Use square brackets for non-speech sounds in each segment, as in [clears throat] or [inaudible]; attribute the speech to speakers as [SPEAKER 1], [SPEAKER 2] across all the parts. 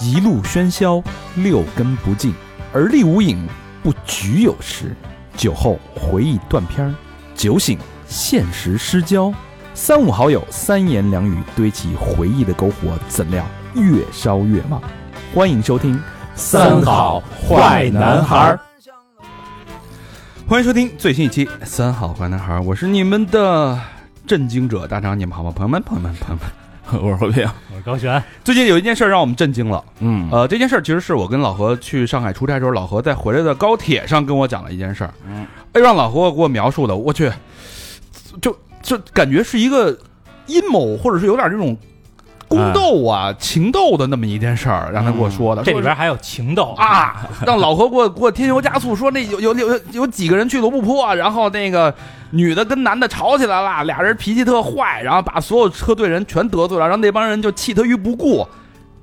[SPEAKER 1] 一路喧嚣，六根不净，而立无影，不局有时。酒后回忆断片儿，酒醒现实失焦。三五好友，三言两语堆起回忆的篝火，怎料越烧越旺。欢迎收听《
[SPEAKER 2] 儿》。
[SPEAKER 3] 欢迎收听最新一期《三好坏男孩》，我是你们的震惊者大长，你们好吗？朋友们，朋友们，朋友们， [laughs] 我是和平。
[SPEAKER 2] 我是高璇，
[SPEAKER 3] 最近有一件事儿让我们震惊了，
[SPEAKER 1] 嗯
[SPEAKER 3] 呃，这件事儿其实是我跟老何去上海出差的时候，老何在回来的高铁上跟我讲了一件事儿，
[SPEAKER 1] 嗯，
[SPEAKER 3] 哎，让老何给我描述的，我去，就就感觉是一个阴谋，或者是有点这种宫斗啊、情斗的那么一件事儿，让他给
[SPEAKER 1] 嗯
[SPEAKER 3] 我说的，
[SPEAKER 2] 这
[SPEAKER 3] 说是
[SPEAKER 2] 里边还有情斗，
[SPEAKER 3] [laughs] 啊，让老何给我给我添油加醋，说那有有有有几个人去罗布泊，然后那个女的跟男的吵起来了，俩人脾气特坏，然后把所有车队人全得罪了，然后那帮人就弃他于不顾，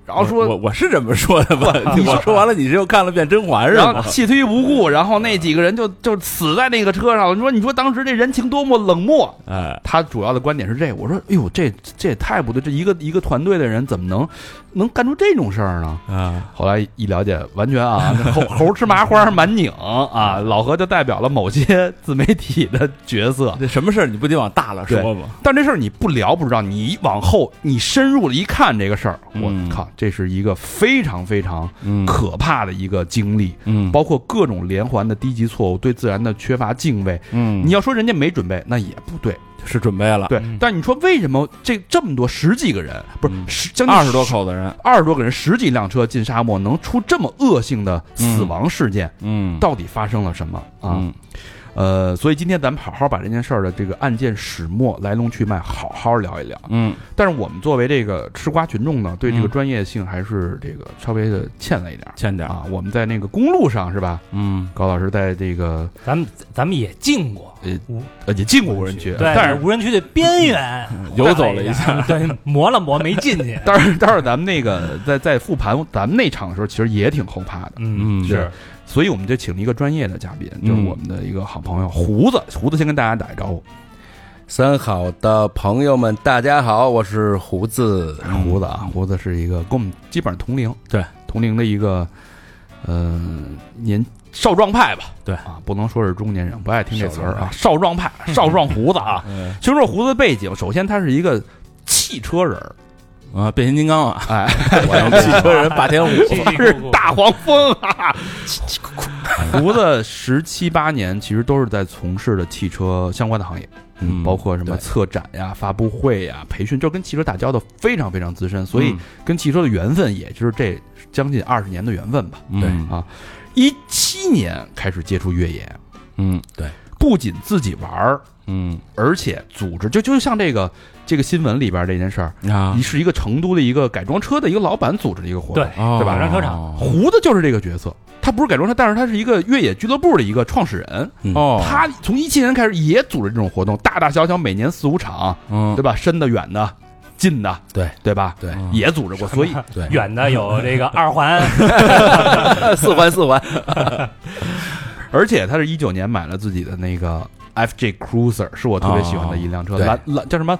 [SPEAKER 3] 然后
[SPEAKER 4] 我
[SPEAKER 3] 说。
[SPEAKER 4] 我是这么说的
[SPEAKER 3] [laughs]
[SPEAKER 4] 吧？
[SPEAKER 3] 你说
[SPEAKER 4] 我说完了，你是又看了遍《甄嬛》是
[SPEAKER 3] 然后
[SPEAKER 4] 吗？
[SPEAKER 3] 弃他于不顾，然后那几个人就就死在那个车上。你说，你说当时这人情多么冷漠，
[SPEAKER 4] 哎，
[SPEAKER 3] 他主要的观点是这个，我说，哎呦，这这也太不对，这一个一个团队的人怎么能能干出这种事儿呢？
[SPEAKER 4] 啊，
[SPEAKER 3] 后来一了解，完全
[SPEAKER 4] [laughs]
[SPEAKER 3] 啊，猴猴吃麻花满拧啊，老何就代表了某些自媒体的角色。
[SPEAKER 4] 这什么事儿你不得往大了说吗？
[SPEAKER 3] 但这事儿你不聊不知道，你往后你深入了一看这个事儿，我
[SPEAKER 4] 嗯
[SPEAKER 3] 靠，这是一个非常非常
[SPEAKER 4] 嗯
[SPEAKER 3] 可怕的一个经历，
[SPEAKER 4] 嗯
[SPEAKER 3] 包括各种连环的低级错误，对自然的缺乏敬畏。
[SPEAKER 4] 嗯
[SPEAKER 3] 你要说人家没准备，那也不对。
[SPEAKER 4] 是准备了，
[SPEAKER 3] 对
[SPEAKER 2] 嗯，
[SPEAKER 3] 但你说为什么这这么多十几个人，不是
[SPEAKER 4] 嗯
[SPEAKER 3] 十将近
[SPEAKER 4] 二十多口子人，
[SPEAKER 3] 二十多个人，十几辆车进沙漠，能出这么恶性的死亡事件，
[SPEAKER 4] 嗯
[SPEAKER 3] 到底发生了什么啊？
[SPEAKER 4] 嗯
[SPEAKER 3] 呃，所以今天咱们好好把这件事儿的这个案件始末、来龙去脉好好聊一聊。
[SPEAKER 4] 嗯
[SPEAKER 3] 但是我们作为这个吃瓜群众呢，对这个
[SPEAKER 4] 嗯
[SPEAKER 3] 专业性还是这个稍微的欠了一点儿
[SPEAKER 4] 欠点儿，
[SPEAKER 3] 啊。我们在那个公路上是吧？
[SPEAKER 4] 嗯
[SPEAKER 3] 高老师在这个
[SPEAKER 2] 咱们咱们也进过
[SPEAKER 3] 呃
[SPEAKER 2] 无，
[SPEAKER 3] 呃也进过无人区，
[SPEAKER 2] 对，
[SPEAKER 3] 但是
[SPEAKER 2] 无人区的边缘
[SPEAKER 4] 游走了一
[SPEAKER 2] 下， [laughs] 对，磨了磨没进去，
[SPEAKER 3] 但是但是咱们那个在在复盘咱们那场的时候，其实也挺后怕的。
[SPEAKER 2] 嗯，
[SPEAKER 4] 嗯
[SPEAKER 3] 是，所以我们就请了一个专业的嘉宾，
[SPEAKER 4] 嗯
[SPEAKER 3] 就是我们的一个好朋友胡子。胡子先跟大家打一招呼，
[SPEAKER 5] 三好的朋友们，大家好，我是胡子。
[SPEAKER 4] 嗯
[SPEAKER 3] 胡子啊，胡子是一个跟我们基本上同龄，
[SPEAKER 4] 对
[SPEAKER 3] 同龄的一个，呃，年少壮派吧，
[SPEAKER 4] 对
[SPEAKER 3] 啊，不能说是中年人，不爱听这词儿啊，少壮派，少壮胡子
[SPEAKER 4] [laughs]
[SPEAKER 3] 啊。
[SPEAKER 4] 嗯
[SPEAKER 3] 听说胡子的背景，首先他是一个汽车人儿，
[SPEAKER 4] 啊，变形金刚啊， [laughs]
[SPEAKER 3] 哎，
[SPEAKER 4] 汽 [laughs] 车人霸天虎，
[SPEAKER 2] 去
[SPEAKER 3] 他是大黄蜂
[SPEAKER 4] [laughs]
[SPEAKER 3] 啊。胡子十七八年其实都是在从事的汽车相关的行业。
[SPEAKER 4] 嗯
[SPEAKER 3] 包括什么
[SPEAKER 4] 对
[SPEAKER 3] 策展呀、发布会呀、培训，就跟汽车打交道非常非常资深，
[SPEAKER 4] 嗯
[SPEAKER 3] 所以跟汽车的缘分也就是这将近二十年的缘分吧。
[SPEAKER 4] 嗯嗯
[SPEAKER 3] 啊，一七年开始接触越野，
[SPEAKER 4] 嗯对，
[SPEAKER 3] 不仅自己玩儿，
[SPEAKER 4] 嗯
[SPEAKER 3] 而且组织，就就像这个这个新闻里边这件事儿，
[SPEAKER 4] 啊
[SPEAKER 3] 你，是一个成都的一个改装车的一个老板组织的一个活动。
[SPEAKER 2] 对，
[SPEAKER 4] 哦
[SPEAKER 3] 对吧
[SPEAKER 2] 燃烧厂
[SPEAKER 3] 胡子就是这个角色，他不是改装车，但是他是一个越野俱乐部的一个创始人。
[SPEAKER 4] 哦，
[SPEAKER 3] 他从一七年开始也组织这种活动，大大小小每年四五场，
[SPEAKER 4] 嗯
[SPEAKER 3] 对吧？深的、远的、近的，
[SPEAKER 5] 对
[SPEAKER 3] 对吧？
[SPEAKER 5] 对
[SPEAKER 4] 嗯
[SPEAKER 3] 也组织过，所以
[SPEAKER 5] 对，
[SPEAKER 2] 远的有这个二环，
[SPEAKER 5] 四环四环，
[SPEAKER 3] 而且他是一九年买了自己的那个 FJ Cruiser，是我特别喜欢的一辆车，
[SPEAKER 5] 哦对
[SPEAKER 3] 兰兰叫什么？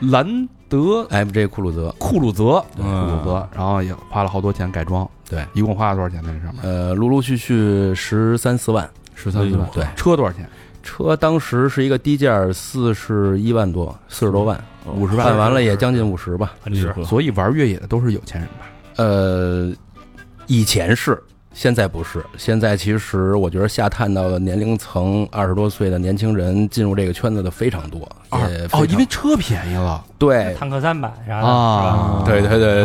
[SPEAKER 3] 兰德
[SPEAKER 5] MJ 库鲁泽，
[SPEAKER 3] 酷路泽，对
[SPEAKER 4] 嗯
[SPEAKER 3] 酷路泽，然后也花了好多钱改装，
[SPEAKER 5] 对，
[SPEAKER 3] 一共花了多少钱在这上面？
[SPEAKER 5] 呃，陆陆续续十三四万，
[SPEAKER 3] 十
[SPEAKER 4] 哎
[SPEAKER 3] 三
[SPEAKER 4] 呦
[SPEAKER 3] 万，
[SPEAKER 5] 对
[SPEAKER 3] 车多少钱？
[SPEAKER 5] 车当时是一个低价，四十一万多，四十多万，
[SPEAKER 4] 五十
[SPEAKER 5] 办完了也将近五十吧。
[SPEAKER 2] 很值，
[SPEAKER 3] 所以玩越野的都是有钱人吧？
[SPEAKER 5] 呃，以前是，现在不是，现在其实我觉得下探到年龄层二十多岁的年轻人进入这个圈子的非常多，也
[SPEAKER 3] 哦，
[SPEAKER 5] 非常
[SPEAKER 3] 因为车便宜了
[SPEAKER 2] [laughs]
[SPEAKER 5] 对
[SPEAKER 2] 坦克三百啥的，
[SPEAKER 3] 啊，
[SPEAKER 5] 对对对对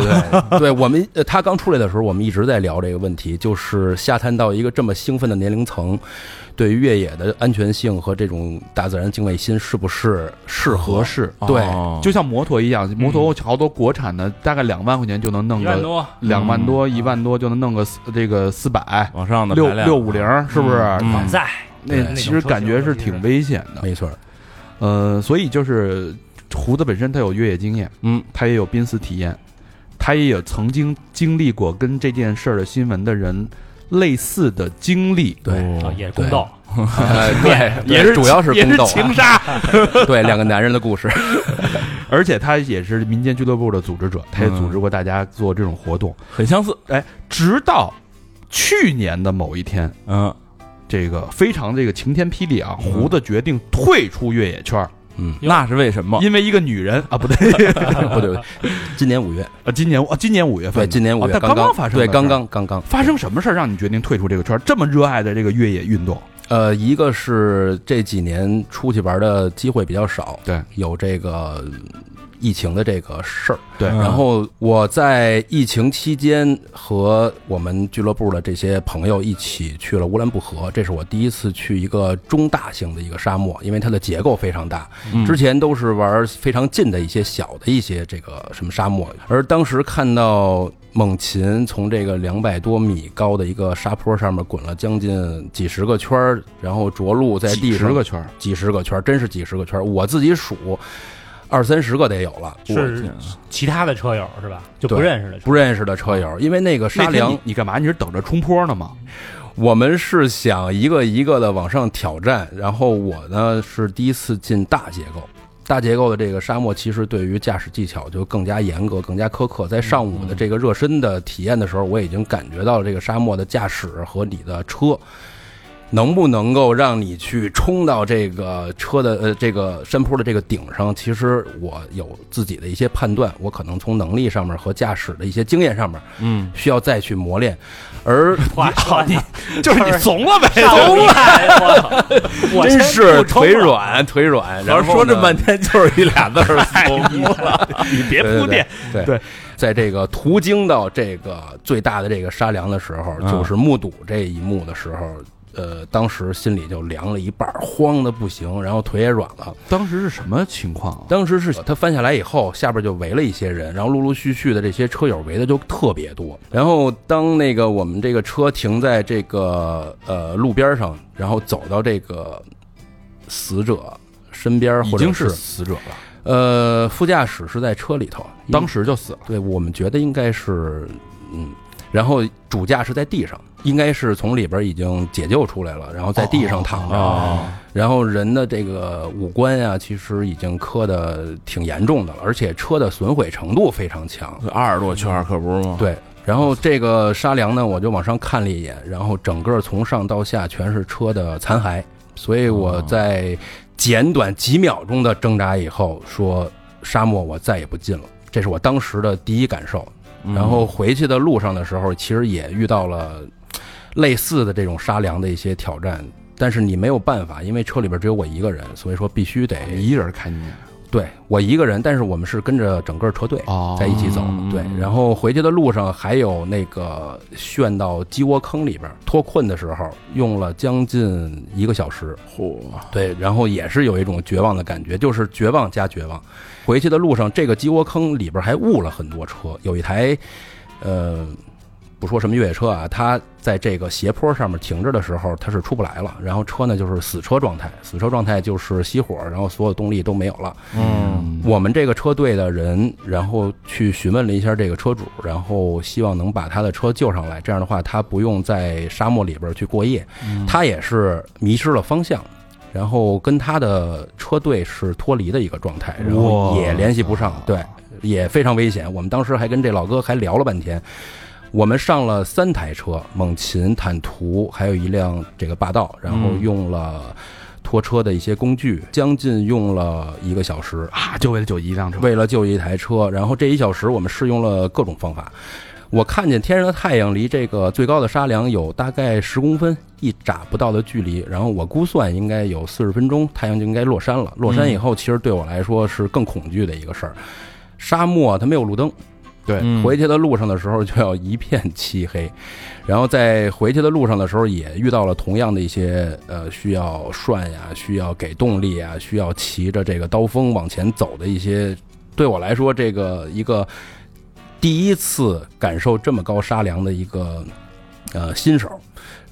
[SPEAKER 5] 对， [laughs] 对我们呃，他刚出来的时候，我们一直在聊这个问题，就是下探到一个这么兴奋的年龄层，对于越野的安全性和这种大自然敬畏心是不是适合
[SPEAKER 3] 合？适，
[SPEAKER 5] 对
[SPEAKER 4] 哦
[SPEAKER 3] 就像摩托一样，摩托好多国产的大概两万块钱就能弄
[SPEAKER 2] 一
[SPEAKER 3] 个
[SPEAKER 2] 万多，
[SPEAKER 3] 两万多、一万多就能弄个四这个四百、
[SPEAKER 4] 往上的
[SPEAKER 3] 六
[SPEAKER 4] 排量啊
[SPEAKER 3] 六五零，是不是？
[SPEAKER 4] 嗯
[SPEAKER 2] 满载，
[SPEAKER 3] 那
[SPEAKER 2] 对
[SPEAKER 3] 其实感觉是挺危险的。
[SPEAKER 5] 没错，
[SPEAKER 3] [laughs] 呃，所以就是胡子本身他有越野经验，
[SPEAKER 4] 嗯，
[SPEAKER 3] 他也有濒死体验，他也有曾经经历过跟这件事儿的新闻的人类似的经历，
[SPEAKER 5] 对，
[SPEAKER 2] 啊，也是宫斗，
[SPEAKER 5] 呃对，
[SPEAKER 3] 也是
[SPEAKER 5] 主要是
[SPEAKER 3] 也
[SPEAKER 5] 宫
[SPEAKER 3] 是
[SPEAKER 5] 斗啊，
[SPEAKER 3] 情杀。 [laughs]
[SPEAKER 5] 对，两个男人的故事，
[SPEAKER 3] 而且他也是民间俱乐部的组织者，他也组织过大家做这种活动。
[SPEAKER 4] 很相似，
[SPEAKER 3] 直到去年的某一天，
[SPEAKER 4] 嗯
[SPEAKER 3] 这个非常这个晴天霹雳啊，胡子决定退出越野圈儿，
[SPEAKER 4] 嗯，那是为什么？
[SPEAKER 3] 因为一个女人啊，不 [laughs] 对，
[SPEAKER 4] 不对，不对今年五月，
[SPEAKER 3] 啊，今年啊，今年五月份的，
[SPEAKER 5] 对，今年五
[SPEAKER 3] 啊
[SPEAKER 5] 月
[SPEAKER 3] 但
[SPEAKER 5] 刚
[SPEAKER 3] 刚发生的
[SPEAKER 5] 对，
[SPEAKER 3] 事儿
[SPEAKER 5] 刚刚刚刚
[SPEAKER 3] 发生什么事儿让你决定退出这个圈儿？这么热爱的这个越野运动，
[SPEAKER 5] 呃，一个是这几年出去玩的机会比较少，
[SPEAKER 3] 对，
[SPEAKER 5] 有这个嗯疫情的这个事儿。
[SPEAKER 3] 对
[SPEAKER 5] 然后我在疫情期间和我们俱乐部的这些朋友一起去了乌兰布和，这是我第一次去一个中大型的一个沙漠，因为它的结构非常大，之前都是玩非常近的一些小的一些这个什么沙漠，而当时看到猛禽从这个两百多米高的一个沙坡上面滚了将近几十个圈儿，然后着陆在地
[SPEAKER 3] 几
[SPEAKER 5] 上
[SPEAKER 3] 十个圈儿，
[SPEAKER 5] 几十个圈儿，真是几十个圈儿，我自己数二三十个得有了。
[SPEAKER 2] 是其他的车友是吧？就不
[SPEAKER 5] 对
[SPEAKER 2] 认识的车
[SPEAKER 5] 不认识的车友，因为那个沙
[SPEAKER 3] 那天
[SPEAKER 5] 梁
[SPEAKER 3] 你，你干嘛？你是等着冲坡呢 [laughs] 吗？
[SPEAKER 5] 我们是想一个一个的往上挑战。然后我呢是第一次进大结构，大结构的这个沙漠其实对于驾驶技巧就更加严格、更加苛刻。在上午的这个热身的体验的时候，我已经感觉到这个沙漠的驾驶和你的车。能不能够让你去冲到这个车的呃这个山坡的这个顶上？其实我有自己的一些判断，我可能从能力上面和驾驶的一些经验上面
[SPEAKER 4] 嗯，
[SPEAKER 5] 需要再去磨练，而
[SPEAKER 2] 哇，操 [laughs] 你
[SPEAKER 3] 就是你怂了呗，
[SPEAKER 2] 上了一看我操，我
[SPEAKER 5] 真
[SPEAKER 2] 先
[SPEAKER 5] 是
[SPEAKER 2] 不冲
[SPEAKER 5] 腿
[SPEAKER 2] 了，
[SPEAKER 5] 软腿软，然后
[SPEAKER 4] 说这
[SPEAKER 5] 呢
[SPEAKER 4] 半天就是一俩字儿怂了， [laughs]
[SPEAKER 3] 你别
[SPEAKER 5] 对对
[SPEAKER 3] 铺
[SPEAKER 5] 对
[SPEAKER 3] 垫。
[SPEAKER 5] 对
[SPEAKER 3] 对
[SPEAKER 5] 在这个途经到这个最大的这个沙梁的时候，
[SPEAKER 4] 嗯
[SPEAKER 5] 就是目睹这一幕的时候，呃，当时心里就凉了一半儿，慌的不行，然后腿也软了。
[SPEAKER 3] 当时是什么情况啊？
[SPEAKER 5] 当时是他翻下来以后，下边就围了一些人，然后陆陆续续的这些车友围的就特别多。然后当那个我们这个车停在这个呃路边上，然后走到这个死者身边，
[SPEAKER 3] 已
[SPEAKER 5] 或者
[SPEAKER 3] 经
[SPEAKER 5] 是
[SPEAKER 3] 死者了，
[SPEAKER 5] 呃副驾驶是在车里头，当
[SPEAKER 3] 当时就死了。
[SPEAKER 5] 对我们觉得应该是，嗯，然后主驾是在地上，应该是从里边已经解救出来了，然后在地上躺着，
[SPEAKER 4] 哦
[SPEAKER 5] 然后人的这个五官呀、其实已经磕的挺严重的了，而且车的损毁程度非常强。
[SPEAKER 4] 二十多圈儿可不是
[SPEAKER 3] 啊
[SPEAKER 4] 吗？，
[SPEAKER 5] 对，然后这个沙梁呢，我就往上看了一眼，然后整个从上到下全是车的残骸，所以我
[SPEAKER 3] 哦
[SPEAKER 5] 在简短几秒钟的挣扎以后，说沙漠我再也不进了，这是我当时的第一感受。
[SPEAKER 4] 嗯
[SPEAKER 5] 然
[SPEAKER 3] 嗯
[SPEAKER 5] 后回去的路上的时候，其实也遇到了类似的这种沙梁的一些挑战。但是你没有办法，因为车里边只有我一个人，所以说必须得
[SPEAKER 3] 啊你一人看见
[SPEAKER 5] 对我一个人，但是我们是跟着整个车队
[SPEAKER 3] 哦
[SPEAKER 5] 在一起走
[SPEAKER 4] 嗯。
[SPEAKER 5] 对，然后回去的路上还有那个炫到鸡窝坑里边脱困的时候，用了将近一个小时。
[SPEAKER 4] 嚯，
[SPEAKER 5] 对，然后也是有一种绝望的感觉，就是绝望加绝望。回去的路上，这个鸡窝坑里边还误了很多车，有一台，呃。不说什么越野车啊，它在这个斜坡上面停着的时候，它是出不来了。然后车呢就是死车状态，死车状态就是熄火，然后所有动力都没有了。
[SPEAKER 4] 嗯，
[SPEAKER 5] 我们这个车队的人，然后去询问了一下这个车主，然后希望能把他的车救上来。这样的话，他不用在沙漠里边去过夜。他也是迷失了方向，然后跟他的车队是脱离的一个状态，然后也联系不上，对，也非常危险。我们当时还跟这老哥还聊了半天。我们上了三台车，猛禽、坦途，还有一辆这个霸道，然后用了拖车的一些工具，将近用了一个小时，
[SPEAKER 3] 啊，就为了救一辆车。
[SPEAKER 5] 为了救一台车，然后这一小时我们试用了各种方法。我看见天上的太阳离这个最高的沙梁有大概十公分一拃不到的距离，然后我估算应该有四十分钟，太阳就应该落山了。落山以后，其实对我来说是更恐惧的一个事儿。沙漠它没有路灯，
[SPEAKER 3] 对
[SPEAKER 4] 嗯
[SPEAKER 5] 回去的路上的时候就要一片漆黑， [laughs] 然后在回去的路上的时候也遇到了同样的一些呃需要涮呀、需要给动力啊、需要骑着这个刀锋往前走的一些，对我来说这个一个第一次感受这么高沙梁的一个呃新手。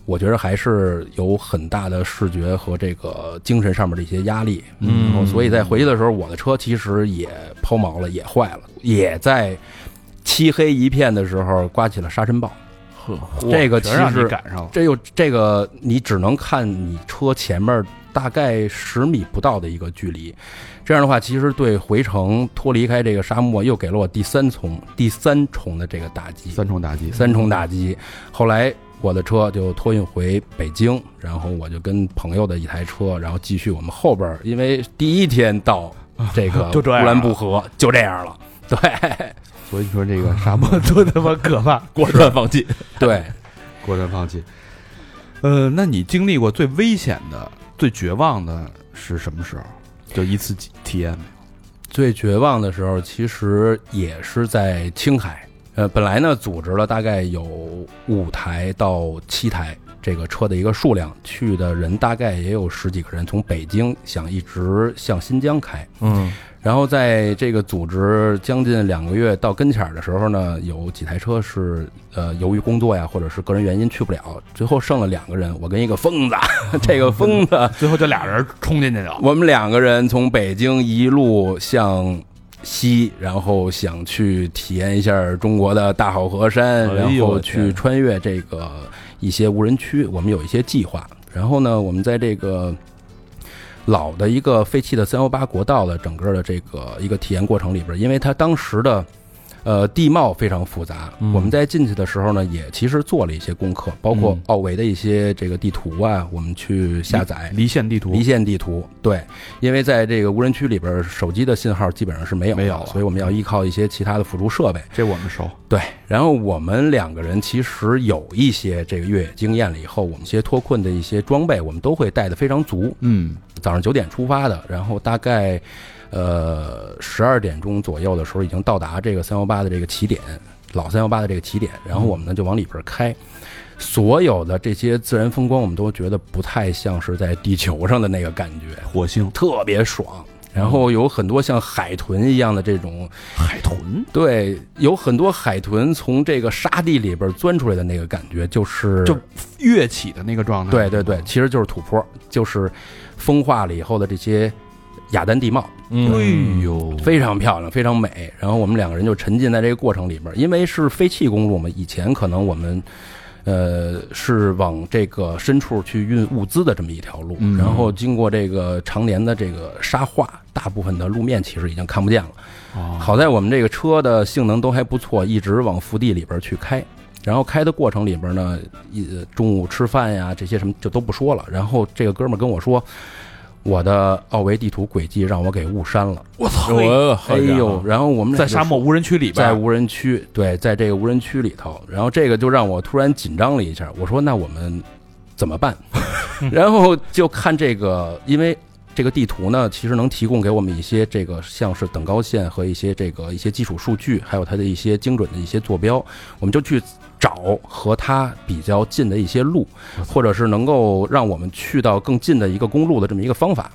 [SPEAKER 5] 我觉得还是有很大的视觉和这个精神上面的一些压力，
[SPEAKER 4] 嗯
[SPEAKER 5] 然后所以在回去的时候，我的车其实也抛锚了，也坏了，也在漆黑一片的时候刮起了沙尘暴。
[SPEAKER 4] 呵，
[SPEAKER 5] 这个其
[SPEAKER 3] 全让你
[SPEAKER 5] 实
[SPEAKER 3] 赶上了。
[SPEAKER 5] 这又这个你只能看你车前面大概十米不到的一个距离。这样的话，其实对回程脱离开这个沙漠又给了我第三重第三重的这个打击。
[SPEAKER 3] 三重打击，
[SPEAKER 5] 三重打击。后来我的车就托运回北京，然后我就跟朋友的一台车，然后继续我们后边儿，因为第一天到这个
[SPEAKER 3] [laughs] 就这样
[SPEAKER 5] 乌兰布和就这样了。对
[SPEAKER 3] 所以说这 [laughs] 个沙漠多他妈可 [laughs] 怕，
[SPEAKER 4] [laughs] 果断放弃。
[SPEAKER 5] 对，
[SPEAKER 3] 果断放弃。呃，那你经历过最危险的、最绝望的是什么时候？就一次体体验没
[SPEAKER 5] 最绝望的时候其实也是在青海。呃，本来呢组织了大概有五台到七台这个车的一个数量，去的人大概也有十几个人，从北京想一直向新疆开。
[SPEAKER 4] 嗯，
[SPEAKER 5] 然后在这个组织将近两个月到跟前儿的时候呢，有几台车是呃由于工作呀或者是个人原因去不了，最后剩了两个人，我跟一个疯子， [laughs] 这个疯子，
[SPEAKER 3] 最后就俩人冲进去了。
[SPEAKER 5] 我们两个人从北京一路向西，然后想去体验一下中国的大好河山，
[SPEAKER 4] 哎呦
[SPEAKER 5] 然
[SPEAKER 4] 我
[SPEAKER 5] 后
[SPEAKER 4] 的天
[SPEAKER 5] 去穿越这个一些无人区，我们有一些计划。然后呢，我们在这个老的一个废弃的三幺八国道的整个的这个一个体验过程里边，因为它当时的。呃，地貌非常复杂。
[SPEAKER 4] 嗯
[SPEAKER 5] 我们在进去的时候呢，也其实做了一些功课，包括
[SPEAKER 4] 嗯
[SPEAKER 5] 奥维的一些这个地图啊，我们去下载。
[SPEAKER 3] 哎离线地图，
[SPEAKER 5] 离线地图，对，因为在这个无人区里边，手机的信号基本上是没有的
[SPEAKER 3] 没有了
[SPEAKER 5] 所以我们要依靠一些其他的辅助设备。
[SPEAKER 3] 这我们熟。
[SPEAKER 5] 对，然后我们两个人其实有一些这个越野经验了，以后我们一些脱困的一些装备，我们都会带的非常足。
[SPEAKER 3] 嗯，
[SPEAKER 5] 早上九点出发的，然后大概呃十二点钟左右的时候已经到达这个三幺八的这个起点，老三幺八的这个起点，然后我们呢就往里边开。所有的这些自然风光，我们都觉得不太像是在地球上的那个感觉，
[SPEAKER 3] 火星
[SPEAKER 5] 特别爽。然后有很多像海豚一样的这
[SPEAKER 3] 嗯
[SPEAKER 5] 种，
[SPEAKER 3] 海豚，
[SPEAKER 5] 对，有很多海豚从这个沙地里边钻出来的那个感觉，就是
[SPEAKER 3] 就跃起的那个状态。
[SPEAKER 5] 对对对，其实就是土坡，就是风化了以后的这些雅丹地貌，
[SPEAKER 4] 嗯
[SPEAKER 3] 哎呦，
[SPEAKER 5] 非常漂亮，非常美。然后我们两个人就沉浸在这个过程里边，因为是废弃公路嘛，以前可能我们。呃，是往这个深处去运物资的这么一条路，
[SPEAKER 3] 嗯
[SPEAKER 5] 然后经过这个常年的这个沙化，大部分的路面其实已经看不见了。
[SPEAKER 3] 哦
[SPEAKER 5] 好在我们这个车的性能都还不错，一直往腹地里边去开。然后开的过程里边呢，一呃中午吃饭呀这些什么就都不说了。然后这个哥们儿跟我说，我的奥维地图轨迹让我给误删了。
[SPEAKER 3] 我操！
[SPEAKER 4] 我
[SPEAKER 5] 哎呦，，然后我们俩
[SPEAKER 3] 在
[SPEAKER 5] 就
[SPEAKER 3] 沙漠无人区里边，
[SPEAKER 5] 在无人区，对，在这个无人区里头，然后这个就让我突然紧张了一下。我说那我们怎
[SPEAKER 3] [laughs]
[SPEAKER 5] 么办？然后就看这个，因为这个地图呢，其实能提供给我们一些这个像是等高线和一些这个一些基础数据，还有它的一些精准的一些坐标，我们就去找和它比较近的一些路，或者是能够让我们去到更近的一个公路的这么一个方法。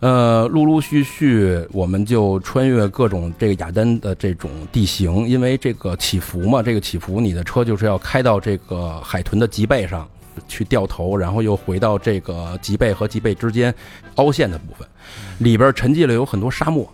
[SPEAKER 5] 呃，陆陆续续，我们就穿越各种这个雅丹的这种地形，因为这个起伏嘛，这个起伏，你的车就是要开到这个海豚的脊背上去掉头，然后又回到这个脊背和脊背之间凹陷的部分，里边沉寂了有很多沙漠，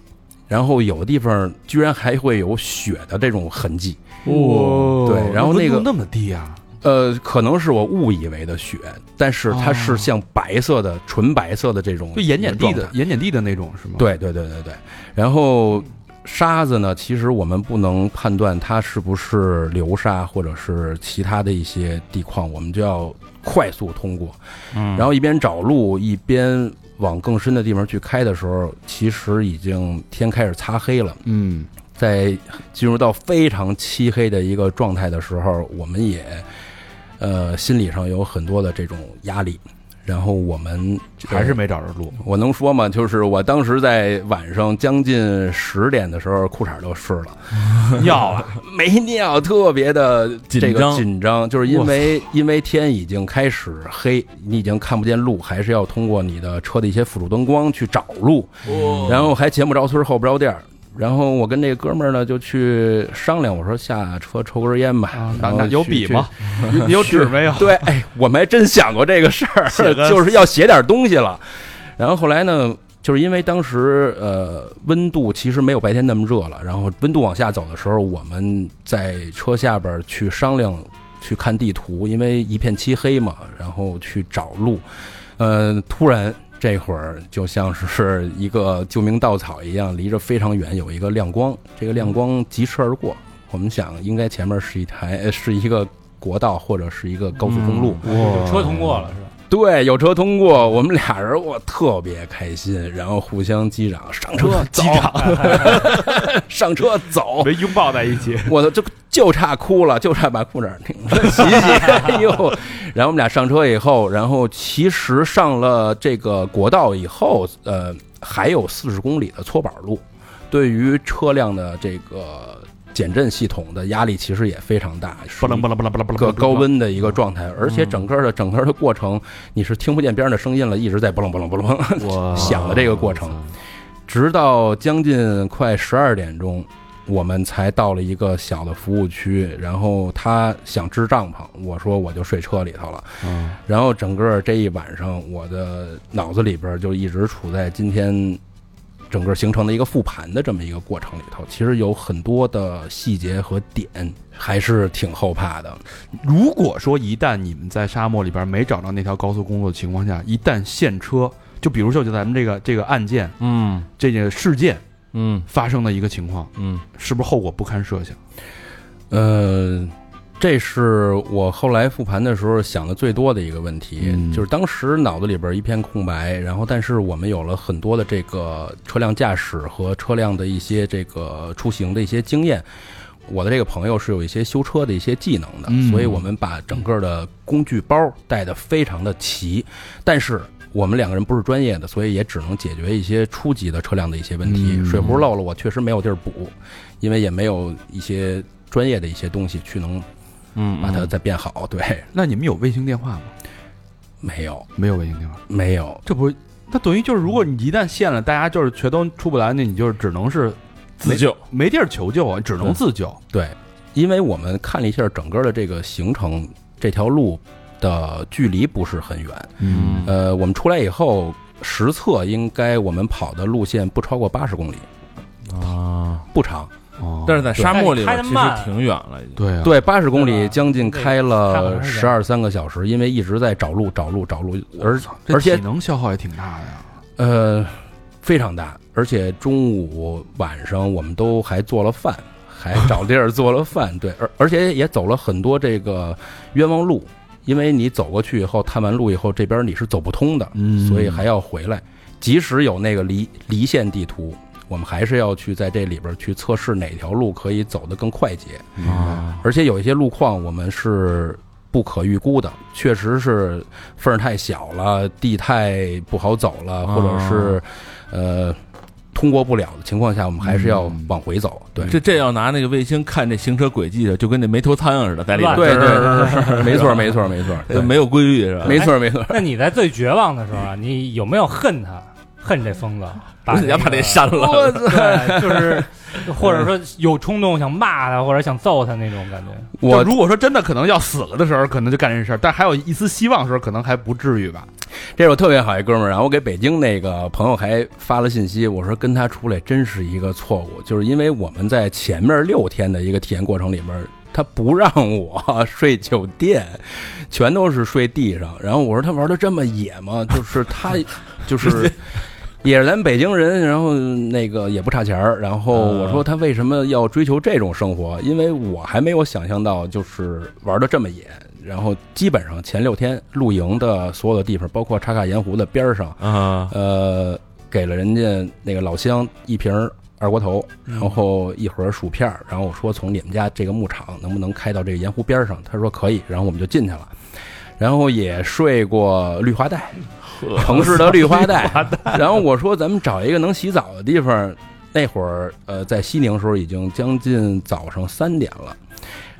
[SPEAKER 5] 然后有的地方居然还会有雪的这种痕迹，
[SPEAKER 3] 哦
[SPEAKER 5] 对然后那个
[SPEAKER 3] 温度那么低啊，
[SPEAKER 5] 呃，可能是我误以为的雪，但是它是像白色的、纯白色的这种
[SPEAKER 3] 就盐碱地
[SPEAKER 5] 状态
[SPEAKER 3] 的盐碱地的那种是吗？，
[SPEAKER 5] 对对对对对。然后沙子呢，其实我们不能判断它是不是流沙或者是其他的一些地况，我们就要快速通过。嗯，然后一边找路一边往更深的地方去开的时候，其实已经天开始擦黑了。
[SPEAKER 3] 嗯，
[SPEAKER 5] 在进入到非常漆黑的一个状态的时候，我们也呃心理上有很多的这种压力。然后我们
[SPEAKER 3] 还是没找着路。
[SPEAKER 5] 我能说吗？就是我当时在晚上将近十点的时候，裤衩都湿了，
[SPEAKER 2] 要了，
[SPEAKER 5] 没尿，特别的这
[SPEAKER 4] 紧
[SPEAKER 5] 个
[SPEAKER 4] 张
[SPEAKER 5] 紧张，就是因为因为天已经开始黑，你已经看不见路，还是要通过你的车的一些辅助灯光去找路，然后还前不着村后不着店儿。然后我跟这哥们儿呢就去商量，我说下车抽根烟吧。
[SPEAKER 3] 啊，那
[SPEAKER 5] 然后
[SPEAKER 3] 那有
[SPEAKER 5] 去
[SPEAKER 3] 笔
[SPEAKER 5] 去
[SPEAKER 3] 吗？有纸没有？
[SPEAKER 5] 对，哎，我们还真想过这个事儿，就是要 [laughs] 写点东西了。然后后来呢，就是因为当时呃温度其实没有白天那么热了，然后温度往下走的时候，我们在车下边去商量去看地图，因为一片漆黑嘛，然后去找路。呃，突然这会儿就像是一个救命稻草一样，离着非常远有一个亮光，这个亮光疾驰而过。我们想，应该前面是一台 [laughs] 呃是一个国道或者是一个高速公路，
[SPEAKER 3] 嗯
[SPEAKER 2] 有车通过了是吧？
[SPEAKER 5] 对，有车通过，我们俩人我特别开心，然后互相击掌，上车
[SPEAKER 3] [laughs]
[SPEAKER 5] 击掌，上车走，
[SPEAKER 3] 没拥抱在一起，
[SPEAKER 5] 我操，就就差哭了，就差把裤衩儿拧了洗
[SPEAKER 3] [laughs]
[SPEAKER 5] 洗，哎呦！然后我们俩上车以后，然后其实上了这个国道以后，呃，还有四十公里的搓板路，对于车辆的这个减震系统的压力其实也非常大，
[SPEAKER 3] 不楞不楞不楞不楞不嗯
[SPEAKER 5] 一个
[SPEAKER 3] 楞，
[SPEAKER 5] 高温的一个状态，而且整个的整个的过程你是听不见边上的声音了，一直在不楞不楞不楞
[SPEAKER 3] [laughs]
[SPEAKER 4] 我
[SPEAKER 5] [laughs] 响的这个过程，直到将近快十二点钟，我们才到了一个小的服务区。然后他想支帐篷，我说我就睡车里头了。
[SPEAKER 4] 嗯
[SPEAKER 5] 然后整个这一晚上，我的脑子里边就一直处在今天整个形成的一个复盘的这么一个过程里头。其实有很多的细节和点还是挺后怕的。
[SPEAKER 3] 如果说一旦你们在沙漠里边没找到那条高速公路的情况下，一旦现车，就比如说就咱们这个这个案件
[SPEAKER 4] 嗯
[SPEAKER 3] 这件事件
[SPEAKER 4] 嗯
[SPEAKER 3] 发生的一个情况，
[SPEAKER 4] 嗯，
[SPEAKER 3] 是不是后果不堪设想？
[SPEAKER 5] 呃，这是我后来复盘的时候想的最多的一个问题，
[SPEAKER 4] 嗯
[SPEAKER 5] 就是当时脑子里边一片空白，然后但是我们有了很多的这个车辆驾驶和车辆的一些这个出行的一些经验。我的这个朋友是有一些修车的一些技能的，
[SPEAKER 3] 嗯
[SPEAKER 5] 所以我们把整个的工具包带的非常的齐，但是我们两个人不是专业的，所以也只能解决一些初级的车辆的一些问题。水壶漏了，我确实没有地儿补，因为也没有一些专业的一些东西去能
[SPEAKER 4] 嗯
[SPEAKER 5] 把它再变好。对，
[SPEAKER 3] 那你们有卫星电话吗？
[SPEAKER 5] 没有，
[SPEAKER 3] 没有卫星电话，
[SPEAKER 5] 没有，
[SPEAKER 3] 这不，那等于就是，如果你一旦陷了，大家就是全都出不来，那你就是只能是
[SPEAKER 4] 自救，
[SPEAKER 3] 没地儿求救啊，只能自救。
[SPEAKER 5] 对，因为我们看了一下整个的这个行程，这条路的距离不是很远。
[SPEAKER 4] 嗯
[SPEAKER 5] 呃，我们出来以后，实测应该我们跑的路线不超过八十公里，
[SPEAKER 4] 啊，
[SPEAKER 5] 不长。
[SPEAKER 3] 哦
[SPEAKER 4] 但是在沙漠里边
[SPEAKER 2] 开得
[SPEAKER 4] 其实
[SPEAKER 2] 慢
[SPEAKER 4] 挺远了，已经。
[SPEAKER 3] 对啊，
[SPEAKER 5] 对，八十公
[SPEAKER 2] 对
[SPEAKER 5] 里
[SPEAKER 2] 吧
[SPEAKER 5] 将近开了
[SPEAKER 2] 这
[SPEAKER 5] 十
[SPEAKER 2] 个
[SPEAKER 5] 二三个小时，因为一直在找路、找路、找路，而
[SPEAKER 3] 这
[SPEAKER 5] 而且
[SPEAKER 3] 体能消耗也挺大的呀。
[SPEAKER 5] 呃非常大，而且中午、晚上我们都还做了饭，还找地儿做了饭，对，而而且也走了很多这个冤枉路，因为你走过去以后，探完路以后，这边你是走不通的，
[SPEAKER 3] 嗯
[SPEAKER 5] 所以还要回来。即使有那个离离线地图，我们还是要去在这里边去测试哪条路可以走得更快捷。
[SPEAKER 4] 啊，
[SPEAKER 5] 而且有一些路况我们是不可预估的，确实是缝儿太小了，地太不好走
[SPEAKER 4] 啊
[SPEAKER 5] 了，或者是呃通过不了的情况下，我们还是要
[SPEAKER 3] 嗯
[SPEAKER 5] 往回走。对，
[SPEAKER 4] 这这要拿那个卫星看这行车轨迹的，就跟那没头苍蝇似的，在里边
[SPEAKER 2] 乱
[SPEAKER 5] 对
[SPEAKER 2] 这
[SPEAKER 5] 对，没错，没错，没错，
[SPEAKER 4] 呃
[SPEAKER 5] 对，
[SPEAKER 4] 没有规律是吧？哎
[SPEAKER 5] 没错，没错。
[SPEAKER 2] 那你在最绝望的时候啊，你有没有恨他？恨这疯子？把
[SPEAKER 4] [laughs] 我想把哦这
[SPEAKER 2] 这
[SPEAKER 4] 删了。
[SPEAKER 5] 我操！
[SPEAKER 2] [laughs] 对，就是或者说有冲动想骂他或者想揍他那种感觉。
[SPEAKER 5] 我
[SPEAKER 3] 就如果说真的可能要死了的时候，可能就干这事儿，但还有一丝希望的时候，可能还不至于吧。
[SPEAKER 5] 这是我特别好一哥们儿，然后我给北京那个朋友还发了信息，我说跟他出来真是一个错误，就是因为我们在前面六天的一个体验过程里面，他不让我 [laughs] 睡酒店，全都是睡地上。然后我说他玩的这么野吗？就是他，就是。 [laughs] 也是咱北京人，然后那个也不差钱儿。然后我说他为什么要追求这种生活？因为我还没有想象到，就是玩的这么野。然后基本上前六天露营的所有的地方，包括茶卡盐湖的边儿上，
[SPEAKER 4] 啊，
[SPEAKER 5] 呃，给了人家那个老乡一瓶儿二锅头，然后一盒薯片儿，然后我说从你们家这个牧场能不能开到这个盐湖边儿上？他说可以，然后我们就进去了。然后也睡过绿化带，城市 [laughs] 的绿化带。然后我说咱们找一个能洗澡的地方。那会儿呃，在西宁的时候已经将近早上三点了。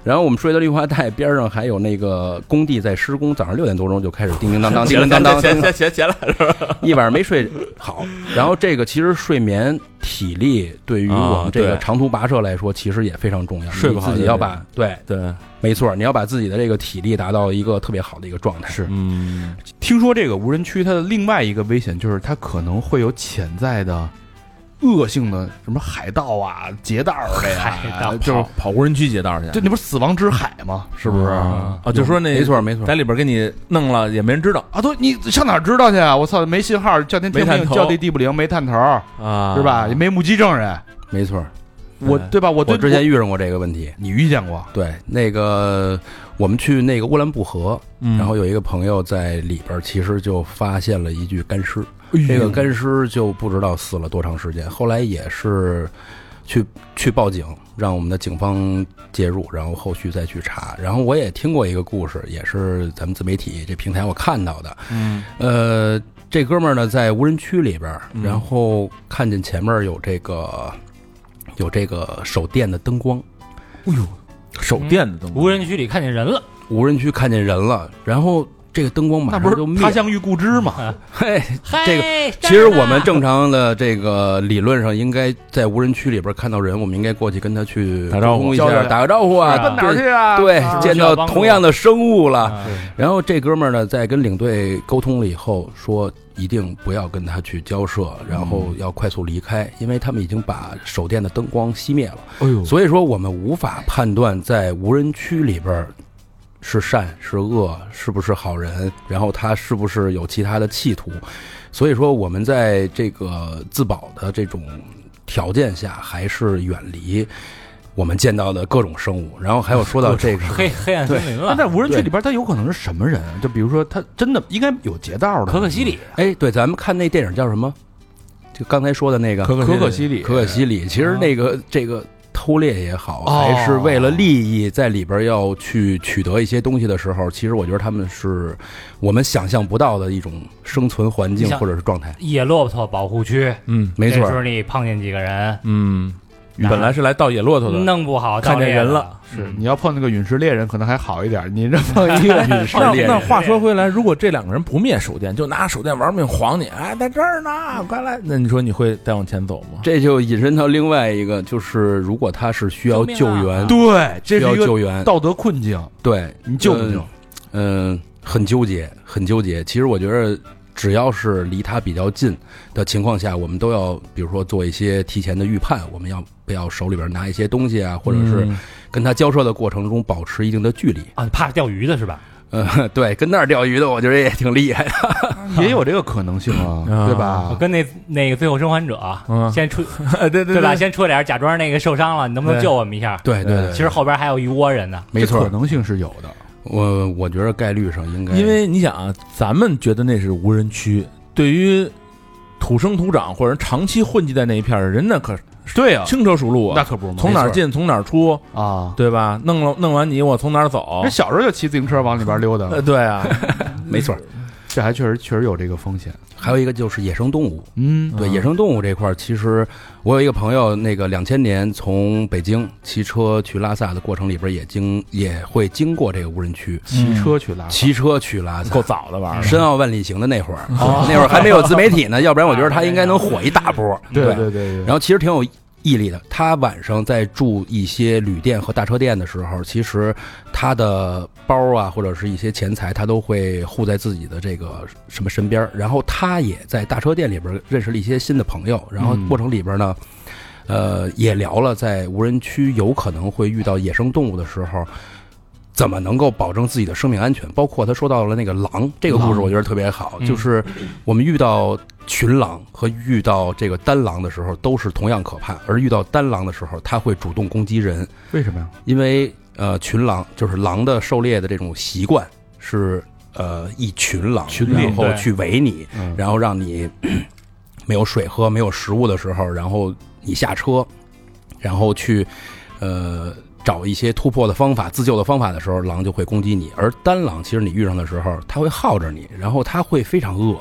[SPEAKER 5] 然后我们睡的绿化带边儿上还有那个工地在施工，早上六点多钟就开始叮叮当 [laughs] 当、叮叮当当、
[SPEAKER 4] 闲闲闲闲来了， [laughs]
[SPEAKER 5] 一晚上没睡好。然后这个其实睡眠、体力对于我
[SPEAKER 4] 啊
[SPEAKER 5] 们这
[SPEAKER 4] 对
[SPEAKER 5] 个长途跋涉来说，其实也非常重要。
[SPEAKER 4] 睡不好
[SPEAKER 5] 你自己
[SPEAKER 4] 就
[SPEAKER 5] 要
[SPEAKER 4] 是
[SPEAKER 5] 把对，
[SPEAKER 4] 对，
[SPEAKER 5] 没错，你要把自己的这个体力达到一个特别好的一个状态。
[SPEAKER 3] 是
[SPEAKER 4] 嗯，
[SPEAKER 3] 听说这个无人区它的另外一个危险就是它可能会有潜在的恶性的什么海盗啊、劫道儿的呀，
[SPEAKER 2] 海盗
[SPEAKER 3] 就是
[SPEAKER 4] 跑跑无人区劫道去，
[SPEAKER 3] 就那不是死亡之海吗？是不是？
[SPEAKER 4] 啊，就说那
[SPEAKER 5] 没错没错，
[SPEAKER 4] 在里边给你弄了也没人知道
[SPEAKER 3] 啊，都你上哪儿知道去啊？我操，没信号，叫天天不
[SPEAKER 4] 没
[SPEAKER 3] 应，
[SPEAKER 4] 探头
[SPEAKER 3] 叫地地不灵，没探头，
[SPEAKER 4] 啊
[SPEAKER 3] 是吧？也没目击证人，
[SPEAKER 5] 没错。
[SPEAKER 3] 我
[SPEAKER 4] 嗯
[SPEAKER 3] 对吧？我对
[SPEAKER 5] 我之前遇上过这个问题，
[SPEAKER 3] 你遇见过
[SPEAKER 5] 对，那个我们去那个乌兰布河，
[SPEAKER 4] 嗯
[SPEAKER 5] 然后有一个朋友在里边，其实就发现了一具干尸。
[SPEAKER 3] 嗯
[SPEAKER 5] 这个干尸就不知道死了多长时间，后来也是去去报警，让我们的警方介入，然后后续再去查。然后我也听过一个故事，也是咱们自媒体这平台我看到的。
[SPEAKER 4] 嗯
[SPEAKER 5] 呃，这哥们儿呢在无人区里边儿，
[SPEAKER 4] 嗯
[SPEAKER 5] 然后看见前面有这个有这个手电的灯光。
[SPEAKER 4] 手电的东西，
[SPEAKER 2] 无人区里看见人了，
[SPEAKER 5] 无人区看见人了，然后这个灯光马
[SPEAKER 3] 那不
[SPEAKER 5] 上就
[SPEAKER 3] 是
[SPEAKER 5] 灭
[SPEAKER 3] 他。乡遇故知吗？
[SPEAKER 5] 嘿，
[SPEAKER 2] 嗨，
[SPEAKER 5] 这
[SPEAKER 2] 个
[SPEAKER 5] 其实我们正常的这个理论上应该在无人区里边看到人，我们应该过去跟他去
[SPEAKER 4] 打招呼
[SPEAKER 5] 沟通一
[SPEAKER 3] 交流
[SPEAKER 5] 下，
[SPEAKER 3] 一下
[SPEAKER 5] 打个招呼啊，
[SPEAKER 2] 是
[SPEAKER 3] 奔
[SPEAKER 2] 啊
[SPEAKER 3] 哪儿
[SPEAKER 5] 对
[SPEAKER 3] 去啊？
[SPEAKER 5] 对
[SPEAKER 3] 啊，
[SPEAKER 5] 见到同样的生物了。
[SPEAKER 2] 啊
[SPEAKER 5] 然后这哥们儿呢，在跟领队沟通了以后，说一定不要跟他去交涉，然后
[SPEAKER 1] 嗯
[SPEAKER 5] 要快速离开，因为他们已经把手电的灯光熄灭了。
[SPEAKER 1] 哎呦，
[SPEAKER 5] 所以说，我们无法判断在无人区里边儿是善是恶，是不是好人，然后他是不是有其他的企图。所以说，我们在这个自保的这种条件下，还是远离我们见到的各种生物。然后还有说到这个，
[SPEAKER 2] 黑黑暗森林
[SPEAKER 3] 那
[SPEAKER 2] 了，
[SPEAKER 3] 在无人区里边，他有可能是什么人？就比如说，他真的应该有劫道的，
[SPEAKER 2] 可可西里
[SPEAKER 5] 哎，对，咱们看那电影叫什么？就刚才说的那个
[SPEAKER 4] 可
[SPEAKER 3] 可可西里，嗯
[SPEAKER 5] 可可西里，其实那个这个偷猎也好，
[SPEAKER 3] 哦
[SPEAKER 5] 还是为了利益在里边要去取得一些东西的时候，其实我觉得他们是我们想象不到的一种生存环境
[SPEAKER 2] 你想
[SPEAKER 5] 或者是状态。
[SPEAKER 2] 野骆驼保护区，
[SPEAKER 4] 嗯
[SPEAKER 5] 没
[SPEAKER 2] 这
[SPEAKER 5] 错
[SPEAKER 2] 时，候你碰见几个人，
[SPEAKER 4] 嗯，
[SPEAKER 2] 哪
[SPEAKER 4] 本来是来盗野骆驼的，
[SPEAKER 2] 弄不好
[SPEAKER 4] 看见人了
[SPEAKER 2] 了，
[SPEAKER 3] 是你要碰那个陨石猎人，可能还好一点。你这碰一个陨石
[SPEAKER 4] 那
[SPEAKER 3] 猎
[SPEAKER 4] 那
[SPEAKER 3] 人，
[SPEAKER 4] 话说回来，如果这两个人不灭手电，就拿手电玩命晃你，哎，在这儿呢，快来！那你说你会再往前走吗？
[SPEAKER 5] 这就引申到另外一个，就是如果他是需要
[SPEAKER 2] 救
[SPEAKER 5] 救
[SPEAKER 2] 命啊
[SPEAKER 5] 援，
[SPEAKER 3] [laughs] 对，这
[SPEAKER 5] 需要
[SPEAKER 3] 是一个
[SPEAKER 5] 救援，
[SPEAKER 3] 道德困境，
[SPEAKER 5] 对
[SPEAKER 3] 你救不救？？
[SPEAKER 5] 嗯、呃很纠结，很纠结。其实我觉得，只要是离他比较近的情况下，我们都要，比如说做一些提前的预判，我们要不要手里边拿一些东西啊，或者是
[SPEAKER 4] [laughs] 嗯
[SPEAKER 5] 跟他交涉的过程中保持一定的距离。 [laughs]
[SPEAKER 2] 啊，怕钓鱼的是吧？
[SPEAKER 5] 呃，对，跟那儿钓鱼的，我觉得也挺厉害的。
[SPEAKER 3] 嗯也有这个可能性啊，
[SPEAKER 4] 啊
[SPEAKER 3] 对
[SPEAKER 2] 我
[SPEAKER 3] 吧？
[SPEAKER 2] 跟那那个最后生还者啊
[SPEAKER 4] 嗯
[SPEAKER 2] 先出
[SPEAKER 4] 对对
[SPEAKER 2] 对吧？？先出点儿假装那个受伤了，你能不能
[SPEAKER 4] 对
[SPEAKER 2] 救我们一下？
[SPEAKER 5] 对对对，
[SPEAKER 2] 其实后边还有一窝人呢。
[SPEAKER 5] 没
[SPEAKER 3] 这
[SPEAKER 5] 错
[SPEAKER 3] 可。能性是有的。
[SPEAKER 5] 我我觉得概率上应该，
[SPEAKER 4] 因为你想啊，咱们觉得那是无人区，对于土生土长或者长期混迹在那一片儿的人，那可
[SPEAKER 3] 对啊，
[SPEAKER 4] 轻车熟路
[SPEAKER 3] 那
[SPEAKER 4] 啊，
[SPEAKER 3] 可不是吗？
[SPEAKER 4] 从哪儿
[SPEAKER 3] 没错
[SPEAKER 4] 进从哪儿出，
[SPEAKER 3] 啊？
[SPEAKER 4] 对吧？弄了弄完你，我从哪儿走
[SPEAKER 3] 这？小时候就骑自行车往里边溜达，
[SPEAKER 4] 呃，对啊，
[SPEAKER 5] 没错。
[SPEAKER 3] 这还确实确实有这个风险。
[SPEAKER 5] 还有一个就是野生动物，
[SPEAKER 3] 嗯
[SPEAKER 5] 对野生动物这块儿，其实我有一个朋友，那个两千年从北京骑车去拉萨的过程里边，也经也会经过这个无人区，
[SPEAKER 3] 骑车去拉，
[SPEAKER 5] 骑车去拉萨
[SPEAKER 4] 够。早的玩儿了。
[SPEAKER 5] 深奥万里行的那会儿，
[SPEAKER 3] 啊
[SPEAKER 5] 那会儿还没有自媒体呢，要不然我觉得他应该能火一大波。
[SPEAKER 3] 对对对对。
[SPEAKER 5] 然后其实挺有毅力的。他晚上在住一些旅店和大车店的时候，其实他的包啊，或者是一些钱财，他都会护在自己的这个什么身边儿。然后他也在大车店里边认识了一些新的朋友，然后
[SPEAKER 3] 嗯
[SPEAKER 5] 过程里边呢。呃，也聊了在无人区有可能会遇到野生动物的时候，怎么能够保证自己的生命安全？包括他说到了那个狼这个故事，
[SPEAKER 3] 狼
[SPEAKER 5] 我觉得特别好，
[SPEAKER 2] 嗯
[SPEAKER 5] 就是我们遇到群狼和遇到这个单狼的时候都是同样可怕，而遇到单狼的时候，它会主动攻击人，
[SPEAKER 3] 为什么呀？
[SPEAKER 5] 因为呃，群狼就是狼的狩猎的这种习惯是呃一群狼，
[SPEAKER 3] 群猎
[SPEAKER 5] 然后
[SPEAKER 2] 对
[SPEAKER 5] 去围你，
[SPEAKER 3] 嗯
[SPEAKER 5] 然后让你 [clears throat] 没有水喝、没有食物的时候，然后你下车，然后去呃找一些突破的方法、自救的方法的时候，狼就会攻击你。而单狼其实你遇上的时候，它会耗着你，然后它会非常饿，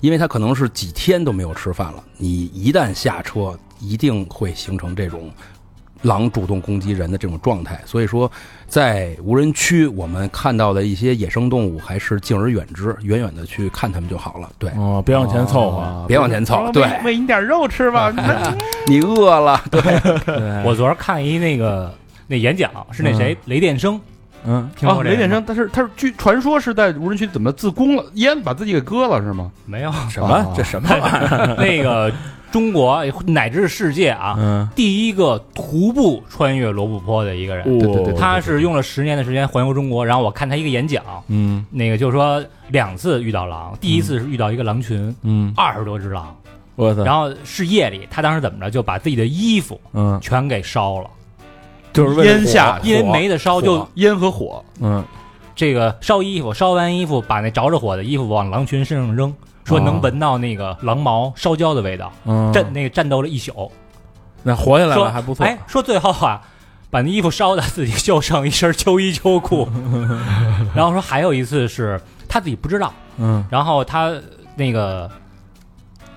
[SPEAKER 5] 因为它可能是几天都没有吃饭了。你一旦下车，一定会形成这种。狼主动攻击人的这种状态，所以说，在无人区我们看到的一些野生动物，还是敬而远之，远远的去看它们就好了。对，
[SPEAKER 4] 哦，别往前凑合。
[SPEAKER 5] 啊别往前凑。对
[SPEAKER 3] 啊哦喂你点肉吃吧。 [laughs]
[SPEAKER 5] 你饿了，对，
[SPEAKER 4] 对
[SPEAKER 2] 我昨儿看一那个那演讲，是那谁雷电生，
[SPEAKER 4] 嗯，
[SPEAKER 2] 听
[SPEAKER 3] 啊，
[SPEAKER 2] 说
[SPEAKER 3] 雷
[SPEAKER 2] 这
[SPEAKER 3] 电
[SPEAKER 2] 人吗
[SPEAKER 3] 生，但是他是据传说是在无人区怎么自宫了，烟把自己给割了是吗？
[SPEAKER 2] 没有？
[SPEAKER 4] [laughs] 什么？这什么玩意儿？
[SPEAKER 2] 那个中国乃至世界啊，
[SPEAKER 4] 嗯，
[SPEAKER 2] 第一个徒步穿越罗布泊的一个人。
[SPEAKER 4] 对哦对对，
[SPEAKER 2] 他是用了十年的时间环游中国，然后我看他一个演讲，
[SPEAKER 4] 嗯
[SPEAKER 2] 那个就是说两次遇到狼，第一次是遇到一个狼群，
[SPEAKER 4] 嗯，
[SPEAKER 2] 二十多只狼，
[SPEAKER 4] 我操，
[SPEAKER 2] 然后是夜里，他当时怎么着就把自己的衣服
[SPEAKER 4] 嗯，
[SPEAKER 2] 全给烧了，
[SPEAKER 4] 就是为了
[SPEAKER 3] 烟下
[SPEAKER 2] 因为没得烧
[SPEAKER 3] 火
[SPEAKER 2] 就
[SPEAKER 3] 哦烟和火，
[SPEAKER 4] 嗯，
[SPEAKER 2] 这个烧衣服，烧完衣服把那着着火的衣服往狼群身上扔，说能闻到那个狼毛烧焦的味道，
[SPEAKER 4] 哦嗯，
[SPEAKER 2] 战那个战斗了一宿，
[SPEAKER 4] 那活下来
[SPEAKER 2] 说
[SPEAKER 4] 了还不错，
[SPEAKER 2] 哎，说最后啊，把那衣服烧的自己就剩一身秋衣
[SPEAKER 4] [laughs]
[SPEAKER 2] 秋裤，然后说还有一次是他自己不知道，
[SPEAKER 4] 嗯
[SPEAKER 2] 然后他那个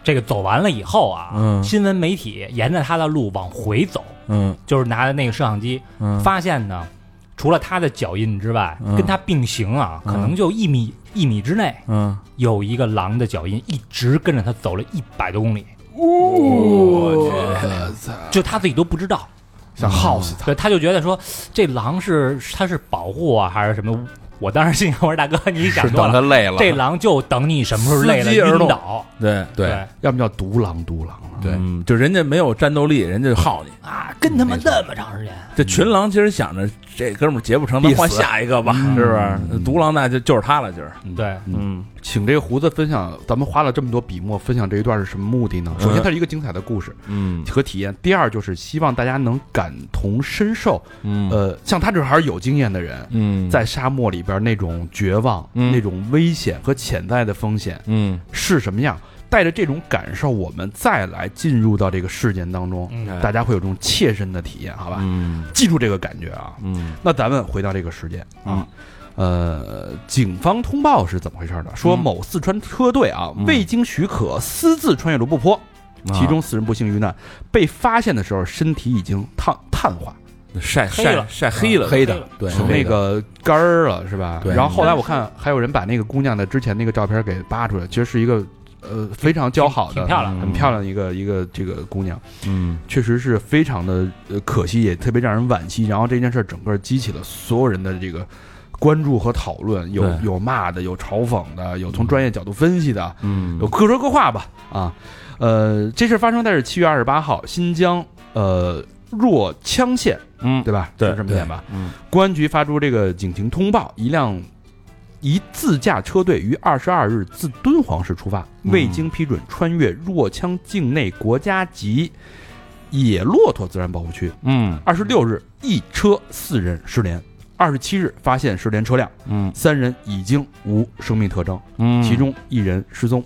[SPEAKER 2] 这个走完了以后啊，
[SPEAKER 4] 嗯
[SPEAKER 2] 新闻媒体沿着他的路往回走，
[SPEAKER 4] 嗯
[SPEAKER 2] 就是拿着那个摄像机，
[SPEAKER 4] 嗯，
[SPEAKER 2] 发现呢，除了他的脚印之外，
[SPEAKER 4] 嗯
[SPEAKER 2] 跟他并行啊，
[SPEAKER 4] 嗯
[SPEAKER 2] 可能就一米一米之内
[SPEAKER 4] 嗯，
[SPEAKER 2] 有一个狼的脚印，一直跟着他走了一百多公里，
[SPEAKER 3] 我操，
[SPEAKER 2] 就他自己都不知道。
[SPEAKER 3] 想耗死
[SPEAKER 2] 对，他就觉得说这狼是他是保护我还是什么？我当时心想，我说大哥，你想
[SPEAKER 5] 是
[SPEAKER 2] 多
[SPEAKER 5] 等
[SPEAKER 2] 了，
[SPEAKER 5] 他累了，
[SPEAKER 2] 这狼就等你什么时候累了
[SPEAKER 3] 伺机而
[SPEAKER 2] 晕
[SPEAKER 3] 动
[SPEAKER 2] 倒。
[SPEAKER 4] 对
[SPEAKER 5] 对
[SPEAKER 3] 要么叫独狼独狼了。
[SPEAKER 5] 对
[SPEAKER 4] 嗯，就人家没有战斗力，人家就耗你。
[SPEAKER 2] 啊，跟他妈那么长时间，
[SPEAKER 4] 这群狼其实想着这哥们儿结不成，
[SPEAKER 3] 必
[SPEAKER 4] 咱
[SPEAKER 3] 死
[SPEAKER 4] 换下一个吧，是不是？独狼那就就是他了，就是。
[SPEAKER 2] 对，
[SPEAKER 4] 嗯
[SPEAKER 3] 请这个胡子分享，咱们花了这么多笔墨分享这一段是什么目的呢？首先，它是一个精彩的故事
[SPEAKER 4] 嗯
[SPEAKER 3] 和体验；第二，就是希望大家能感同身受。
[SPEAKER 4] 嗯
[SPEAKER 3] 呃，像他这种还是有经验的人，
[SPEAKER 4] 嗯
[SPEAKER 3] 在沙漠里边那种绝望、
[SPEAKER 4] 嗯
[SPEAKER 3] 那种危险和潜在的风险
[SPEAKER 4] 嗯
[SPEAKER 3] 是什么样？带着这种感受，我们再来进入到这个事件当中，
[SPEAKER 2] 嗯，
[SPEAKER 3] 大家会有这种切身的体验，好吧？
[SPEAKER 4] 嗯
[SPEAKER 3] 记住这个感觉啊！
[SPEAKER 4] 嗯
[SPEAKER 3] 那咱们回到这个事件
[SPEAKER 5] 嗯
[SPEAKER 3] 啊，呃，警方通报是怎么回事呢？说
[SPEAKER 4] 嗯
[SPEAKER 3] 某四川车队啊，
[SPEAKER 4] 嗯
[SPEAKER 3] 未经许可私自穿越罗布泊，其中四人不幸遇难，被发现的时候身体已经碳碳化，
[SPEAKER 4] 啊晒
[SPEAKER 2] 黑
[SPEAKER 4] 晒
[SPEAKER 2] 了
[SPEAKER 4] 晒黑了，
[SPEAKER 5] 黑
[SPEAKER 2] 黑
[SPEAKER 5] 的
[SPEAKER 2] 了，
[SPEAKER 5] 对
[SPEAKER 4] 是
[SPEAKER 3] 那个干儿了是吧？
[SPEAKER 5] 对
[SPEAKER 3] 然后后来我看还有人把那个姑娘的之前那个照片给扒出来，其实是一个呃非常姣好
[SPEAKER 2] 挺
[SPEAKER 3] 的、
[SPEAKER 2] 漂亮
[SPEAKER 4] 嗯
[SPEAKER 2] 的。
[SPEAKER 3] 很漂亮的一个一个这个姑娘，
[SPEAKER 4] 嗯
[SPEAKER 3] 确实是非常的呃可惜，也特别让人惋惜。然后这件事儿整个激起了所有人的这个关注和讨论，有
[SPEAKER 4] 对
[SPEAKER 3] 有骂的，有嘲讽的，有从专业角度分析的，
[SPEAKER 4] 嗯
[SPEAKER 3] 有各说各话吧啊。呃，这事儿发生在是七月二十八号，新疆呃若羌县
[SPEAKER 4] 嗯
[SPEAKER 3] 对吧？
[SPEAKER 4] 对
[SPEAKER 3] 是这么念吧？
[SPEAKER 4] 嗯，
[SPEAKER 3] 公安局发出这个警情通报，一辆一自驾车队于二十二日自敦煌市出发，
[SPEAKER 4] 嗯
[SPEAKER 3] 未经批准穿越若羌境内国家级野骆驼自然保护区。
[SPEAKER 4] 嗯
[SPEAKER 3] 二十六日，一车四人失联。二十七日发现失联车辆，
[SPEAKER 4] 嗯
[SPEAKER 3] 三人已经无生命特征，
[SPEAKER 4] 嗯
[SPEAKER 3] 其中一人失踪。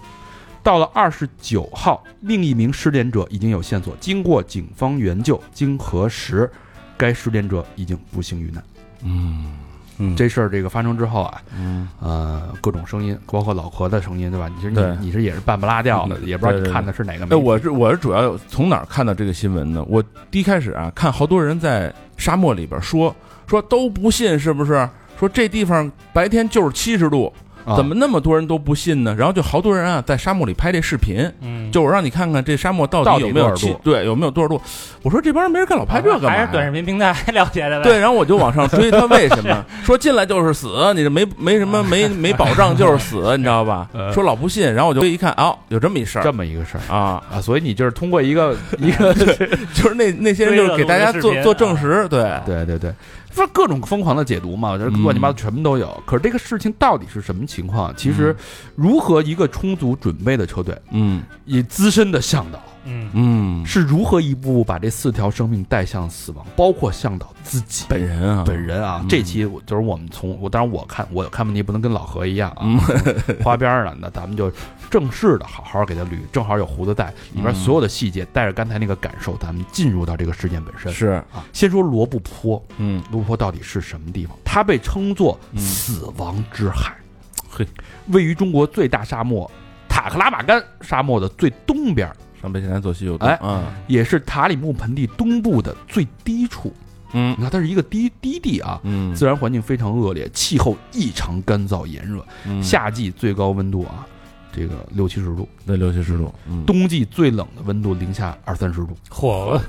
[SPEAKER 3] 到了二十九号，另一名失联者已经有线索，经过警方援救，经核实，该失联者已经不幸遇难。
[SPEAKER 4] 嗯
[SPEAKER 5] 嗯
[SPEAKER 3] 这事儿这个发生之后啊，
[SPEAKER 4] 嗯
[SPEAKER 3] 呃，各种声音，包括老何的声音，对吧？你是
[SPEAKER 4] 对嗯
[SPEAKER 3] 你你是也是半不拉掉的，也不知道
[SPEAKER 4] 对
[SPEAKER 3] 你
[SPEAKER 4] 对
[SPEAKER 3] 看的是哪个媒
[SPEAKER 4] 哎，
[SPEAKER 3] 体。
[SPEAKER 4] 我是我是主要有从哪儿看到这个新闻呢？我第一开始啊，看好多人在沙漠里边说说都不信，是不是？说这地方白天就是七十度，
[SPEAKER 3] 啊
[SPEAKER 4] 怎么那么多人都不信呢？然后就好多人啊，在沙漠里拍这视频，
[SPEAKER 2] 嗯，
[SPEAKER 4] 就我让你看看这沙漠到
[SPEAKER 3] 到底
[SPEAKER 4] 有没有
[SPEAKER 3] 多少
[SPEAKER 4] 七
[SPEAKER 3] 度
[SPEAKER 4] 对有没有多少度。我说这帮人没人干，老拍这干嘛
[SPEAKER 2] 啊还
[SPEAKER 4] 呀？
[SPEAKER 2] 是短视频平台 [laughs] 了解的呗。
[SPEAKER 4] 对，然后我就往上追，他为
[SPEAKER 3] [laughs]
[SPEAKER 4] 什么说进来就是死？你这没没什么没没保障就是死，你知
[SPEAKER 3] [laughs]
[SPEAKER 4] 道吧？说老不信，然后我就一看，哦，有这么一事儿
[SPEAKER 3] 嗯这么一个事儿
[SPEAKER 4] 啊，
[SPEAKER 3] 啊？所以你就是通过一
[SPEAKER 4] [laughs]
[SPEAKER 3] 个一个，
[SPEAKER 4] 就是那那些人就是给大家做
[SPEAKER 2] 追了录个视频啊
[SPEAKER 4] 做证实，对，
[SPEAKER 3] 对对对，不是各种疯狂的解读嘛？我觉得
[SPEAKER 4] 嗯
[SPEAKER 3] 乱七八糟什么都有。可是这个事情到底是什么情况？其实，如何一个充足准备的车队，
[SPEAKER 4] 嗯
[SPEAKER 3] 以资深的向导
[SPEAKER 2] 嗯，
[SPEAKER 4] 嗯，
[SPEAKER 3] 是如何一步步把这四条生命带向死亡，包括向导自己。
[SPEAKER 4] 本人啊，
[SPEAKER 3] 本人啊，
[SPEAKER 4] 嗯
[SPEAKER 3] 这期我就是我们从我，当然我看我看问题不能跟老何一样啊，
[SPEAKER 4] 嗯
[SPEAKER 3] 花边儿了，那咱们就正式的好好给他捋，正好有胡子带里边所有的细节，带着刚才那个感受，咱们进入到这个事件本身。
[SPEAKER 4] 是，
[SPEAKER 3] 啊，先说罗布泊，
[SPEAKER 4] 嗯
[SPEAKER 3] 罗布泊到底是什么地方？它被称作
[SPEAKER 4] 嗯
[SPEAKER 3] 死亡之海，
[SPEAKER 4] 嘿，
[SPEAKER 3] 位于中国最大沙漠塔克拉玛干沙漠的最东边，
[SPEAKER 4] 上北线南左西右东，
[SPEAKER 3] 哎
[SPEAKER 4] 啊，
[SPEAKER 3] 也是塔里木盆地东部的最低处。
[SPEAKER 4] 嗯
[SPEAKER 3] 你看，它是一个低低地啊，
[SPEAKER 4] 嗯
[SPEAKER 3] 自然环境非常恶劣，气候异常干燥炎热，
[SPEAKER 4] 嗯
[SPEAKER 3] 夏季最高温度啊，这个六七十度，
[SPEAKER 4] 那六七十度，嗯
[SPEAKER 3] 冬季最冷的温度零下二三十度，
[SPEAKER 2] 嚯，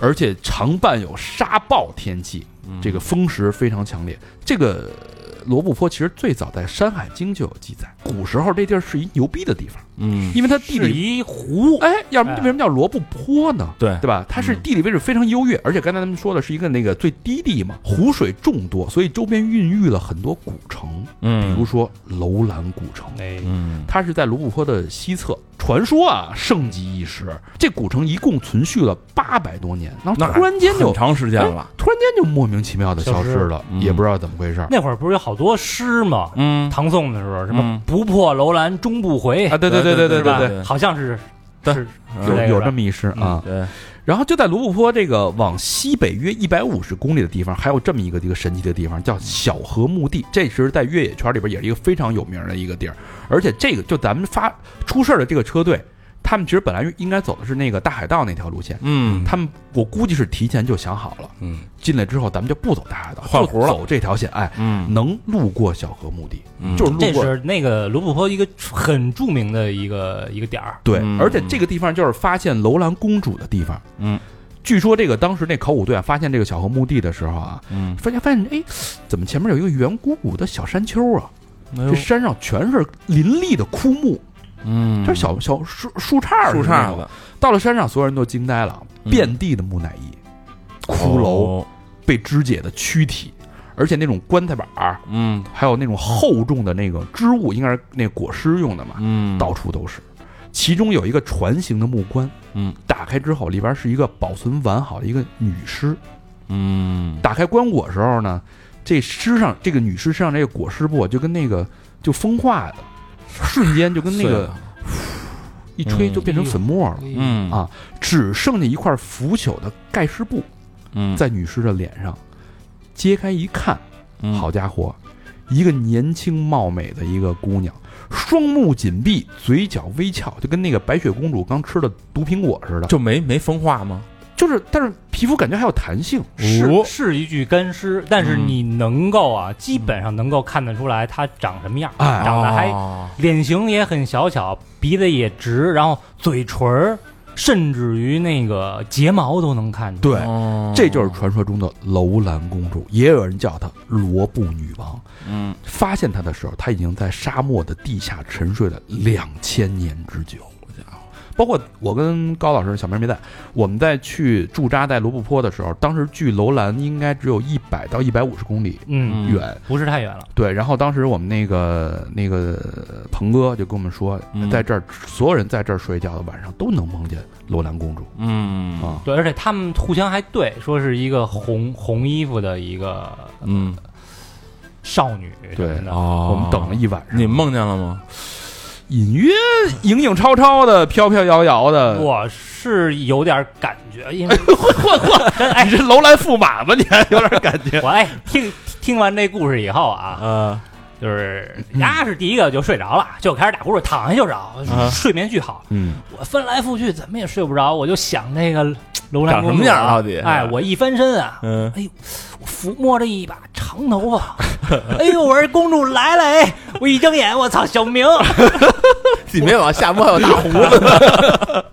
[SPEAKER 3] 而且常伴有沙暴天气，
[SPEAKER 4] 嗯
[SPEAKER 3] 这个风蚀非常强烈。这个呃罗布泊其实最早在《山海经》就有记载，古时候这地儿是一牛逼的地方，
[SPEAKER 4] 嗯，
[SPEAKER 3] 因为它地
[SPEAKER 2] 是
[SPEAKER 3] 理
[SPEAKER 2] 一湖，
[SPEAKER 3] 哎，要不
[SPEAKER 2] 哎
[SPEAKER 3] 为什么叫罗布泊呢？
[SPEAKER 4] 对
[SPEAKER 3] 对吧？它是地理位置非常优越，而且刚才咱们说的是一个那个最低地嘛，湖水众多，所以周边孕育了很多古城，比
[SPEAKER 4] 嗯，
[SPEAKER 3] 如说楼兰古城。
[SPEAKER 2] 哎，
[SPEAKER 4] 嗯
[SPEAKER 3] 它是在卢布泊的西侧，传说啊盛极一时。这古城一共存续了八百多年，然后
[SPEAKER 4] 那
[SPEAKER 3] 突然间就
[SPEAKER 4] 很长时间了，
[SPEAKER 3] 突然间就莫名其妙的消失了，
[SPEAKER 4] 嗯
[SPEAKER 3] 也不知道怎么回事儿。
[SPEAKER 2] 那会儿不是有好多诗吗？
[SPEAKER 4] 嗯，
[SPEAKER 2] 唐宋的时候，什么
[SPEAKER 4] 嗯
[SPEAKER 2] “不破楼兰终不回
[SPEAKER 3] 啊，对对对对
[SPEAKER 4] 对
[SPEAKER 3] 对
[SPEAKER 2] 吧
[SPEAKER 4] 对
[SPEAKER 3] 对，
[SPEAKER 2] 好像是
[SPEAKER 4] 对
[SPEAKER 2] 是
[SPEAKER 4] 嗯
[SPEAKER 2] 之类的
[SPEAKER 3] 有有
[SPEAKER 2] 吧
[SPEAKER 3] 这么一诗啊。
[SPEAKER 4] 对，
[SPEAKER 3] 然后就在卢布泊这个往西北约一百五十公里的地方，还有这么一个一个神奇的地方，叫小河墓地。这是在越野圈里边也是一个非常有名的一个地儿，而且这个就咱们发出事儿的这个车队，他们其实本来应该走的是那个大海盗那条路线，
[SPEAKER 4] 嗯，
[SPEAKER 3] 他们我估计是提前就想好了，
[SPEAKER 5] 嗯，
[SPEAKER 3] 进来之后咱们就不走大海盗，
[SPEAKER 4] 换湖
[SPEAKER 3] 就
[SPEAKER 4] 了
[SPEAKER 3] 走这条线，哎，
[SPEAKER 4] 嗯
[SPEAKER 3] 能路过小河墓地，
[SPEAKER 4] 嗯
[SPEAKER 3] 就是路
[SPEAKER 2] 这
[SPEAKER 3] 过。
[SPEAKER 2] 是那个卢布泊一个很著名的一个一个点儿，
[SPEAKER 3] 对，
[SPEAKER 4] 嗯
[SPEAKER 3] 而且这个地方就是发现楼兰公主的地方。
[SPEAKER 4] 嗯，
[SPEAKER 3] 据说这个当时那考古队啊，发现这个小河墓地的时候啊，
[SPEAKER 4] 嗯，
[SPEAKER 3] 发现发现哎，怎么前面有一个圆鼓鼓的小山丘啊？
[SPEAKER 4] 哎
[SPEAKER 3] 这山上全是林立的枯木，
[SPEAKER 4] 嗯，
[SPEAKER 3] 这小小树树杈儿
[SPEAKER 4] 树
[SPEAKER 3] 是那
[SPEAKER 4] 杈
[SPEAKER 3] 种
[SPEAKER 4] 子，
[SPEAKER 3] 到了山上，所有人都惊呆了，
[SPEAKER 4] 嗯
[SPEAKER 3] 遍地的木乃伊、骷髅、
[SPEAKER 4] 哦，
[SPEAKER 3] 被肢解的躯体，而且那种棺材板儿，
[SPEAKER 4] 嗯
[SPEAKER 3] 还有那种厚重的那个织物，应该是那裹尸用的嘛，
[SPEAKER 4] 嗯，
[SPEAKER 3] 到处都是。其中有一个船形的木棺，
[SPEAKER 4] 嗯，
[SPEAKER 3] 打开之后里边是一个保存完好的一个女尸。
[SPEAKER 4] 嗯，
[SPEAKER 3] 打开棺椁的时候呢，这尸上这个女尸身上这个裹尸布就跟那个就风化的，瞬间就跟那
[SPEAKER 4] 碎
[SPEAKER 3] 个
[SPEAKER 4] 了
[SPEAKER 3] 一吹
[SPEAKER 4] 嗯
[SPEAKER 3] 就变成粉末了，
[SPEAKER 4] 嗯
[SPEAKER 3] 啊只剩下一块腐朽的盖尸布
[SPEAKER 4] 嗯，
[SPEAKER 3] 在女尸的脸上。揭开一看，
[SPEAKER 4] 嗯
[SPEAKER 3] 好家伙，一个年轻貌美的一个姑娘，双目紧闭，嘴角微翘，就跟那个白雪公主刚吃的毒苹果似的。
[SPEAKER 4] 就没没风化吗？
[SPEAKER 3] 就是，但是皮肤感觉还有弹性。
[SPEAKER 2] 是
[SPEAKER 4] 哦
[SPEAKER 2] 是一具干尸，但是
[SPEAKER 4] 嗯
[SPEAKER 2] 你能够啊，基本上能够看得出来它长什么样，
[SPEAKER 3] 哎
[SPEAKER 2] 长得还
[SPEAKER 4] 哦
[SPEAKER 2] 脸型也很小巧，鼻子也直，然后嘴唇儿，甚至于那个睫毛都能看出来。
[SPEAKER 3] 对，这就是传说中的楼兰公主，也有人叫她罗布女王。
[SPEAKER 4] 嗯，
[SPEAKER 3] 发现她的时候，她已经在沙漠的地下沉睡了两千年之久。啊包括我跟高老师、小明没在，我们在去驻扎在罗布泊的时候，当时距楼兰应该只有一百到一百五十公里
[SPEAKER 2] 嗯，
[SPEAKER 4] 嗯
[SPEAKER 3] 远。
[SPEAKER 2] 不是太远了。
[SPEAKER 3] 对，然后当时我们那个那个鹏哥就跟我们说，
[SPEAKER 4] 嗯
[SPEAKER 3] 在这儿所有人在这儿睡觉的晚上都能梦见楼兰公主
[SPEAKER 4] 嗯
[SPEAKER 3] 啊。
[SPEAKER 2] 对，而且他们互相还对，说是一个红红衣服的一个
[SPEAKER 4] 嗯
[SPEAKER 2] 少女什么的。
[SPEAKER 4] 哦
[SPEAKER 3] 我们等了一晚上，
[SPEAKER 4] 你梦见了吗？
[SPEAKER 3] 隐约影影绰绰的、飘飘摇摇的。
[SPEAKER 2] 我是有点感觉，
[SPEAKER 3] [laughs]
[SPEAKER 2] 因为哎
[SPEAKER 3] 你是楼兰驸马吗？你还有点感觉。
[SPEAKER 2] 我哎听听完这故事以后啊，
[SPEAKER 4] 呃，
[SPEAKER 2] 就是丫是第一个就睡着了，就开始打呼噜，躺下就
[SPEAKER 3] 啊
[SPEAKER 2] 着，睡眠巨好。
[SPEAKER 3] 嗯，
[SPEAKER 2] 我翻来覆去怎么也睡不着，我就想那个楼兰
[SPEAKER 4] 长什
[SPEAKER 2] 公
[SPEAKER 4] 么
[SPEAKER 2] 主
[SPEAKER 4] 样
[SPEAKER 2] 啊
[SPEAKER 4] 到底
[SPEAKER 2] 哎，我一翻身啊，
[SPEAKER 4] 嗯，
[SPEAKER 2] 我抚摸着一把长头
[SPEAKER 3] [laughs]
[SPEAKER 2] 发，哎呦，我说公主来了哎！我一睁眼，我操，小
[SPEAKER 3] [laughs]
[SPEAKER 2] 明， [laughs]
[SPEAKER 4] 你没往下摸，还有啊大 [laughs] 胡子呢。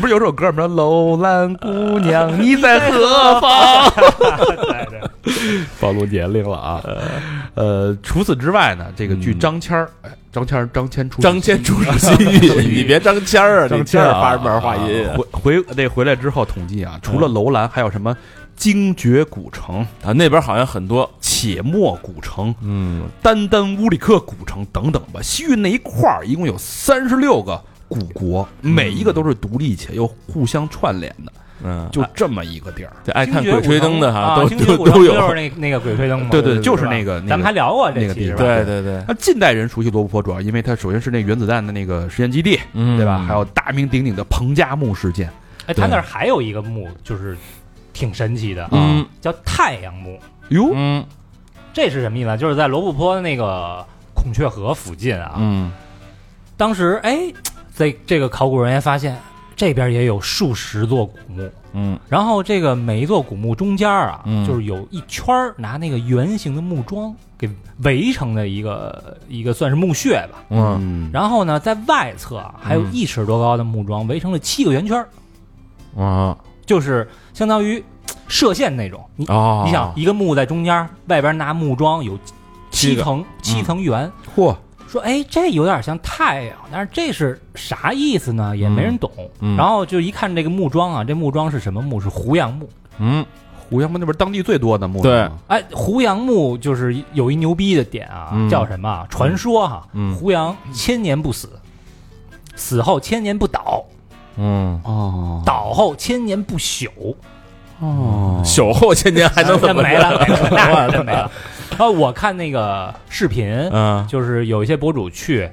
[SPEAKER 3] 不是有首歌吗？楼兰姑娘，你在何方？
[SPEAKER 2] 对对，
[SPEAKER 3] [laughs] 暴露年龄了啊。呃，除此之外呢，这个据张谦儿，哎，张谦儿，张谦出啊
[SPEAKER 4] 张谦出入新 [laughs] 域，你别张谦儿啊，
[SPEAKER 3] 张
[SPEAKER 4] 你
[SPEAKER 3] 谦
[SPEAKER 4] 谦
[SPEAKER 3] 儿
[SPEAKER 4] 儿
[SPEAKER 3] 啊
[SPEAKER 4] 发什么话音啊？
[SPEAKER 3] 回回那回来之后统计啊，除了楼兰，还有什么精绝古城、
[SPEAKER 4] 啊，那边好像很多，
[SPEAKER 3] 且末古城、
[SPEAKER 4] 嗯，
[SPEAKER 3] 丹丹乌里克古城等等吧。西域那一块儿一共有三十六个古国，每一个都是独立且又互相串联的，
[SPEAKER 4] 嗯，
[SPEAKER 3] 就这么一个地儿。
[SPEAKER 4] 这爱看鬼吹灯的哈，都
[SPEAKER 2] 精绝
[SPEAKER 4] 都
[SPEAKER 2] 古城
[SPEAKER 4] 都有。
[SPEAKER 2] 就是那那个鬼吹灯嘛，
[SPEAKER 3] 对对对
[SPEAKER 2] 吧
[SPEAKER 3] 就是那个那个
[SPEAKER 2] 咱们还聊过这
[SPEAKER 3] 那个
[SPEAKER 2] 期
[SPEAKER 3] 地
[SPEAKER 2] 是吧
[SPEAKER 3] 方
[SPEAKER 4] [laughs] 对对
[SPEAKER 2] [laughs]
[SPEAKER 4] 对，
[SPEAKER 3] 那近代人熟悉罗布泊，主要因为它首先是那原子弹的那个实验基地，
[SPEAKER 4] 嗯
[SPEAKER 3] 对吧？还有大名鼎鼎的彭加木事件。
[SPEAKER 2] 哎，他那儿还有一个墓，就是挺神奇的，啊
[SPEAKER 4] 嗯
[SPEAKER 2] 叫太阳墓。
[SPEAKER 3] 哟，
[SPEAKER 4] 嗯
[SPEAKER 2] 这是什么意思呢？就是在罗布泊那个孔雀河附近啊，
[SPEAKER 4] 嗯
[SPEAKER 2] 当时哎，在这个考古人员发现这边也有数十座古墓，
[SPEAKER 4] 嗯
[SPEAKER 2] 然后这个每一座古墓中间啊，
[SPEAKER 4] 嗯
[SPEAKER 2] 就是有一圈儿拿那个圆形的木桩给围成的一个一个算是墓穴吧。
[SPEAKER 4] 嗯，
[SPEAKER 3] 嗯，
[SPEAKER 2] 然后呢，在外侧啊，还有
[SPEAKER 4] 嗯
[SPEAKER 2] 一尺多高的木桩围成了七个圆圈儿，
[SPEAKER 4] 啊，
[SPEAKER 2] 就是相当于嘖射线那种。你
[SPEAKER 4] 哦，
[SPEAKER 2] 你想，一个墓在中间，外边拿木桩有
[SPEAKER 4] 七
[SPEAKER 2] 七
[SPEAKER 4] 个嗯
[SPEAKER 2] 层七层圆，
[SPEAKER 5] 嚯，
[SPEAKER 2] 说哎这有点像太阳，但是这是啥意思呢？也没人懂。
[SPEAKER 4] 嗯
[SPEAKER 2] 然后就一看这个木桩啊，这木桩是什么墓？是胡杨墓。
[SPEAKER 4] 嗯，
[SPEAKER 3] 胡杨木那边当地最多的木
[SPEAKER 4] 对
[SPEAKER 3] 头嘛啊
[SPEAKER 2] 哎，胡杨墓就是有一牛逼的点啊，
[SPEAKER 4] 嗯
[SPEAKER 2] 叫什么啊？传说哈、
[SPEAKER 4] 嗯
[SPEAKER 2] 胡杨千年不死，死后千年不倒，
[SPEAKER 4] 嗯，
[SPEAKER 3] 哦
[SPEAKER 2] 倒后千年不朽，哎
[SPEAKER 3] 哦，
[SPEAKER 4] 朽后千年还能
[SPEAKER 2] 那
[SPEAKER 4] 怎么着
[SPEAKER 2] [laughs] 没？了，没了那真没了。然后我看那个视频，
[SPEAKER 4] [laughs] 嗯
[SPEAKER 2] 就是有一些博主去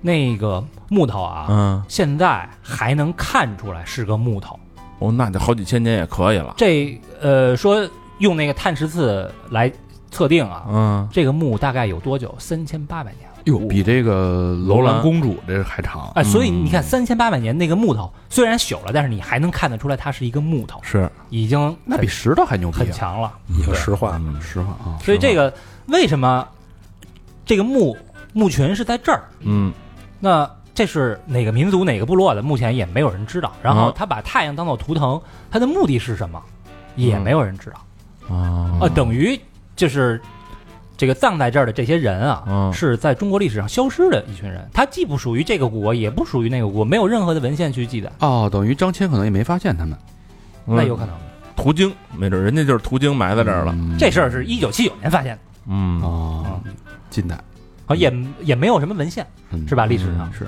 [SPEAKER 2] 那个木头啊，
[SPEAKER 4] 嗯，
[SPEAKER 2] 现在还能看出来是个木头。
[SPEAKER 4] 哦，那得好几千年也可以了。
[SPEAKER 2] 这呃，说用那个碳十四来测定啊，
[SPEAKER 4] 嗯，
[SPEAKER 2] 这个墓大概有多久？三千八百年了。
[SPEAKER 3] 哟，比这个楼
[SPEAKER 4] 楼
[SPEAKER 3] 兰
[SPEAKER 4] 兰
[SPEAKER 3] 公主这还长。
[SPEAKER 2] 哎，所以
[SPEAKER 4] 嗯
[SPEAKER 2] 你看，三千八百年那个木头虽然朽了，但是你还能看得出来它是一个木头，
[SPEAKER 4] 是，
[SPEAKER 2] 已经
[SPEAKER 3] 那比
[SPEAKER 2] 很
[SPEAKER 3] 石头还牛逼
[SPEAKER 4] 哎
[SPEAKER 2] 很
[SPEAKER 3] 啊！
[SPEAKER 2] 强了。
[SPEAKER 5] 有实话，
[SPEAKER 4] 嗯
[SPEAKER 3] 实话啊，
[SPEAKER 2] 所以这个为什么这个墓墓群是在这儿？
[SPEAKER 4] 嗯
[SPEAKER 2] 那这是哪个民族哪个部落的？目前也没有人知道。然后
[SPEAKER 4] 嗯
[SPEAKER 2] 他把太阳当做图腾，他的目的是什么？也没有人知道。
[SPEAKER 4] 啊
[SPEAKER 2] 啊，等于就是这个葬在这儿的这些人啊，
[SPEAKER 4] 嗯
[SPEAKER 2] 是在中国历史上消失的一群人，他既不属于这个国，也不属于那个国，没有任何的文献去记载，
[SPEAKER 3] 哦，等于张骞可能也没发现他们，
[SPEAKER 4] 嗯
[SPEAKER 2] 那有可能。
[SPEAKER 4] 途经，没准人家就是途经埋在这儿了。
[SPEAKER 3] 嗯
[SPEAKER 2] 这事儿是一九七九年发现的，
[SPEAKER 4] 嗯
[SPEAKER 3] 哦，近代
[SPEAKER 2] 啊，也也没有什么文献，是？吧？
[SPEAKER 3] 嗯
[SPEAKER 2] 历史上
[SPEAKER 4] 嗯
[SPEAKER 3] 是。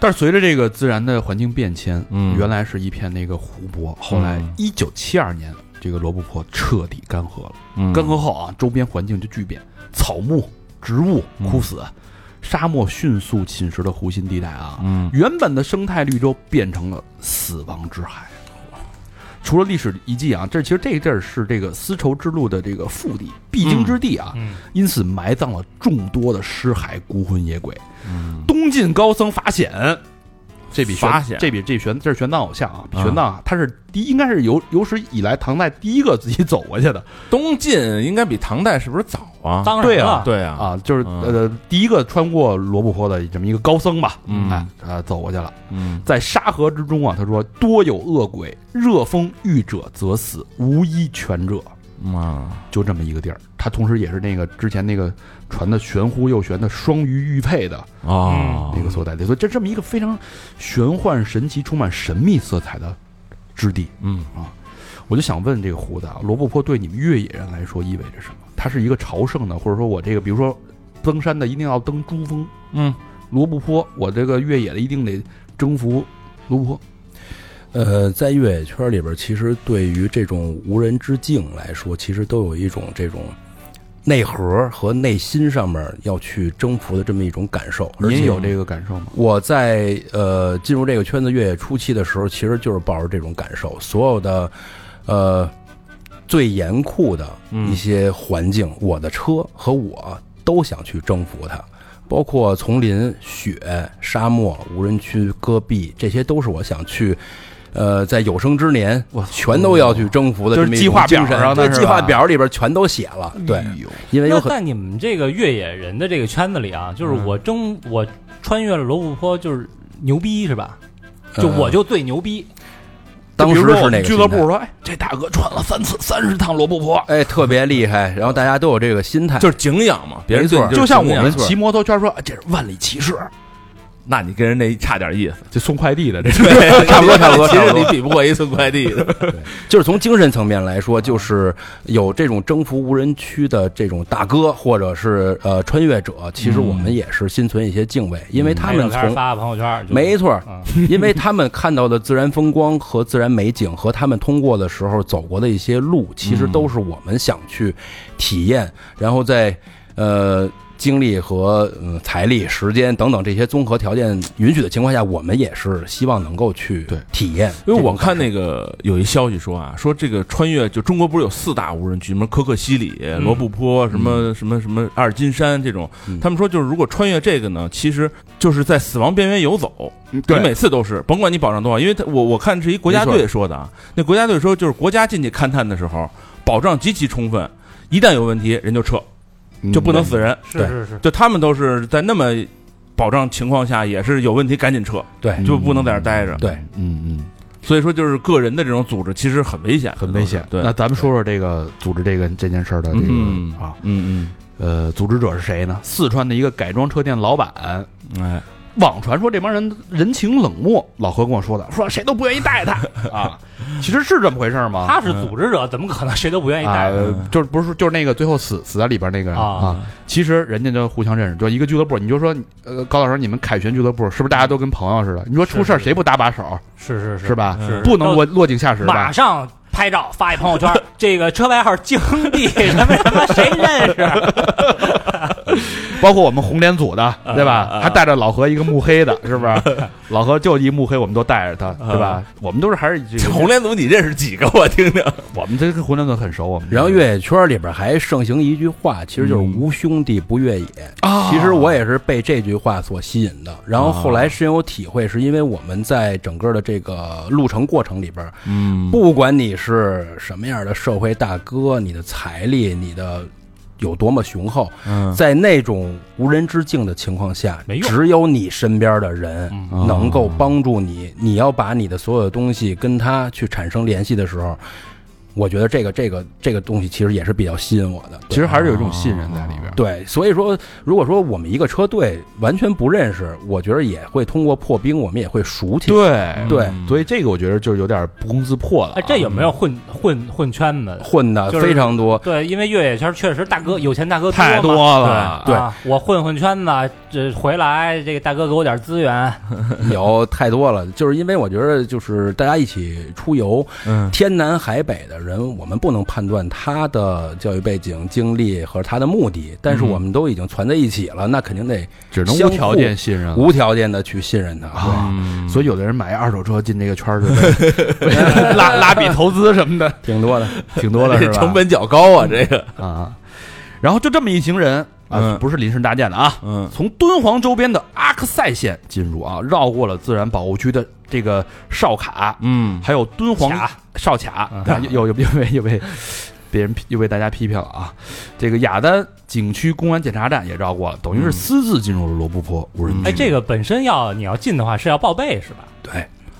[SPEAKER 3] 但是随着这个自然的环境变迁，
[SPEAKER 4] 嗯
[SPEAKER 3] 原来是一片那个湖泊，后来
[SPEAKER 4] 嗯
[SPEAKER 3] 一九七二年，这个罗布泊彻底干涸了。
[SPEAKER 4] 嗯，
[SPEAKER 3] 干涸后啊，周边环境就巨变，草木、植物
[SPEAKER 4] 嗯
[SPEAKER 3] 枯死，沙漠迅速侵蚀了湖心地带啊，
[SPEAKER 4] 嗯
[SPEAKER 3] 原本的生态绿洲变成了死亡之海。除了历史遗迹啊，这其实这地儿是这个丝绸之路的这个腹地、必经之地啊，
[SPEAKER 2] 嗯，
[SPEAKER 3] 因此埋葬了众多的尸骸、孤魂野鬼。
[SPEAKER 4] 嗯
[SPEAKER 3] 东晋高僧法显，这笔玄
[SPEAKER 4] 法显
[SPEAKER 3] 这笔这玄这是玄奘偶像啊，比
[SPEAKER 4] 啊
[SPEAKER 3] 玄奘啊，他是第应该是有有史以来唐代第一个自己走过去的
[SPEAKER 4] 东晋应该比唐代是不是早啊？
[SPEAKER 2] 当然
[SPEAKER 3] 对啊
[SPEAKER 2] 了，
[SPEAKER 4] 对啊，
[SPEAKER 3] 啊，就是
[SPEAKER 4] 嗯
[SPEAKER 3] 呃第一个穿过罗布泊的这么一个高僧吧，
[SPEAKER 4] 嗯
[SPEAKER 3] 哎呃走过去了，
[SPEAKER 4] 嗯
[SPEAKER 3] 在沙河之中啊，他说多有恶鬼，热风遇者则死，无一全者。
[SPEAKER 4] 啊，
[SPEAKER 3] 就这么一个地儿，它同时也是那个之前那个传的玄乎又玄的双鱼玉佩的
[SPEAKER 4] 哦
[SPEAKER 3] 那个所在地，所以这这么一个非常玄幻、神奇、充满神秘色彩的之地，
[SPEAKER 4] 嗯
[SPEAKER 3] 我就想问这个胡子啊，罗布泊对你们越野人来说意味着什么？它是一个朝圣的，或者说我这个，比如说登山的一定要登珠峰，
[SPEAKER 4] 嗯
[SPEAKER 3] 罗布泊，我这个越野的一定得征服罗布泊。
[SPEAKER 5] 呃，在越野圈里边，其实对于这种无人之境来说，其实都有一种这种内核和内心上面要去征服的这么一种感受。而
[SPEAKER 3] 您
[SPEAKER 5] 且
[SPEAKER 3] 有这个感受吗？
[SPEAKER 5] 我在呃进入这个圈子越野初期的时候，其实就是抱着这种感受，所有的呃最严酷的
[SPEAKER 4] 嗯
[SPEAKER 3] 嗯
[SPEAKER 5] 一些环境，我的车和我都想去征服它。包括丛林、雪、沙漠、无人区、戈壁，这些都是我想去，呃，在有生之年，我全都要去征服的
[SPEAKER 3] 就
[SPEAKER 5] 这
[SPEAKER 3] 是
[SPEAKER 5] 么一
[SPEAKER 3] 计
[SPEAKER 5] 种
[SPEAKER 3] 划
[SPEAKER 5] 精
[SPEAKER 3] 表
[SPEAKER 5] 神
[SPEAKER 3] 上的
[SPEAKER 5] 对
[SPEAKER 3] 是吧
[SPEAKER 5] 计划表里边全都写了，对，
[SPEAKER 3] 哎呦
[SPEAKER 5] 因为有
[SPEAKER 2] 那
[SPEAKER 5] 很嗯
[SPEAKER 2] 在你们这个越野人的这个圈子里啊，就是我征我穿越了罗布泊，就是牛逼是吧？就
[SPEAKER 5] 呃
[SPEAKER 2] 我就最牛逼，
[SPEAKER 5] 当时
[SPEAKER 3] 就比如说
[SPEAKER 5] 是
[SPEAKER 3] 我
[SPEAKER 5] 那
[SPEAKER 3] 们
[SPEAKER 5] 个
[SPEAKER 3] 俱乐
[SPEAKER 5] 心态
[SPEAKER 3] 部说，哎，这大哥穿了三次三十趟罗布泊，
[SPEAKER 5] 哎，特别厉害，然后大家都有这个心态，
[SPEAKER 4] 就是景仰嘛，别人对你
[SPEAKER 5] 没错
[SPEAKER 4] 是
[SPEAKER 3] 就像我们
[SPEAKER 4] 景仰
[SPEAKER 3] 骑，摩托圈说，哎这是万里骑士，
[SPEAKER 4] 那你跟人那差点意思，
[SPEAKER 3] 就送快递的这
[SPEAKER 4] [laughs] 对，
[SPEAKER 5] 差不多差不多
[SPEAKER 4] 其
[SPEAKER 5] 差
[SPEAKER 4] 实
[SPEAKER 5] 不多
[SPEAKER 4] 你比不过一送快递的，
[SPEAKER 5] 就是从精神层面来
[SPEAKER 4] 啊
[SPEAKER 5] 说，就是有这种征服无人区的这种大哥，或者是呃穿越者，其实我们也是心存一些敬
[SPEAKER 4] 嗯
[SPEAKER 5] 畏，因为他
[SPEAKER 2] 拍照
[SPEAKER 5] 们
[SPEAKER 2] 片
[SPEAKER 5] 从
[SPEAKER 2] 发朋友圈，就
[SPEAKER 5] 没错
[SPEAKER 2] 嗯，
[SPEAKER 5] [laughs] 因为他们看到的自然风光和自然美景，和他们通过的时候走过的一些路，其实都是我们想去体
[SPEAKER 4] 嗯
[SPEAKER 5] 验，然后在呃精力和嗯财力、时间等等这些综合条件允许的情况下，我们也是希望能够去
[SPEAKER 3] 对
[SPEAKER 5] 体验这
[SPEAKER 4] 因为我
[SPEAKER 5] 种感受。
[SPEAKER 4] 看那个有一消息说啊，说这个穿越就中国不是有四大无人区，什么可可西里、罗布泊、什么什么什么阿尔金山这种
[SPEAKER 5] 嗯，
[SPEAKER 4] 他们说就是如果穿越这个呢，其实就是在死亡边缘游走，
[SPEAKER 3] 嗯对
[SPEAKER 4] 你每次都是，甭管你保障多少，因为他我我看是一国家队说的啊，那国家队说就是国家进去勘探的时候，保障极其充分，一旦有问题人就撤，
[SPEAKER 3] 个
[SPEAKER 4] 就不能死人，
[SPEAKER 2] 是
[SPEAKER 5] 对
[SPEAKER 2] 是是，
[SPEAKER 4] 就他们都是在那么保障情况下，也是有问题赶紧撤，
[SPEAKER 5] 对
[SPEAKER 4] 就不能在那儿待着。
[SPEAKER 5] 对，
[SPEAKER 3] 嗯嗯，
[SPEAKER 4] 所以说就是个人的这种组织其实很危险，
[SPEAKER 3] 很危险。
[SPEAKER 4] 对，
[SPEAKER 3] 那咱们说说这个组织这个这件事儿的这个、
[SPEAKER 4] 嗯
[SPEAKER 3] 啊，
[SPEAKER 4] 嗯
[SPEAKER 3] 呃，组织者是谁呢？四川的一个改装车店老板。
[SPEAKER 4] 嗯，哎，
[SPEAKER 3] 网传说这帮人人情冷漠，老何跟我说的，说谁都不愿意带他 [laughs] 啊。其实是这么回事儿吗？
[SPEAKER 2] 他是
[SPEAKER 5] 嗯
[SPEAKER 2] 组织者，怎么可能谁都不愿意
[SPEAKER 3] 啊
[SPEAKER 2] 带？，
[SPEAKER 3] 就是不是说就是那个最后死死在里边那个人
[SPEAKER 2] 啊
[SPEAKER 3] 啊，其实人家就互相认识，就一个俱乐部。你就说，呃，高老师，你们凯旋俱乐部是不是大家都跟朋友似的？你说出事儿
[SPEAKER 2] 是
[SPEAKER 3] 谁不搭把手
[SPEAKER 2] 是是是
[SPEAKER 3] 是？吧？
[SPEAKER 2] 是
[SPEAKER 3] 不能落落井下石吧
[SPEAKER 2] 马？上拍照发一朋友圈，
[SPEAKER 5] [laughs]
[SPEAKER 2] 这个车牌号京地什么什么谁认识？啊
[SPEAKER 3] 包括我们红脸组的，对吧
[SPEAKER 2] 啊？
[SPEAKER 3] 还带着老何一个慕黑的，是不
[SPEAKER 2] [laughs]
[SPEAKER 3] 是？老何就一慕黑，我们都带着他，
[SPEAKER 2] 啊
[SPEAKER 3] 对吧？我们都是还是这
[SPEAKER 4] 这
[SPEAKER 2] [laughs]
[SPEAKER 3] 个
[SPEAKER 4] 红脸组你认识几个？我听听。
[SPEAKER 3] 我们这个红脸组很熟，我们
[SPEAKER 5] 然后越野圈里边还盛行一句话，其实就是“无兄弟不越野”
[SPEAKER 3] 啊
[SPEAKER 5] 其实我也是被这句话所吸引的。然后后来深有体会，是因为我们在整个的这个路程过程里边，
[SPEAKER 4] 嗯，
[SPEAKER 5] 不管你是什么样的社会大哥，你的财力，你的有多么雄厚，
[SPEAKER 4] 嗯
[SPEAKER 5] 在那种无人之境的情况下
[SPEAKER 2] 没，用
[SPEAKER 5] 只有你身边的人
[SPEAKER 3] 嗯
[SPEAKER 5] 能够帮助你。你要把你的所有东西跟他去产生联系的时候，我觉得这个这个这个东西其实也是比较吸引我的。对嗯
[SPEAKER 3] 其实还是有一种信任在里边。
[SPEAKER 5] 对，所以说，如果说我们一个车队完全不认识，我觉得也会通过破冰，我们也会熟起来。
[SPEAKER 3] 对
[SPEAKER 5] 对
[SPEAKER 3] 所以这个我觉得就是有点不攻自破了啊、
[SPEAKER 2] 哎，这有没有混混混圈子？
[SPEAKER 5] 混的
[SPEAKER 2] 就是
[SPEAKER 5] 非常多，
[SPEAKER 2] [laughs] 对，因为越野圈确实大哥有钱大哥
[SPEAKER 3] 太
[SPEAKER 2] 多
[SPEAKER 3] 多
[SPEAKER 2] 嘛
[SPEAKER 3] 了
[SPEAKER 2] 对
[SPEAKER 5] 对
[SPEAKER 2] 啊我混混圈子，这回来这个大哥给我点资源，哎
[SPEAKER 5] 有太多了。就是因为我觉得，就是大家一起出游，
[SPEAKER 4] 嗯
[SPEAKER 5] 天南海北的人，我们不能判断他的教育背景、经历和他的目的，但是我们都已经攒在一起了，那肯定得
[SPEAKER 3] 只能无
[SPEAKER 5] 相互
[SPEAKER 3] 条件信任了。啊
[SPEAKER 5] 无条件的去信任他。对
[SPEAKER 4] 嗯，
[SPEAKER 3] 所以有的人买二手车进这个圈儿，就拉拉比投资什么的，
[SPEAKER 5] 挺多的，
[SPEAKER 3] 挺多的是
[SPEAKER 4] 这
[SPEAKER 3] 吧？
[SPEAKER 4] 成本较高啊，这个，
[SPEAKER 3] 啊，然后就这么一行人啊，
[SPEAKER 4] 嗯
[SPEAKER 3] 不是临时搭建的啊，
[SPEAKER 4] 嗯
[SPEAKER 3] 从敦煌周边的阿克塞县进入啊，绕过了自然保护区的这个哨卡，
[SPEAKER 4] 嗯，
[SPEAKER 3] 还有敦煌
[SPEAKER 2] 卡
[SPEAKER 3] 哨卡，啊又又又又被又被别人批又被大家批评了啊！这个雅丹景区公安检查站也绕过了，等于是私自进入了罗布泊无人
[SPEAKER 2] 哎，
[SPEAKER 3] 区。
[SPEAKER 2] 这个本身要你要进的话是要报备是吧？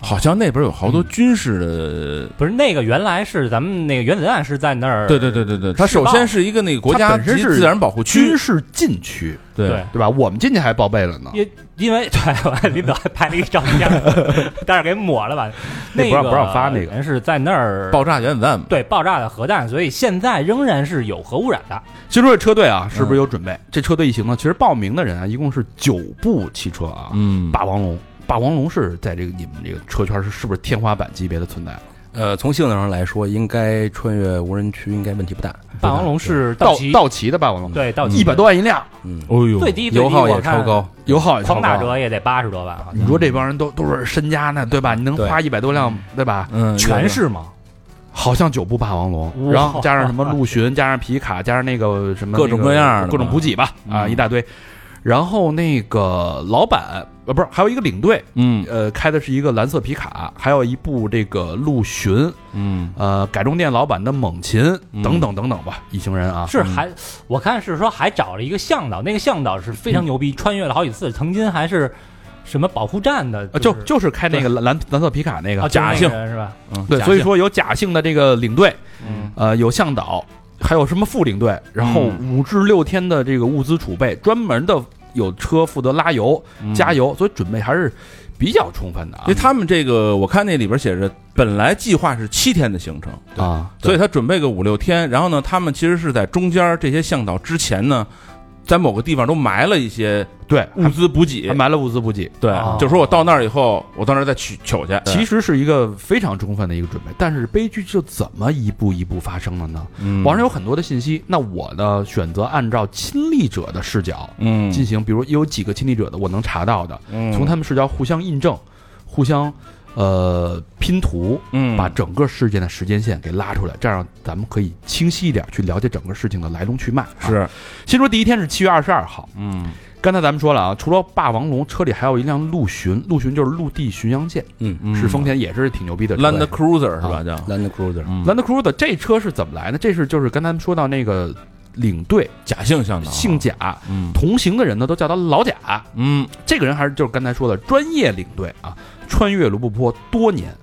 [SPEAKER 4] 好像那边有好多军事
[SPEAKER 2] 不是那个原来是咱们那个原子弹是在那儿，
[SPEAKER 4] 的，对对对对对，它首先嗯是一个那个国
[SPEAKER 3] 它
[SPEAKER 4] 家
[SPEAKER 3] 本身
[SPEAKER 4] 级
[SPEAKER 3] 是
[SPEAKER 4] 自然保护区
[SPEAKER 3] 军，事禁区，
[SPEAKER 4] 对
[SPEAKER 2] 对，
[SPEAKER 3] 对吧？我们进去还报备了呢，
[SPEAKER 2] 因因为对，领导还拍了一张片儿， [laughs] 但是给抹了吧。
[SPEAKER 3] 那
[SPEAKER 2] 个
[SPEAKER 3] 不让不让发那个
[SPEAKER 2] 人是在那儿
[SPEAKER 4] 爆炸原子弹嘛，
[SPEAKER 2] 对爆炸的核弹，所以现在仍然是有核污染的。
[SPEAKER 3] 其实这车队啊，是不是有准备？这车队一行呢，其实报名的人啊，一共是九部汽车啊。
[SPEAKER 4] 嗯，
[SPEAKER 3] 霸王龙，霸王龙是在这个你们这个车圈是是不是天花板级别的存在了？
[SPEAKER 5] 呃，从性能上来说，应该穿越无人区应该问题不大。
[SPEAKER 2] 霸王龙是
[SPEAKER 3] 道
[SPEAKER 2] 奇，
[SPEAKER 3] 道奇的霸王龙，，
[SPEAKER 2] 对道奇
[SPEAKER 3] 一百多万一辆，
[SPEAKER 5] 嗯，
[SPEAKER 4] 哦呦，
[SPEAKER 2] 最低最低
[SPEAKER 5] 油耗
[SPEAKER 2] 我
[SPEAKER 5] 也
[SPEAKER 2] 看
[SPEAKER 5] 超高，
[SPEAKER 3] 油耗也超
[SPEAKER 2] 狂打
[SPEAKER 3] 高。嗯
[SPEAKER 2] 折也得八十多万，啊好像
[SPEAKER 3] 你说这帮人都都是身家呢，对吧？你能
[SPEAKER 5] 对
[SPEAKER 3] 花一百多辆，对吧？
[SPEAKER 4] 嗯，
[SPEAKER 2] 全是吗？
[SPEAKER 3] 好像九部霸王龙，
[SPEAKER 2] 哇
[SPEAKER 3] 然后加上什么陆巡，加上皮卡，加上那个什么
[SPEAKER 4] 各种
[SPEAKER 3] 那个
[SPEAKER 4] 各样的
[SPEAKER 3] 各种补给吧，
[SPEAKER 4] 嗯
[SPEAKER 3] 啊，一大堆。然后那个老板呃，不是，还有一个领队，
[SPEAKER 4] 嗯
[SPEAKER 3] 呃，开的是一个蓝色皮卡，还有一部这个陆巡，
[SPEAKER 4] 嗯
[SPEAKER 3] 呃，改装店老板的猛禽
[SPEAKER 4] 嗯
[SPEAKER 3] 等等等等吧，一行人啊，
[SPEAKER 2] 是还我看是说还找了一个向导，那个向导是非常牛逼，穿越了好几次，曾经还是什么保护站的，
[SPEAKER 3] 啊，就是就是开那个蓝蓝蓝色皮卡那个
[SPEAKER 2] 啊就是那
[SPEAKER 3] 假
[SPEAKER 2] 个
[SPEAKER 3] 性，
[SPEAKER 2] 人是吧？
[SPEAKER 4] 嗯，
[SPEAKER 3] 对，
[SPEAKER 4] 假
[SPEAKER 3] 所以
[SPEAKER 4] 性
[SPEAKER 3] 说有假性的这个领队，
[SPEAKER 4] 嗯
[SPEAKER 3] 呃，有向导，还有什么副领队，然后五至六天的这个物资储备，专门的有车负责拉油、加油，所以准备还是比较充分的啊
[SPEAKER 4] 因为他们这个，我看那里边写着，本来计划是七天的行程，
[SPEAKER 3] 啊，
[SPEAKER 4] 所以
[SPEAKER 3] 以
[SPEAKER 4] 他准备个五六天。然后呢，他们其实是在中间这些向导之前呢，在某个地方都埋了一些
[SPEAKER 3] 对，
[SPEAKER 4] 物资补给
[SPEAKER 3] 还，埋了物资补给，
[SPEAKER 4] 对
[SPEAKER 2] 哦，
[SPEAKER 4] 就说我到那儿以后，我到那儿再取取去。
[SPEAKER 3] 啊其实是一个非常充分的一个准备，但是悲剧就怎么一步一步发生了呢？
[SPEAKER 4] 嗯
[SPEAKER 3] 网上有很多的信息，那我呢选择按照亲历者的视角
[SPEAKER 4] 嗯
[SPEAKER 3] 进行，比如有几个亲历者的我能查到的，
[SPEAKER 4] 嗯
[SPEAKER 3] 从他们视角互相印证，互相呃拼图，
[SPEAKER 4] 嗯
[SPEAKER 3] 把整个事件的时间线给拉出来，这样咱们可以清晰一点去了解整个事情的来龙去脉。啊，
[SPEAKER 4] 是
[SPEAKER 3] 先说第一天是七月二十二号，
[SPEAKER 4] 嗯
[SPEAKER 3] 刚才咱们说了啊，除了霸王龙，车里还有一辆陆巡，陆巡就是陆地巡洋舰，
[SPEAKER 5] 嗯
[SPEAKER 3] 是丰田也是挺牛逼的车呀。
[SPEAKER 4] Land Cruiser 是吧？
[SPEAKER 3] 啊
[SPEAKER 4] 叫
[SPEAKER 5] ，Land Cruiser，
[SPEAKER 4] 嗯
[SPEAKER 3] Land Cruiser 这车是怎么来的？这是就是刚才咱们说到那个领队
[SPEAKER 4] 假性向导，啊
[SPEAKER 3] 姓贾，
[SPEAKER 4] 嗯
[SPEAKER 3] 同行的人呢都叫他老贾。
[SPEAKER 4] 嗯
[SPEAKER 3] 这个人还是就是刚才说的专业领队啊，穿越卢布泊多年，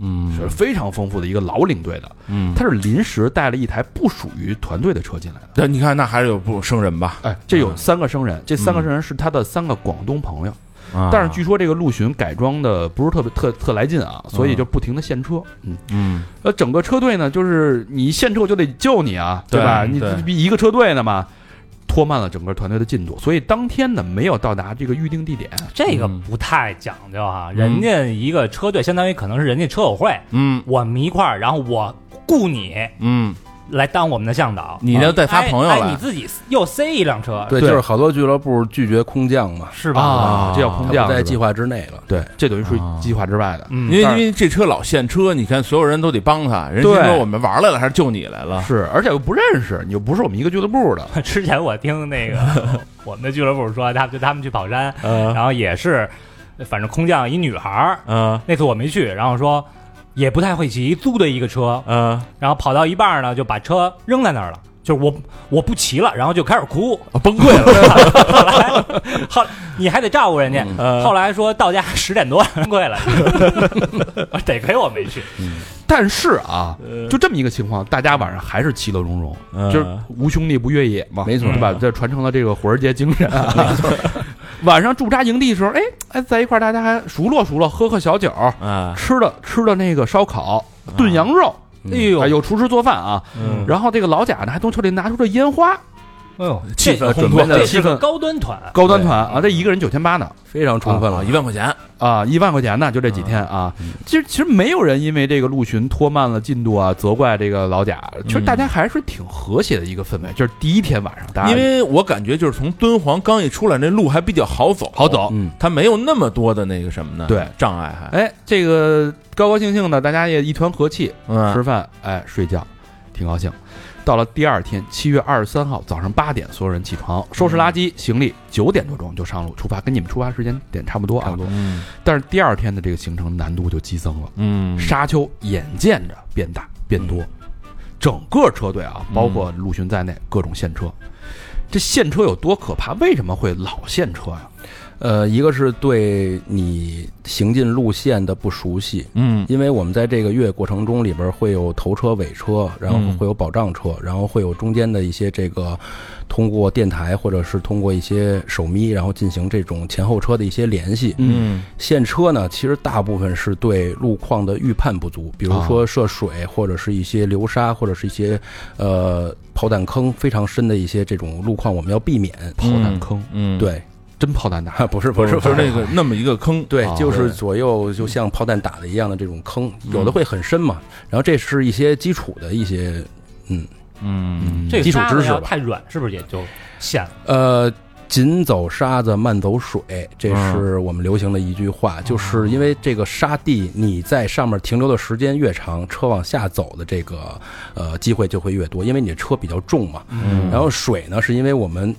[SPEAKER 4] 嗯
[SPEAKER 3] 是非常丰富的一个老领队的，
[SPEAKER 4] 嗯，
[SPEAKER 3] 他是临时带了一台不属于团队的车进来的。
[SPEAKER 4] 那你看，那还是有不生人吧？
[SPEAKER 3] 哎，这有三个生人，这三个生人是他的三个广东朋友，
[SPEAKER 4] 嗯啊
[SPEAKER 3] 但是据说这个陆巡改装的不是特别特特来劲啊，所以
[SPEAKER 4] 嗯
[SPEAKER 3] 就不停的现车，嗯，
[SPEAKER 4] 嗯
[SPEAKER 3] 呃，整个车队呢，就是你献丑就得救你啊，
[SPEAKER 4] 对
[SPEAKER 3] 吧？你
[SPEAKER 4] 对
[SPEAKER 3] 这一个车队呢嘛，拖慢了整个团队的进度，所以当天呢没有到达这个预定地点。
[SPEAKER 2] 这个
[SPEAKER 4] 嗯
[SPEAKER 2] 不太讲究啊，人家一个车队相当于可能是人家车友会，
[SPEAKER 4] 嗯
[SPEAKER 2] 我们一块儿，然后我雇你
[SPEAKER 4] 嗯，
[SPEAKER 2] 来当我们的向导，
[SPEAKER 4] 你
[SPEAKER 3] 啊
[SPEAKER 4] 要再发
[SPEAKER 2] 哎
[SPEAKER 4] 朋友
[SPEAKER 2] 哎
[SPEAKER 4] 来
[SPEAKER 2] 你自己又塞一辆车，
[SPEAKER 5] 对，就是好多俱乐部拒绝空降嘛，
[SPEAKER 2] 是吧？
[SPEAKER 3] 啊，这叫空
[SPEAKER 5] 它
[SPEAKER 3] 降
[SPEAKER 5] 不在
[SPEAKER 3] 是吧
[SPEAKER 5] 计划之内了。
[SPEAKER 3] 对，这等于属于
[SPEAKER 4] 啊
[SPEAKER 3] 计划之外的。
[SPEAKER 2] 嗯，
[SPEAKER 4] 因为因
[SPEAKER 3] 但是
[SPEAKER 4] 为这车老陷车，你看所有人都得帮他，人家
[SPEAKER 3] 对
[SPEAKER 4] 说我们玩来了还是救你来了？
[SPEAKER 3] 是，而且又不认识，你又不是我们一个俱乐部的，
[SPEAKER 2] 之前我听那个我们的俱乐部说，他们就他们去跑山，
[SPEAKER 4] 嗯
[SPEAKER 2] 然后也是，反正空降一女孩儿，
[SPEAKER 4] 嗯
[SPEAKER 2] 那次我没去，然后说也不太会骑，租的一个车，
[SPEAKER 4] 嗯，
[SPEAKER 2] 然后跑到一半儿呢，就把车扔在那儿了，就是我我不骑了，然后就开始哭。
[SPEAKER 4] 啊崩溃了，
[SPEAKER 2] [laughs] 后来后你还得照顾人家，
[SPEAKER 4] 嗯
[SPEAKER 2] 后来说到家十点多崩溃了，我 [laughs] 得亏我没去。
[SPEAKER 3] 但是啊，就这么一个情况，大家晚上还是其乐融融，
[SPEAKER 4] 嗯
[SPEAKER 3] 就是无兄弟不越野嘛，
[SPEAKER 5] 没错
[SPEAKER 3] 对吧？这传承了这个火儿节精神啊。 [laughs] 晚上驻扎营地的时候，哎哎，在一块儿大家还熟络熟络，喝喝小酒，
[SPEAKER 4] 啊，
[SPEAKER 3] 吃的吃的那个烧烤、炖羊肉，
[SPEAKER 2] 哎呦，
[SPEAKER 3] 啊，有厨师做饭啊。
[SPEAKER 4] 嗯
[SPEAKER 3] 然后这个老贾呢，还从车里拿出了烟花，
[SPEAKER 2] 哎呦，
[SPEAKER 4] 气氛准备
[SPEAKER 2] 这
[SPEAKER 4] 的
[SPEAKER 2] 这是个高端团，
[SPEAKER 3] 高端团啊，这一个人九千八呢，
[SPEAKER 5] 非常充分
[SPEAKER 4] 啊
[SPEAKER 5] 了，
[SPEAKER 4] 一万块钱，
[SPEAKER 3] 啊，一万块钱呢，就这几天啊。
[SPEAKER 4] 嗯
[SPEAKER 3] 其实其实没有人因为这个陆巡拖慢了进度啊，责怪这个老贾，其
[SPEAKER 4] 嗯
[SPEAKER 3] 实大家还是挺和谐的一个氛围，就是第一天晚上大家
[SPEAKER 4] 因为我感觉就是从敦煌刚一出来，那路还比较好走，
[SPEAKER 3] 好走。
[SPEAKER 5] 嗯，
[SPEAKER 4] 它没有那么多的那个什么呢？
[SPEAKER 3] 对
[SPEAKER 4] 障碍还，
[SPEAKER 3] 哎，这个高高兴兴的，大家也一团和气，吃
[SPEAKER 4] 嗯
[SPEAKER 3] 饭，哎，睡觉，挺高兴。到了第二天，七月二十三号早上八点，所有人起床，收拾垃圾、行李，九点多钟就上路出发，跟你们出发时间点差不多啊。
[SPEAKER 5] 多
[SPEAKER 4] 嗯
[SPEAKER 3] 但是第二天的这个行程难度就激增了，
[SPEAKER 4] 嗯，
[SPEAKER 3] 沙丘眼见着变大变多，整个车队啊，包括陆巡在内，各种现车。这现车有多可怕？为什么会老现车呀、
[SPEAKER 5] 呃，一个是对你行进路线的不熟悉，
[SPEAKER 4] 嗯
[SPEAKER 5] 因为我们在这个越野过程中里边会有头车、尾车，然后
[SPEAKER 4] 嗯
[SPEAKER 5] 会有保障车，然后会有中间的一些这个通过电台或者是通过一些手咪，然后进行这种前后车的一些联系。
[SPEAKER 4] 嗯
[SPEAKER 5] 现车呢，其实大部分是对路况的预判不足，比如
[SPEAKER 4] 啊
[SPEAKER 5] 说涉水或者是一些流沙或者是一些呃炮弹坑非常深的一些这种路况，我们要避免。
[SPEAKER 3] 炮弹坑，
[SPEAKER 4] 嗯，
[SPEAKER 5] 对， [laughs]
[SPEAKER 3] 真炮弹 [laughs] 大，
[SPEAKER 5] 不是不
[SPEAKER 4] 不
[SPEAKER 5] 是
[SPEAKER 4] 是
[SPEAKER 5] 不
[SPEAKER 4] 就是是那个那么一个坑，
[SPEAKER 5] 对
[SPEAKER 3] 啊，
[SPEAKER 5] 就是
[SPEAKER 4] 对
[SPEAKER 5] 左右就像炮弹打的一样的这种坑，有的会很深嘛。然后这是一些基础的一些，嗯
[SPEAKER 4] 嗯
[SPEAKER 2] 这个
[SPEAKER 5] 基础
[SPEAKER 2] 沙
[SPEAKER 5] 知
[SPEAKER 2] 子
[SPEAKER 5] 识
[SPEAKER 2] 要
[SPEAKER 5] 吧
[SPEAKER 2] 太软是不是也就陷了？
[SPEAKER 4] 哦
[SPEAKER 5] 呃，紧走沙子，慢走水，这是我们流行的一句话。就是因为这个沙地，你在上面停留的时间越长，车往下走的这个呃机会就会越多，因为你的车比较重嘛。
[SPEAKER 4] 嗯
[SPEAKER 5] 然后水呢，是因为我们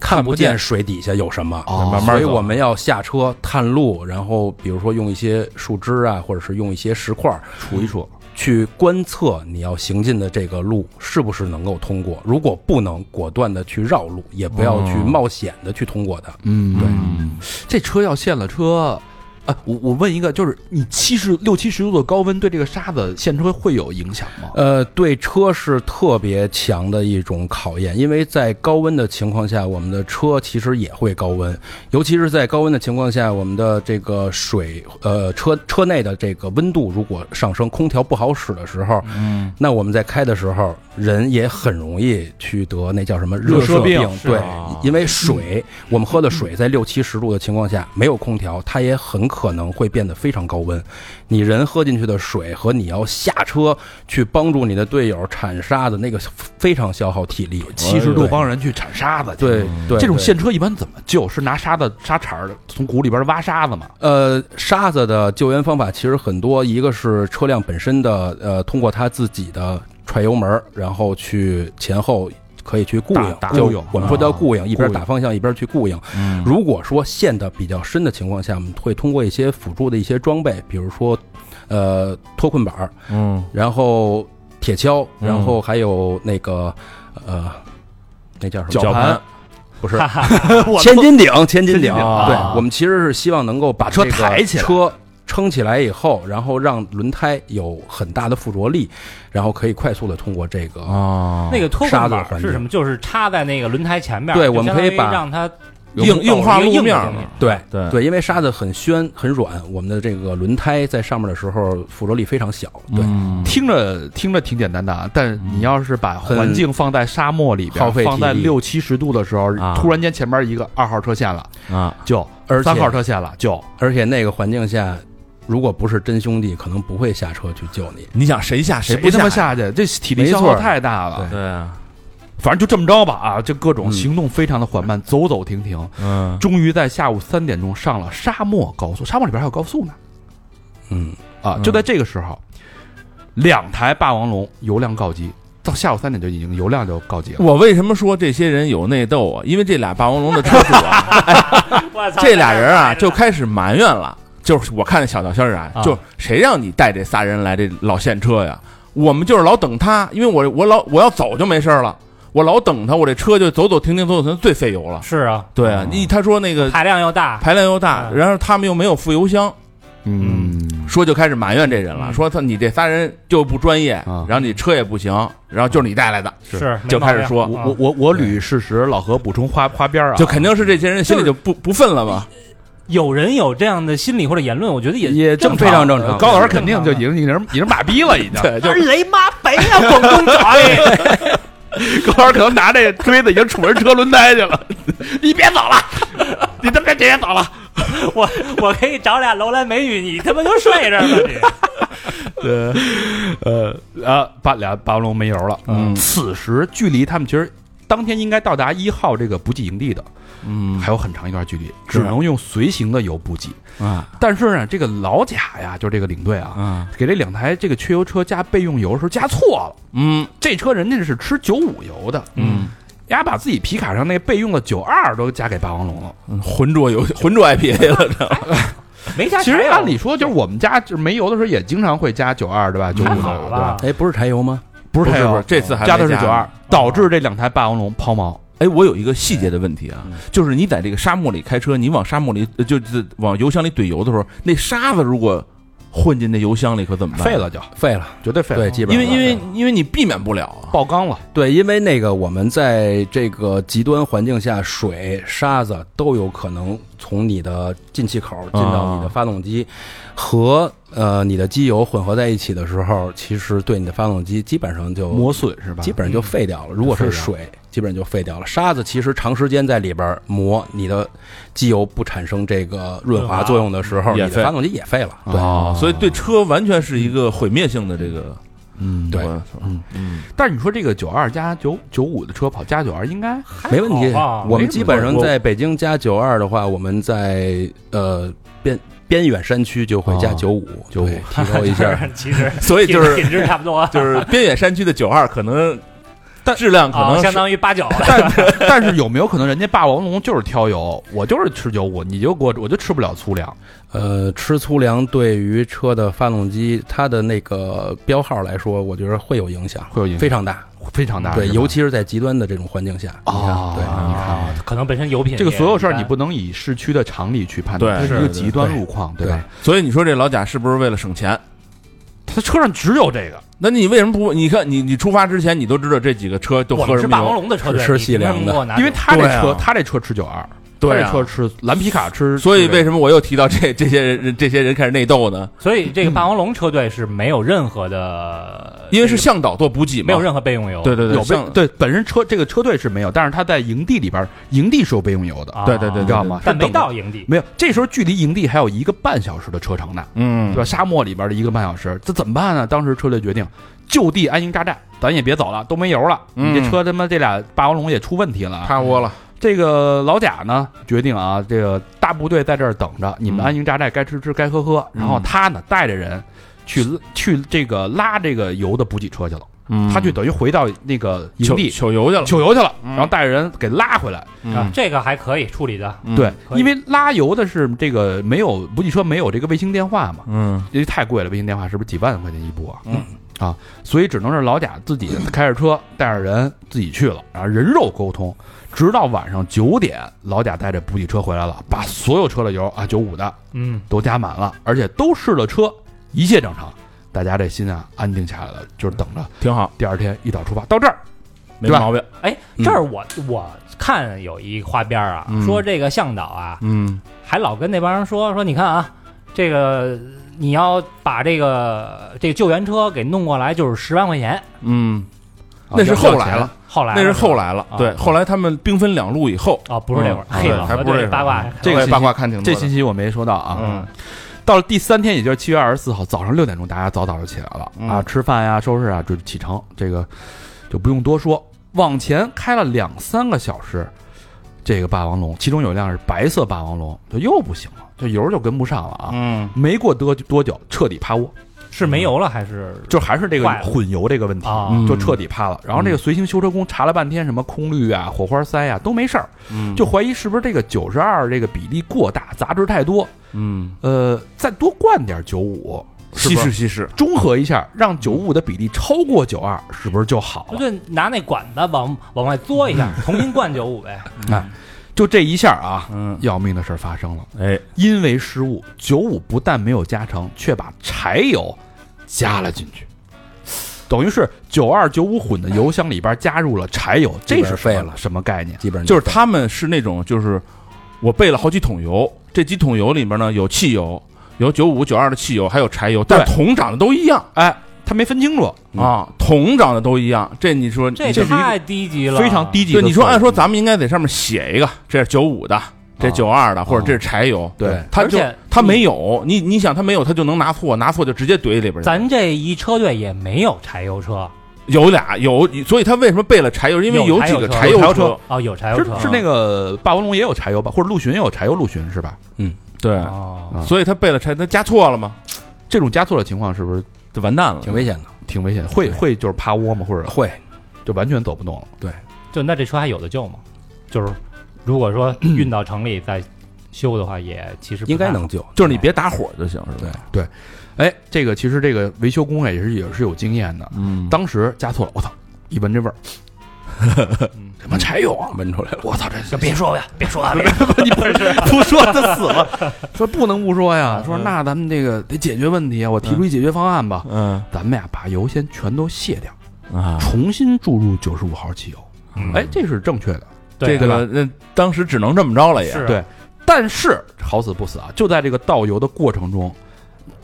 [SPEAKER 5] 看不见水底下有什么，
[SPEAKER 3] 哦
[SPEAKER 4] 慢慢
[SPEAKER 5] 所以
[SPEAKER 4] 走
[SPEAKER 5] 我们要下车探路，然后比如说用一些树枝啊，或者是用一些石块儿
[SPEAKER 3] 数一数，
[SPEAKER 5] 去观测你要行进的这个路是不是能够通过。如果不能，果断的去绕路，也不要去冒险的去通过它。
[SPEAKER 3] 嗯，对。
[SPEAKER 4] 嗯
[SPEAKER 3] 这车要陷了车，啊，我我问一个，就是你七十六七十度的高温对这个沙子陷车会有影响吗？
[SPEAKER 5] 呃，对车是特别强的一种考验，因为在高温的情况下，我们的车其实也会高温，尤其是在高温的情况下，我们的这个水，呃，车车内的这个温度如果上升，空调不好使的时候，
[SPEAKER 4] 嗯
[SPEAKER 5] 那我们在开的时候，人也很容易去得那叫什么
[SPEAKER 3] 热
[SPEAKER 5] 射
[SPEAKER 3] 射病
[SPEAKER 4] 是
[SPEAKER 5] 对
[SPEAKER 4] 啊，
[SPEAKER 5] 因为水，我们喝的水在六七十度的情况下，没有空调，它也很可能会变得非常高温。你人喝进去的水和你要下车去帮助你的队友铲沙子，那个非常消耗体力。哎
[SPEAKER 3] 七十度
[SPEAKER 5] 对
[SPEAKER 3] 帮人去铲沙子，
[SPEAKER 5] 对对，
[SPEAKER 3] 这种
[SPEAKER 5] 对
[SPEAKER 3] 陷车一般怎么救？是拿沙子沙铲儿从谷里边挖沙子吗？
[SPEAKER 5] 呃，沙子的救援方法其实很多，一个是车辆本身的，呃，通过它自己的踹油门儿，然后去前后可以去固
[SPEAKER 3] 打
[SPEAKER 5] 应
[SPEAKER 3] 打，
[SPEAKER 5] 就
[SPEAKER 3] 固应
[SPEAKER 5] 我们说叫
[SPEAKER 4] 啊
[SPEAKER 5] 固应，一边
[SPEAKER 3] 固应
[SPEAKER 5] 打方向一边去固应。
[SPEAKER 4] 嗯
[SPEAKER 5] 如果说陷得比较深的情况下，我们会通过一些辅助的一些装备，比如说，呃，脱困板儿，
[SPEAKER 4] 嗯
[SPEAKER 5] 然后铁锹，
[SPEAKER 4] 嗯
[SPEAKER 5] 然后还有那个，呃，那叫什么？
[SPEAKER 4] 绞盘
[SPEAKER 5] 不是 [laughs] 千斤顶，千斤顶。
[SPEAKER 4] 顶
[SPEAKER 5] 对
[SPEAKER 4] 啊，
[SPEAKER 5] 我们其实是希望能够把
[SPEAKER 3] 车
[SPEAKER 5] 这个
[SPEAKER 3] 抬起来
[SPEAKER 5] 车撑起来以后，然后让轮胎有很大的附着力，然后可以快速的通过这个
[SPEAKER 4] 啊
[SPEAKER 2] 那个脱
[SPEAKER 5] 沙
[SPEAKER 2] 困
[SPEAKER 5] 子
[SPEAKER 2] 板
[SPEAKER 5] 环
[SPEAKER 2] 是
[SPEAKER 5] 境
[SPEAKER 2] 什么？就是插在那个轮胎前面，
[SPEAKER 5] 对
[SPEAKER 2] 就
[SPEAKER 5] 我们
[SPEAKER 2] 相当
[SPEAKER 5] 可以
[SPEAKER 2] 于
[SPEAKER 5] 把
[SPEAKER 2] 让它
[SPEAKER 4] 硬硬化路面
[SPEAKER 2] 硬的东西
[SPEAKER 4] 儿，
[SPEAKER 5] 对
[SPEAKER 4] 对
[SPEAKER 5] 对，因为沙子很暄很软，我们的这个轮胎在上面的时候附着力非常小，对，
[SPEAKER 4] 嗯
[SPEAKER 3] 听着听着挺简单的啊，但你要是把环境放在沙漠里边，
[SPEAKER 5] 耗费体力
[SPEAKER 3] 放在六七十度的时候，
[SPEAKER 4] 啊
[SPEAKER 3] 突然间前面一个二号车线了，
[SPEAKER 4] 啊，
[SPEAKER 3] 就
[SPEAKER 5] 而且
[SPEAKER 3] 三号车线了，就
[SPEAKER 5] 而且那个环境下，如果不是真兄弟，可能不会下车去救你。
[SPEAKER 4] 你想谁下不
[SPEAKER 3] 不他妈
[SPEAKER 4] 下？
[SPEAKER 3] 下去？这体力
[SPEAKER 5] 没
[SPEAKER 3] 消
[SPEAKER 5] 错
[SPEAKER 3] 耗太大了
[SPEAKER 5] 对。
[SPEAKER 4] 对啊，
[SPEAKER 3] 反正就这么着吧啊，就各种
[SPEAKER 5] 嗯
[SPEAKER 3] 行动非常的缓慢，走走停停，
[SPEAKER 4] 嗯，
[SPEAKER 3] 终于在下午三点钟上了沙漠高速，沙漠里边还有高速呢
[SPEAKER 5] 嗯，
[SPEAKER 3] 啊！
[SPEAKER 4] 嗯
[SPEAKER 3] 就在这个时候，两台霸王龙油量告急，到下午三点就已经油量就告急了。
[SPEAKER 4] 我为什么说这些人有内斗啊？因为这俩霸王龙的车主啊，
[SPEAKER 2] 我操
[SPEAKER 4] 这俩人啊就开始埋怨了。就是我看那小道消息啊，
[SPEAKER 2] 啊
[SPEAKER 4] 就谁让你带这仨人来这老现车呀？我们就是老等他，因为我我老我要走就没事儿了，我老等他，我这车就走走停停走走停停最费油了。
[SPEAKER 2] 是啊，
[SPEAKER 4] 对啊，你他说那个
[SPEAKER 2] 排量又大，
[SPEAKER 4] 排量又大，
[SPEAKER 2] 嗯
[SPEAKER 4] 然后他们又没有副油箱，
[SPEAKER 3] 嗯，
[SPEAKER 4] 说就开始埋怨这人了，
[SPEAKER 2] 嗯
[SPEAKER 4] 说他你这仨人就不专业，
[SPEAKER 3] 啊
[SPEAKER 4] 然后你车也不行，然后就是你带来的，
[SPEAKER 2] 是
[SPEAKER 4] 就开始说
[SPEAKER 3] 我我我我捋事实，老何补充花花边儿啊，
[SPEAKER 4] 就肯定是这些人心里就不不忿了嘛。
[SPEAKER 2] 有人有这样的心理或者言论，我觉得也
[SPEAKER 5] 也
[SPEAKER 2] 正
[SPEAKER 5] 非常正
[SPEAKER 2] 常。
[SPEAKER 5] 常。
[SPEAKER 3] 高老师肯定就已经已经已经马逼了，已经。
[SPEAKER 4] 对，就
[SPEAKER 2] 哎雷妈白呀，广东仔，
[SPEAKER 3] 高老师可能拿这锥子已经杵人车轮胎去了， [laughs] 你别走了，你他妈别别走了。
[SPEAKER 2] 我我可以找俩楼兰美女，你他妈就睡这儿了，你
[SPEAKER 3] 呃，呃啊，把俩霸王龙没油了。
[SPEAKER 4] 嗯
[SPEAKER 3] 此时距离他们其实当天应该到达一号这个补给营地的，
[SPEAKER 4] 嗯
[SPEAKER 3] 还有很长一段距离，只
[SPEAKER 4] 是
[SPEAKER 3] 能用随行的油补给。
[SPEAKER 4] 啊
[SPEAKER 3] 但是呢，这个老贾呀，就是这个领队啊，
[SPEAKER 4] 啊
[SPEAKER 3] 给这两台这个缺油车加备用油的时候加错了。
[SPEAKER 4] 嗯
[SPEAKER 3] 这车人家是吃九五油的，
[SPEAKER 4] 嗯，
[SPEAKER 3] 丫把自己皮卡上那备用的九二都加给霸王龙了。
[SPEAKER 4] 嗯浑浊有浑浊 IPA 了，这
[SPEAKER 2] 没加
[SPEAKER 3] 其
[SPEAKER 2] 柴
[SPEAKER 3] 实
[SPEAKER 2] 油。
[SPEAKER 3] 按理说，就是我们家就是没油的时候也经常会加九二，对吧？九五
[SPEAKER 2] 还
[SPEAKER 3] 的
[SPEAKER 2] 好
[SPEAKER 3] 对吧
[SPEAKER 2] 吧？
[SPEAKER 5] 哎，不是柴油吗？
[SPEAKER 3] 不是
[SPEAKER 4] 不
[SPEAKER 3] 太
[SPEAKER 4] 是不
[SPEAKER 3] 油
[SPEAKER 4] 是，，这次还没哦
[SPEAKER 3] 加的是九二，导致这两台霸王龙抛锚。
[SPEAKER 4] 哎，我有一个细节的问题啊，就是你在这个沙漠里开车，你往沙漠里呃就是往油箱里怼油的时候，那沙子如果混进那油箱里，可怎么办？
[SPEAKER 3] 废，了就
[SPEAKER 5] 废了，
[SPEAKER 3] 绝对废了，
[SPEAKER 5] 对，基本
[SPEAKER 4] 因为
[SPEAKER 5] 上
[SPEAKER 4] 因为因为你避免不了啊。
[SPEAKER 3] 爆缸了。
[SPEAKER 5] 对，因为那个我们在这个极端环境下，水、沙子都有可能从你的进气口进到
[SPEAKER 3] 啊
[SPEAKER 5] 你的发动机，和呃你的机油混合在一起的时候，其实对你的发动机基本上就
[SPEAKER 3] 磨损是吧？
[SPEAKER 5] 哦基本上就嗯废掉了。如果是水，基本上就废掉了。沙子其实长时间在里边磨，你的机油不产生这个润滑作用的时候，
[SPEAKER 4] 也
[SPEAKER 5] 你
[SPEAKER 4] 废
[SPEAKER 5] 的发动机也废啊了。对，
[SPEAKER 3] 哦
[SPEAKER 4] 所以对车完全是一个毁灭性的这个，
[SPEAKER 3] 嗯
[SPEAKER 5] 对
[SPEAKER 4] 我
[SPEAKER 3] 但是你说这个九二加九九五的车跑加九二应该 [laughs]
[SPEAKER 5] 啊没问
[SPEAKER 2] 还
[SPEAKER 5] 题
[SPEAKER 2] 好吧。
[SPEAKER 5] 我们基本上在北京加九二的话，我们在呃边边远山区就会加
[SPEAKER 3] 哦
[SPEAKER 5] 九五啊九 [laughs] 五，提高一下。
[SPEAKER 2] [laughs] 其实
[SPEAKER 4] 所以
[SPEAKER 2] [laughs]
[SPEAKER 4] 就是
[SPEAKER 2] 品质差不多，
[SPEAKER 4] 就是边远山区的九二可能，质量可
[SPEAKER 2] 啊，
[SPEAKER 4] 能
[SPEAKER 2] 相
[SPEAKER 4] 是
[SPEAKER 2] 当于八九。
[SPEAKER 3] 但是但是有没有可能人家霸王龙就是挑油，我就是吃九五，你就给我我就吃不了粗粮。
[SPEAKER 5] 呃，吃粗粮对于车的发动机它的那个标号来说，我觉得会有影响，
[SPEAKER 3] 会有影响
[SPEAKER 5] 非常嗯大。
[SPEAKER 3] 非常大，
[SPEAKER 5] 对，
[SPEAKER 3] 是吧
[SPEAKER 5] 尤其是在极端的这种环境下，你看
[SPEAKER 3] 哦
[SPEAKER 5] 对。
[SPEAKER 2] 啊，可能本身油品
[SPEAKER 3] 这个所有事儿
[SPEAKER 2] 也
[SPEAKER 3] 你不能以市区的常理去判断，
[SPEAKER 4] 对
[SPEAKER 3] 它是
[SPEAKER 4] 是
[SPEAKER 3] 一个
[SPEAKER 4] 对
[SPEAKER 3] 极端路况，对吧？
[SPEAKER 4] 所以你说这老贾是不是为了省钱？
[SPEAKER 3] 他车上只有这个，
[SPEAKER 4] 那你为什么不？你看你你出发之前，你都知道这几个车都
[SPEAKER 2] 我
[SPEAKER 4] 喝
[SPEAKER 2] 们
[SPEAKER 4] 什
[SPEAKER 2] 是
[SPEAKER 4] 么
[SPEAKER 2] 霸王
[SPEAKER 4] 油，
[SPEAKER 2] 龙的车队，
[SPEAKER 5] 吃细粮
[SPEAKER 2] 你凭什么
[SPEAKER 5] 的
[SPEAKER 2] 给我拿
[SPEAKER 3] 因为他这
[SPEAKER 4] 对啊
[SPEAKER 3] 车他这车吃九二，
[SPEAKER 4] 对
[SPEAKER 3] 他
[SPEAKER 4] 啊
[SPEAKER 3] 这车吃蓝皮卡吃，
[SPEAKER 4] 所
[SPEAKER 3] 吃
[SPEAKER 4] 以
[SPEAKER 3] 这个
[SPEAKER 4] 为什么我又提到这这些人这些人开始内斗呢？
[SPEAKER 2] 所以这个霸王龙车队是没有任何的，
[SPEAKER 4] 因为是向导做补给嘛，
[SPEAKER 2] 没有任何备用油，
[SPEAKER 4] 对对对
[SPEAKER 3] 有
[SPEAKER 4] 向
[SPEAKER 3] 备对本身车这个车队是没有，但是他在营地里边儿，营地是有备用油的，
[SPEAKER 2] 啊
[SPEAKER 4] 对对对
[SPEAKER 3] 你知道吗？
[SPEAKER 2] 但
[SPEAKER 3] 是等
[SPEAKER 2] 没到营地，
[SPEAKER 3] 没有，这时候距离营地还有一个半小时的车程呢，
[SPEAKER 4] 嗯
[SPEAKER 3] 对吧？沙漠里边的一个半小时，这怎么办呢？当时车队决定就地安营扎寨，咱也别走了，都没油了，
[SPEAKER 4] 嗯
[SPEAKER 3] 你这车他妈这俩霸王龙也出问题了啊。
[SPEAKER 4] 趴窝了，
[SPEAKER 3] 这个老贾呢决定啊，这个大部队在这儿等着，你们
[SPEAKER 4] 嗯
[SPEAKER 3] 安营扎寨，该吃吃，该喝喝。然后
[SPEAKER 4] 嗯
[SPEAKER 3] 他呢带着人去去这个拉这个油的补给车去了，
[SPEAKER 4] 嗯
[SPEAKER 3] 他就等于回到那个营地
[SPEAKER 4] 取油去了，
[SPEAKER 3] 取油去了，
[SPEAKER 4] 嗯
[SPEAKER 3] 然后带着人给拉回来。
[SPEAKER 2] 啊
[SPEAKER 4] 嗯，
[SPEAKER 2] 这个还可以处理的，
[SPEAKER 3] 对，，
[SPEAKER 2] 可以
[SPEAKER 3] 因为拉油的是这个没有补给车没有这个卫星电话嘛，
[SPEAKER 4] 嗯
[SPEAKER 3] 因为太贵了，卫星电话是不是几万块钱一部啊？
[SPEAKER 4] 嗯，
[SPEAKER 3] 啊，所以只能是老贾自己开着车带着人自己去了，然后人肉沟通，直到晚上九点，老贾带着补给车回来了，把所有车的油啊九五的
[SPEAKER 2] 嗯，
[SPEAKER 3] 都加满了，而且都试了车，一切正常，大家这心啊安定下来了，就是等着
[SPEAKER 4] 挺好，
[SPEAKER 3] 第二天一早出发。到这儿，
[SPEAKER 4] 没
[SPEAKER 3] 对吧
[SPEAKER 4] 毛病。
[SPEAKER 2] 哎，这儿我我看有一花边儿啊，
[SPEAKER 4] 嗯
[SPEAKER 2] 说这个向导啊，
[SPEAKER 4] 嗯
[SPEAKER 2] 还老跟那帮人说说，你看啊，这个你要把这个这个救援车给弄过来，就是十万块钱。
[SPEAKER 4] 嗯，
[SPEAKER 3] 啊
[SPEAKER 4] 那是后来
[SPEAKER 3] 要
[SPEAKER 4] 了
[SPEAKER 3] 钱，
[SPEAKER 2] 后来
[SPEAKER 4] 那是后
[SPEAKER 2] 来
[SPEAKER 4] 来了
[SPEAKER 2] 啊。
[SPEAKER 4] 对，后来他们兵分两路以后，
[SPEAKER 2] 哦，不是那会儿，
[SPEAKER 4] 嗯
[SPEAKER 2] 嘿
[SPEAKER 4] 对
[SPEAKER 2] 老
[SPEAKER 4] 还
[SPEAKER 2] 何
[SPEAKER 4] 不是
[SPEAKER 2] 对
[SPEAKER 4] 那
[SPEAKER 2] 八
[SPEAKER 4] 会儿嗯
[SPEAKER 2] 卦
[SPEAKER 3] 这个
[SPEAKER 4] 对
[SPEAKER 3] 信息
[SPEAKER 4] 八卦看挺多
[SPEAKER 3] 这
[SPEAKER 4] 的。
[SPEAKER 3] 信息我没收到啊。
[SPEAKER 4] 嗯，
[SPEAKER 3] 到了第三天，也就是七月二十四号早上六点钟，大家早早就起来了、
[SPEAKER 4] 嗯
[SPEAKER 3] 啊，吃饭呀、收拾啊，就启程。这个就不用多说。往前开了两三个小时，这个霸王龙，其中有一辆是白色霸王龙，就又不行了，这油就跟不上了啊。
[SPEAKER 4] 嗯，
[SPEAKER 3] 没过多多久，彻底趴窝，
[SPEAKER 2] 是没油了还是
[SPEAKER 3] 就还是这个
[SPEAKER 2] 坏了
[SPEAKER 3] 混油这个问题，
[SPEAKER 2] 啊
[SPEAKER 4] 嗯
[SPEAKER 3] 就彻底趴了。然后这个随行修车工查了半天，什么空滤啊、火花塞啊都没事儿，
[SPEAKER 4] 嗯
[SPEAKER 3] 就怀疑是不是这个九十二这个比例过大，杂质太多，
[SPEAKER 4] 嗯，
[SPEAKER 3] 呃，再多灌点九五，
[SPEAKER 4] 稀释稀释。
[SPEAKER 3] 中和一下，让九五的比例超过九二，是不是就好
[SPEAKER 2] 不
[SPEAKER 3] 了？
[SPEAKER 2] 就拿那管子往往外嘬一下，重新灌九五呗。
[SPEAKER 3] 就这一下啊，
[SPEAKER 4] 嗯，
[SPEAKER 3] 要命的事儿发生了。
[SPEAKER 4] 哎，
[SPEAKER 3] 因为失误，九五不但没有加成，却把柴油加了进去，等于是九二九五混的油箱里边加入了柴油，这是什么
[SPEAKER 5] 基本废了
[SPEAKER 3] 什么概念？
[SPEAKER 5] 基本上
[SPEAKER 4] 就是他们是那种就是我备了好几桶油，这几桶油里面呢有汽油，有九五九二的汽油，还有柴油，但
[SPEAKER 3] 对
[SPEAKER 4] 桶长得都一样
[SPEAKER 3] 哎，他没分清楚，
[SPEAKER 5] 嗯
[SPEAKER 4] 啊，桶长得都一样。这你说
[SPEAKER 2] 这
[SPEAKER 4] 这是一个
[SPEAKER 2] 太低级了，
[SPEAKER 3] 非常。低级的
[SPEAKER 4] 对，
[SPEAKER 3] 错误。
[SPEAKER 4] 你说按说咱们应该得上面写一个，这是九五的，这九二的，或者这是柴油。
[SPEAKER 3] 对
[SPEAKER 4] 他
[SPEAKER 2] 而
[SPEAKER 4] 就
[SPEAKER 2] 且
[SPEAKER 4] 他没有，你你想他没有，他就能拿错，拿错就直接怼里边去。
[SPEAKER 2] 咱这一车队也没有柴油车
[SPEAKER 4] 有俩有，所以他为什么备了柴油？因为
[SPEAKER 2] 有
[SPEAKER 4] 几个柴
[SPEAKER 2] 油
[SPEAKER 4] 油
[SPEAKER 2] 车
[SPEAKER 4] 车，
[SPEAKER 2] 哦，有柴油车
[SPEAKER 3] 是
[SPEAKER 5] 啊
[SPEAKER 3] 是那个霸王龙也有柴油吧，或者陆巡也有柴油陆巡是吧？
[SPEAKER 4] 对，
[SPEAKER 2] 哦，
[SPEAKER 4] 所以他备了柴，他加错了吗？
[SPEAKER 3] 这种加错的情况是不是
[SPEAKER 4] 就完蛋了。
[SPEAKER 5] 挺危险的，
[SPEAKER 3] 挺危险？会会就是趴窝吗？或者
[SPEAKER 5] 会
[SPEAKER 3] 就完全走不动了？
[SPEAKER 2] 就那这车还有的救吗？就是如果说运到城里再修的话，也其实不
[SPEAKER 5] 应该
[SPEAKER 2] 太
[SPEAKER 5] 能救。
[SPEAKER 4] 就是你别打火就行，是吧？
[SPEAKER 3] 哎，这个其实这个维修工啊业也是也是有经验的，
[SPEAKER 4] 嗯，
[SPEAKER 3] 当时加错了，我操，一闻这
[SPEAKER 5] [laughs]
[SPEAKER 3] 味儿，什么柴油啊！
[SPEAKER 5] 闻出来了，
[SPEAKER 3] 我操，这
[SPEAKER 2] 就别说了，别说了，别说了
[SPEAKER 3] 你
[SPEAKER 5] [laughs]
[SPEAKER 3] 不不说他死了，说不能不说
[SPEAKER 5] 嗯
[SPEAKER 3] 呀，说那咱们这个得解决问题啊，我提出一解决方案吧，
[SPEAKER 4] 嗯
[SPEAKER 3] 咱们呀把油先全都卸掉，
[SPEAKER 4] 啊，
[SPEAKER 3] 重新注入九十五号汽油，
[SPEAKER 5] 嗯
[SPEAKER 3] 哎，这是正确的。
[SPEAKER 2] 对
[SPEAKER 4] 这个那当时只能这么着了也。
[SPEAKER 2] 是啊
[SPEAKER 3] 对但是好死不死啊，就在这个倒油的过程中，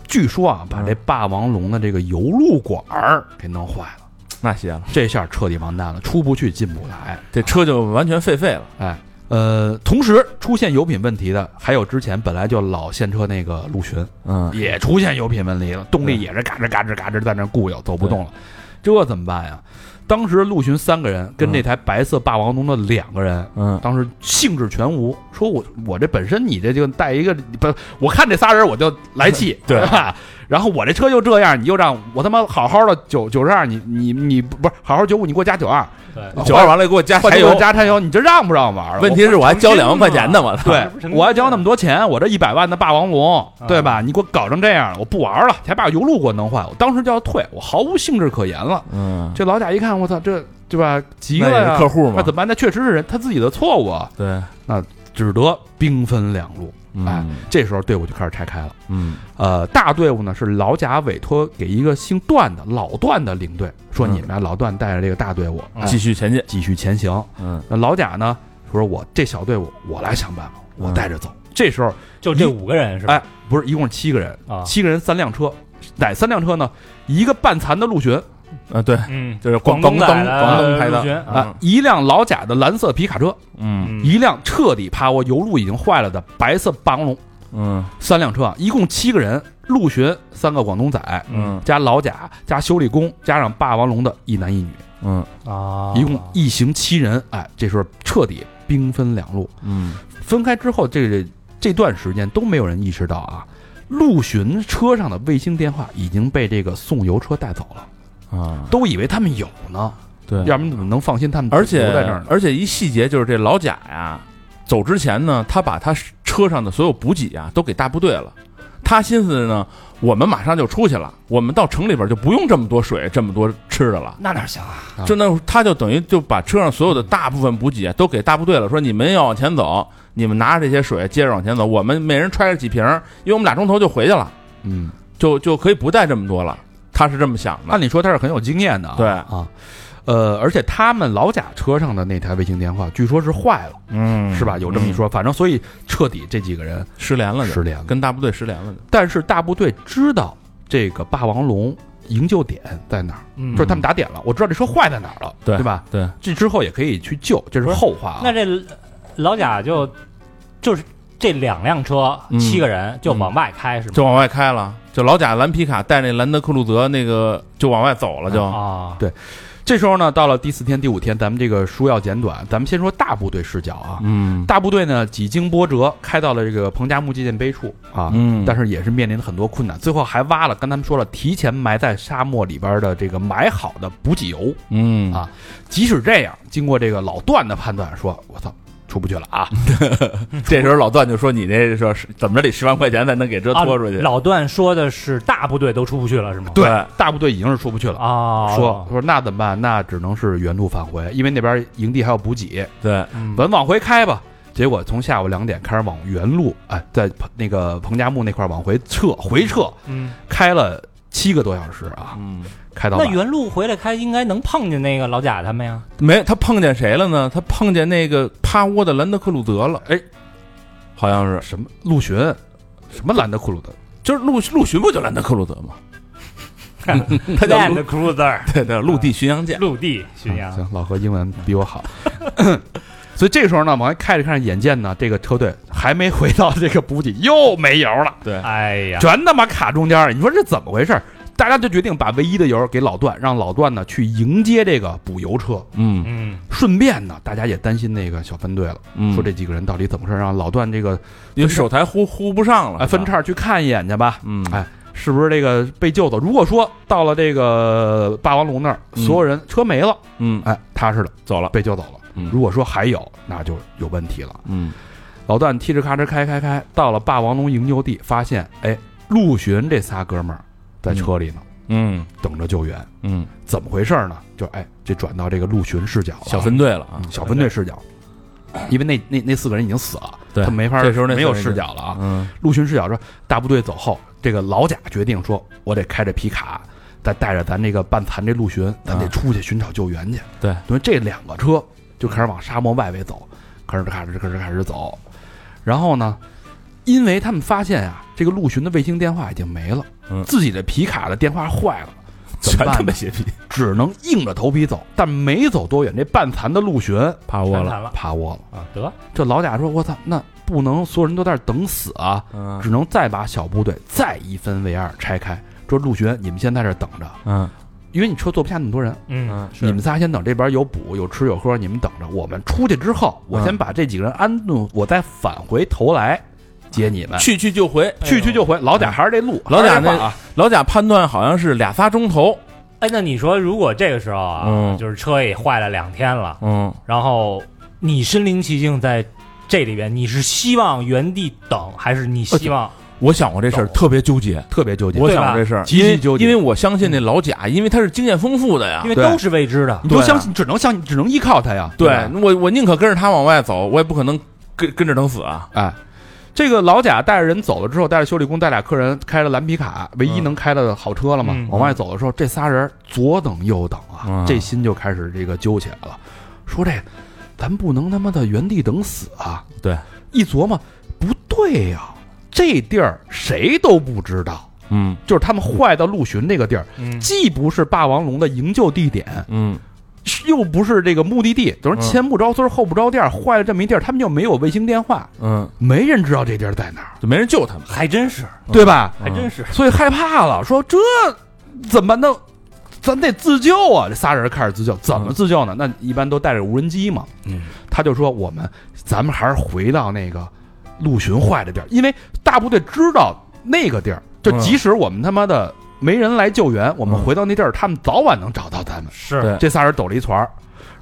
[SPEAKER 3] 据说啊把这霸王龙的这个油路管儿哎给弄坏了，
[SPEAKER 4] 那些了，
[SPEAKER 3] 这下彻底完蛋了，出不去进不来。
[SPEAKER 4] 这车就完全废废了。
[SPEAKER 3] 哎，呃，同时出现油品问题的，还有之前本来就老现车那个陆巡，
[SPEAKER 4] 嗯，
[SPEAKER 3] 也出现油品问题了，动力也是嘎吱嘎吱嘎吱在那儿固有，走不动了，这怎么办呀？当时陆巡三个人跟这台白色霸王龙的两个人，
[SPEAKER 4] 嗯，
[SPEAKER 3] 当时兴致全无，说我我这本身你这就带一个不，我看这仨人我就来气，
[SPEAKER 4] [laughs] 对
[SPEAKER 3] 吧？然后我这车就这样，你又让我他妈好好的九九十二，你你你不是好好九五，你给我加九二，
[SPEAKER 2] 对，
[SPEAKER 4] 嗯九二完了给我加
[SPEAKER 3] 换
[SPEAKER 4] 柴油。
[SPEAKER 3] 加柴油，你这让不让玩了？
[SPEAKER 4] 问题是我还交两万块钱呢，我操！
[SPEAKER 3] 对
[SPEAKER 2] 这不是，啊
[SPEAKER 3] 我要交那么多钱，我这一百万的霸王龙，对吧？你给我搞成这样了，我不玩了，还把油路给我弄坏，我当时就要退，我毫无兴致可言了。
[SPEAKER 4] 嗯，
[SPEAKER 3] 这老贾一看，我操，这对吧？急
[SPEAKER 4] 那
[SPEAKER 3] 了
[SPEAKER 4] 也是
[SPEAKER 3] 呀，
[SPEAKER 4] 客户嘛
[SPEAKER 3] 那怎么办？那确实是人他自己的错误，啊，
[SPEAKER 4] 对，
[SPEAKER 3] 只得兵分两路。哎
[SPEAKER 4] 嗯，
[SPEAKER 3] 这时候队伍就开始拆开了。
[SPEAKER 4] 嗯
[SPEAKER 3] 呃，大队伍呢是老贾委托给一个姓段的老段的领队，说你们啊，老段带着这个大队伍、
[SPEAKER 2] 嗯
[SPEAKER 3] 哎
[SPEAKER 4] 继续前进。
[SPEAKER 3] 继续前行。
[SPEAKER 4] 嗯
[SPEAKER 3] 那老贾呢说，我这小队伍我来想办法，我带着走。这时候
[SPEAKER 2] 就这五个人嗯是吧？
[SPEAKER 3] 哎，不是，一共是七个人，
[SPEAKER 2] 啊，
[SPEAKER 3] 七个人三辆车，哪三辆车呢？一个半残的陆巡
[SPEAKER 4] 啊，对，
[SPEAKER 2] 嗯，
[SPEAKER 4] 就是
[SPEAKER 2] 广
[SPEAKER 4] 东
[SPEAKER 2] 仔
[SPEAKER 4] 广
[SPEAKER 2] 的
[SPEAKER 4] 东开
[SPEAKER 2] 陆巡
[SPEAKER 4] 的。
[SPEAKER 3] 啊，一辆老贾的蓝色皮卡车，
[SPEAKER 4] 嗯
[SPEAKER 2] 嗯
[SPEAKER 3] 一辆彻底趴窝油路已经坏了的白色霸王龙，
[SPEAKER 4] 嗯
[SPEAKER 3] 三辆车啊，一共七个人，陆巡三个广东仔，
[SPEAKER 4] 嗯
[SPEAKER 3] 加老贾加修理工，加上霸王龙的一男一女，
[SPEAKER 4] 嗯
[SPEAKER 2] 啊，
[SPEAKER 3] 一共一行七人。哎，这时候彻底兵分两路，
[SPEAKER 4] 嗯
[SPEAKER 3] 分开之后，这这这段时间都没有人意识到啊，陆巡车上的卫星电话已经被这个送油车带走了，
[SPEAKER 4] 啊，
[SPEAKER 3] 都以为他们有呢，
[SPEAKER 4] 对。
[SPEAKER 3] 要不然怎么能放心他们
[SPEAKER 4] 而且
[SPEAKER 3] 留在那儿呢？嗯
[SPEAKER 4] 而且一细节就是这老贾呀，走之前呢，他把他车上的所有补给啊都给大部队了。他心思着呢，我们马上就出去了，我们到城里边就不用这么多水、这么多吃的了。
[SPEAKER 3] 那哪行啊？
[SPEAKER 4] 就那他就等于就把车上所有的大部分补给啊都给大部队了，说你们要往前走，你们拿着这些水接着往前走，我们每人揣着几瓶，因为我们俩钟头就回去了，
[SPEAKER 1] 嗯，
[SPEAKER 4] 就就可以不带这么多了。他是这么想的
[SPEAKER 3] 按，理说他是很有经验的啊。
[SPEAKER 4] 对，
[SPEAKER 3] 啊，呃，而且他们老贾车上的那台卫星电话，据说是坏了，
[SPEAKER 4] 嗯
[SPEAKER 3] 是吧？有这么一，说，反正所以彻底这几个人
[SPEAKER 4] 失联了就，
[SPEAKER 3] 失联了。
[SPEAKER 4] 跟大部队失联了就，
[SPEAKER 3] 但是大部队知道这个霸王龙营救点在哪儿，
[SPEAKER 2] 嗯
[SPEAKER 3] 就是他们打点了，我知道这车坏在哪儿了，
[SPEAKER 4] 对
[SPEAKER 3] 对吧？
[SPEAKER 4] 对，
[SPEAKER 3] 这之后也可以去救，这是后话啊。
[SPEAKER 2] 那这老贾就就是这两辆车、
[SPEAKER 4] 嗯
[SPEAKER 2] 七个人就往外开是吗？
[SPEAKER 4] 就往外开了，就老贾蓝皮卡带那兰德酷路泽那个就往外走了，就
[SPEAKER 2] 啊，
[SPEAKER 3] 这时候呢，到了第四天、第五天，咱们这个书要简短，咱们先说大部队视角啊。
[SPEAKER 4] 嗯
[SPEAKER 3] 大部队呢几经波折，开到了这个彭加木纪念碑处啊，
[SPEAKER 4] 嗯
[SPEAKER 3] 但是也是面临了很多困难，最后还挖了，刚才们说了，提前埋在沙漠里边的这个埋好的补给油。
[SPEAKER 4] 嗯
[SPEAKER 3] 啊即使这样，经过这个老段的判断，说我操，出不去了啊！
[SPEAKER 4] 这时候老段就说：“你这说是怎么着得十万块钱才能给这拖出去
[SPEAKER 2] 啊？”老段说的是大部队都出不去了是吗？
[SPEAKER 4] 对，
[SPEAKER 3] 大部队已经是出不去了。
[SPEAKER 2] 啊，
[SPEAKER 3] 说说那怎么办？那只能是原路返回，因为那边营地还有补给，
[SPEAKER 4] 对，
[SPEAKER 2] 嗯
[SPEAKER 3] 咱往回开吧。结果从下午两点开始往原路，哎，在彭那个彭加木那块儿往回撤，回撤
[SPEAKER 2] 嗯，
[SPEAKER 3] 开了七个多小时啊，
[SPEAKER 4] 嗯，
[SPEAKER 3] 开到
[SPEAKER 2] 那
[SPEAKER 3] 晚
[SPEAKER 2] 原路回来开应该能碰见那个老贾他们呀。
[SPEAKER 4] 没他碰见谁了呢？他碰见那个趴窝的兰德克鲁泽了，哎，好像是，
[SPEAKER 3] 什么陆巡，什么兰德酷路德，
[SPEAKER 4] 就是陆陆巡不就兰德克鲁泽吗？
[SPEAKER 2] [laughs]
[SPEAKER 4] 他叫
[SPEAKER 2] Land
[SPEAKER 4] 陆
[SPEAKER 2] Cruiser
[SPEAKER 4] 对对陆地巡洋舰，
[SPEAKER 2] 陆地巡
[SPEAKER 3] 啊
[SPEAKER 2] 洋，
[SPEAKER 3] 行，老何英文比我好。 [clears throat] 所以这时候呢，往外开着看着，眼见呢这个车队还没回到这个补给，又没油了，
[SPEAKER 4] 对，
[SPEAKER 2] 哎呀，
[SPEAKER 3] 全他妈卡中间了。你说这怎么回事？大家就决定把唯一的油给老段，让老段呢去迎接这个补油车。
[SPEAKER 4] 嗯
[SPEAKER 2] 嗯，
[SPEAKER 3] 顺便呢，大家也担心那个小分队了，
[SPEAKER 4] 嗯，
[SPEAKER 3] 说这几个人到底怎么回事，让老段这个
[SPEAKER 4] 因为手台呼呼不上了，
[SPEAKER 3] 哎分
[SPEAKER 4] 是吧，
[SPEAKER 3] 叉去看一眼去吧，
[SPEAKER 4] 嗯，
[SPEAKER 3] 哎是不是这个被救走？如果说到了这个霸王龙那儿，
[SPEAKER 4] 嗯
[SPEAKER 3] 所有人车没了，
[SPEAKER 4] 嗯，
[SPEAKER 3] 哎，踏实了，
[SPEAKER 4] 走了，
[SPEAKER 3] 被救走了。
[SPEAKER 4] 嗯
[SPEAKER 3] 如果说还有，那就有问题了。
[SPEAKER 4] 嗯
[SPEAKER 3] 老段踢着咔哧开开开，到了霸王龙营救地，发现哎，陆巡这仨哥们儿在车里呢，
[SPEAKER 4] 嗯
[SPEAKER 3] 等着救援。
[SPEAKER 4] 嗯，
[SPEAKER 3] 怎么回事呢？就哎，这转到这个陆巡视角了，
[SPEAKER 4] 小分队了啊
[SPEAKER 3] 嗯，小分队视角，因为那那那四个人已经死了，
[SPEAKER 4] 对
[SPEAKER 3] 他没法
[SPEAKER 4] 这时候那
[SPEAKER 3] 没有
[SPEAKER 4] 四个人
[SPEAKER 3] 视角了啊。
[SPEAKER 4] 嗯，
[SPEAKER 3] 陆巡视角说，大部队走后，这个老贾决定说，我得开着皮卡。再带着咱这个半残这陆巡，咱得
[SPEAKER 4] 啊
[SPEAKER 3] 出去寻找救援去。
[SPEAKER 4] 对，
[SPEAKER 3] 因为这两个车就开始往沙漠外围走，开始开始开始开始走。然后呢，因为他们发现啊，这个陆巡的卫星电话已经没了，
[SPEAKER 4] 嗯
[SPEAKER 3] 自己的皮卡的电话坏了，怎
[SPEAKER 4] 全
[SPEAKER 3] 么
[SPEAKER 4] 他
[SPEAKER 3] 办呢？
[SPEAKER 4] 妈邪皮，
[SPEAKER 3] 只能硬着头皮走。但没走多远，这半残的陆巡
[SPEAKER 4] 趴窝
[SPEAKER 2] 全
[SPEAKER 4] 了，
[SPEAKER 2] 谈了
[SPEAKER 3] 趴窝了。
[SPEAKER 2] 啊，得
[SPEAKER 3] 这老贾说：“我操，那不能所有人都在这儿等死啊！
[SPEAKER 4] 嗯
[SPEAKER 3] 只能再把小部队再一分为二拆开。说陆巡，你们先在这儿等着，
[SPEAKER 4] 嗯
[SPEAKER 3] 因为你车坐不下那么多人，
[SPEAKER 2] 嗯
[SPEAKER 4] 嗯，
[SPEAKER 3] 你们仨先等，这边有补有吃有喝，你们等着。我们出去之后，我
[SPEAKER 4] 嗯
[SPEAKER 3] 先把这几个人安顿，我再返回头来接你们。
[SPEAKER 4] 去去就回，
[SPEAKER 3] 去去就回，老贾还是这路，
[SPEAKER 4] 嗯老贾
[SPEAKER 3] 哎还是这
[SPEAKER 4] 那
[SPEAKER 3] 话啊，
[SPEAKER 4] 老贾判断好像是俩仨钟头，
[SPEAKER 2] 哎，那你说如果这个时候啊
[SPEAKER 4] 嗯，
[SPEAKER 2] 就是车也坏了两天了，
[SPEAKER 4] 嗯，
[SPEAKER 2] 然后你身临其境在这里边，你是希望原地等，还是你希望
[SPEAKER 4] 我想过这事儿，特别纠结。
[SPEAKER 3] 特别纠结。
[SPEAKER 4] 我
[SPEAKER 2] 对吧
[SPEAKER 4] 想过这事儿，
[SPEAKER 3] 极
[SPEAKER 4] 因
[SPEAKER 3] 其
[SPEAKER 4] 为
[SPEAKER 3] 纠结
[SPEAKER 4] 因为我相信那老贾，因为他是经验丰富的呀
[SPEAKER 2] 因。为
[SPEAKER 3] 对嗯
[SPEAKER 2] 都是未知的
[SPEAKER 3] 你都
[SPEAKER 4] 啊对啊
[SPEAKER 3] 相信，只能相信，只能依靠他呀。
[SPEAKER 4] 对
[SPEAKER 3] 吧
[SPEAKER 4] 我，我宁可跟着他往外走，我也不可能跟跟着等死啊。
[SPEAKER 3] 哎，这个老贾带着人走了之后，带着修理工带俩客人开着蓝皮卡，唯
[SPEAKER 4] 嗯
[SPEAKER 3] 一能开的好车了嘛，
[SPEAKER 2] 嗯
[SPEAKER 3] 往外走的时候，这仨人左等右等啊，
[SPEAKER 4] 嗯
[SPEAKER 3] 这心就开始这个揪起来了，说这咱不能他妈的原地等死啊！
[SPEAKER 4] 对，
[SPEAKER 3] 一琢磨不对呀、这地儿谁都不知道。
[SPEAKER 4] 嗯
[SPEAKER 3] 就是他们坏到陆巡这个地儿，
[SPEAKER 2] 嗯
[SPEAKER 3] 既不是霸王龙的营救地点，
[SPEAKER 4] 嗯，
[SPEAKER 3] 又不是这个目的地，等于
[SPEAKER 4] 嗯
[SPEAKER 3] 前不着村后不着店，坏了这么一地儿，他们又没有卫星电话，
[SPEAKER 4] 嗯，
[SPEAKER 3] 没人知道这地儿在哪儿。
[SPEAKER 4] 就没人救他们。
[SPEAKER 2] 还真是，
[SPEAKER 4] 嗯
[SPEAKER 3] 对吧？
[SPEAKER 2] 还真是，
[SPEAKER 3] 所以害怕了，说这怎么办呢？咱得自救啊！这仨人开始自救，怎么自救呢？那一般都带着无人机嘛。
[SPEAKER 4] 嗯，
[SPEAKER 3] 他就说我们咱们还是回到那个陆巡坏的地儿，因为大部队知道那个地儿，就
[SPEAKER 4] 嗯
[SPEAKER 3] 即使我们他妈的没人来救援，我们
[SPEAKER 4] 嗯
[SPEAKER 3] 回到那地儿，他们早晚能找到咱们。
[SPEAKER 2] 是
[SPEAKER 4] 对
[SPEAKER 3] 这仨人抖了一团儿，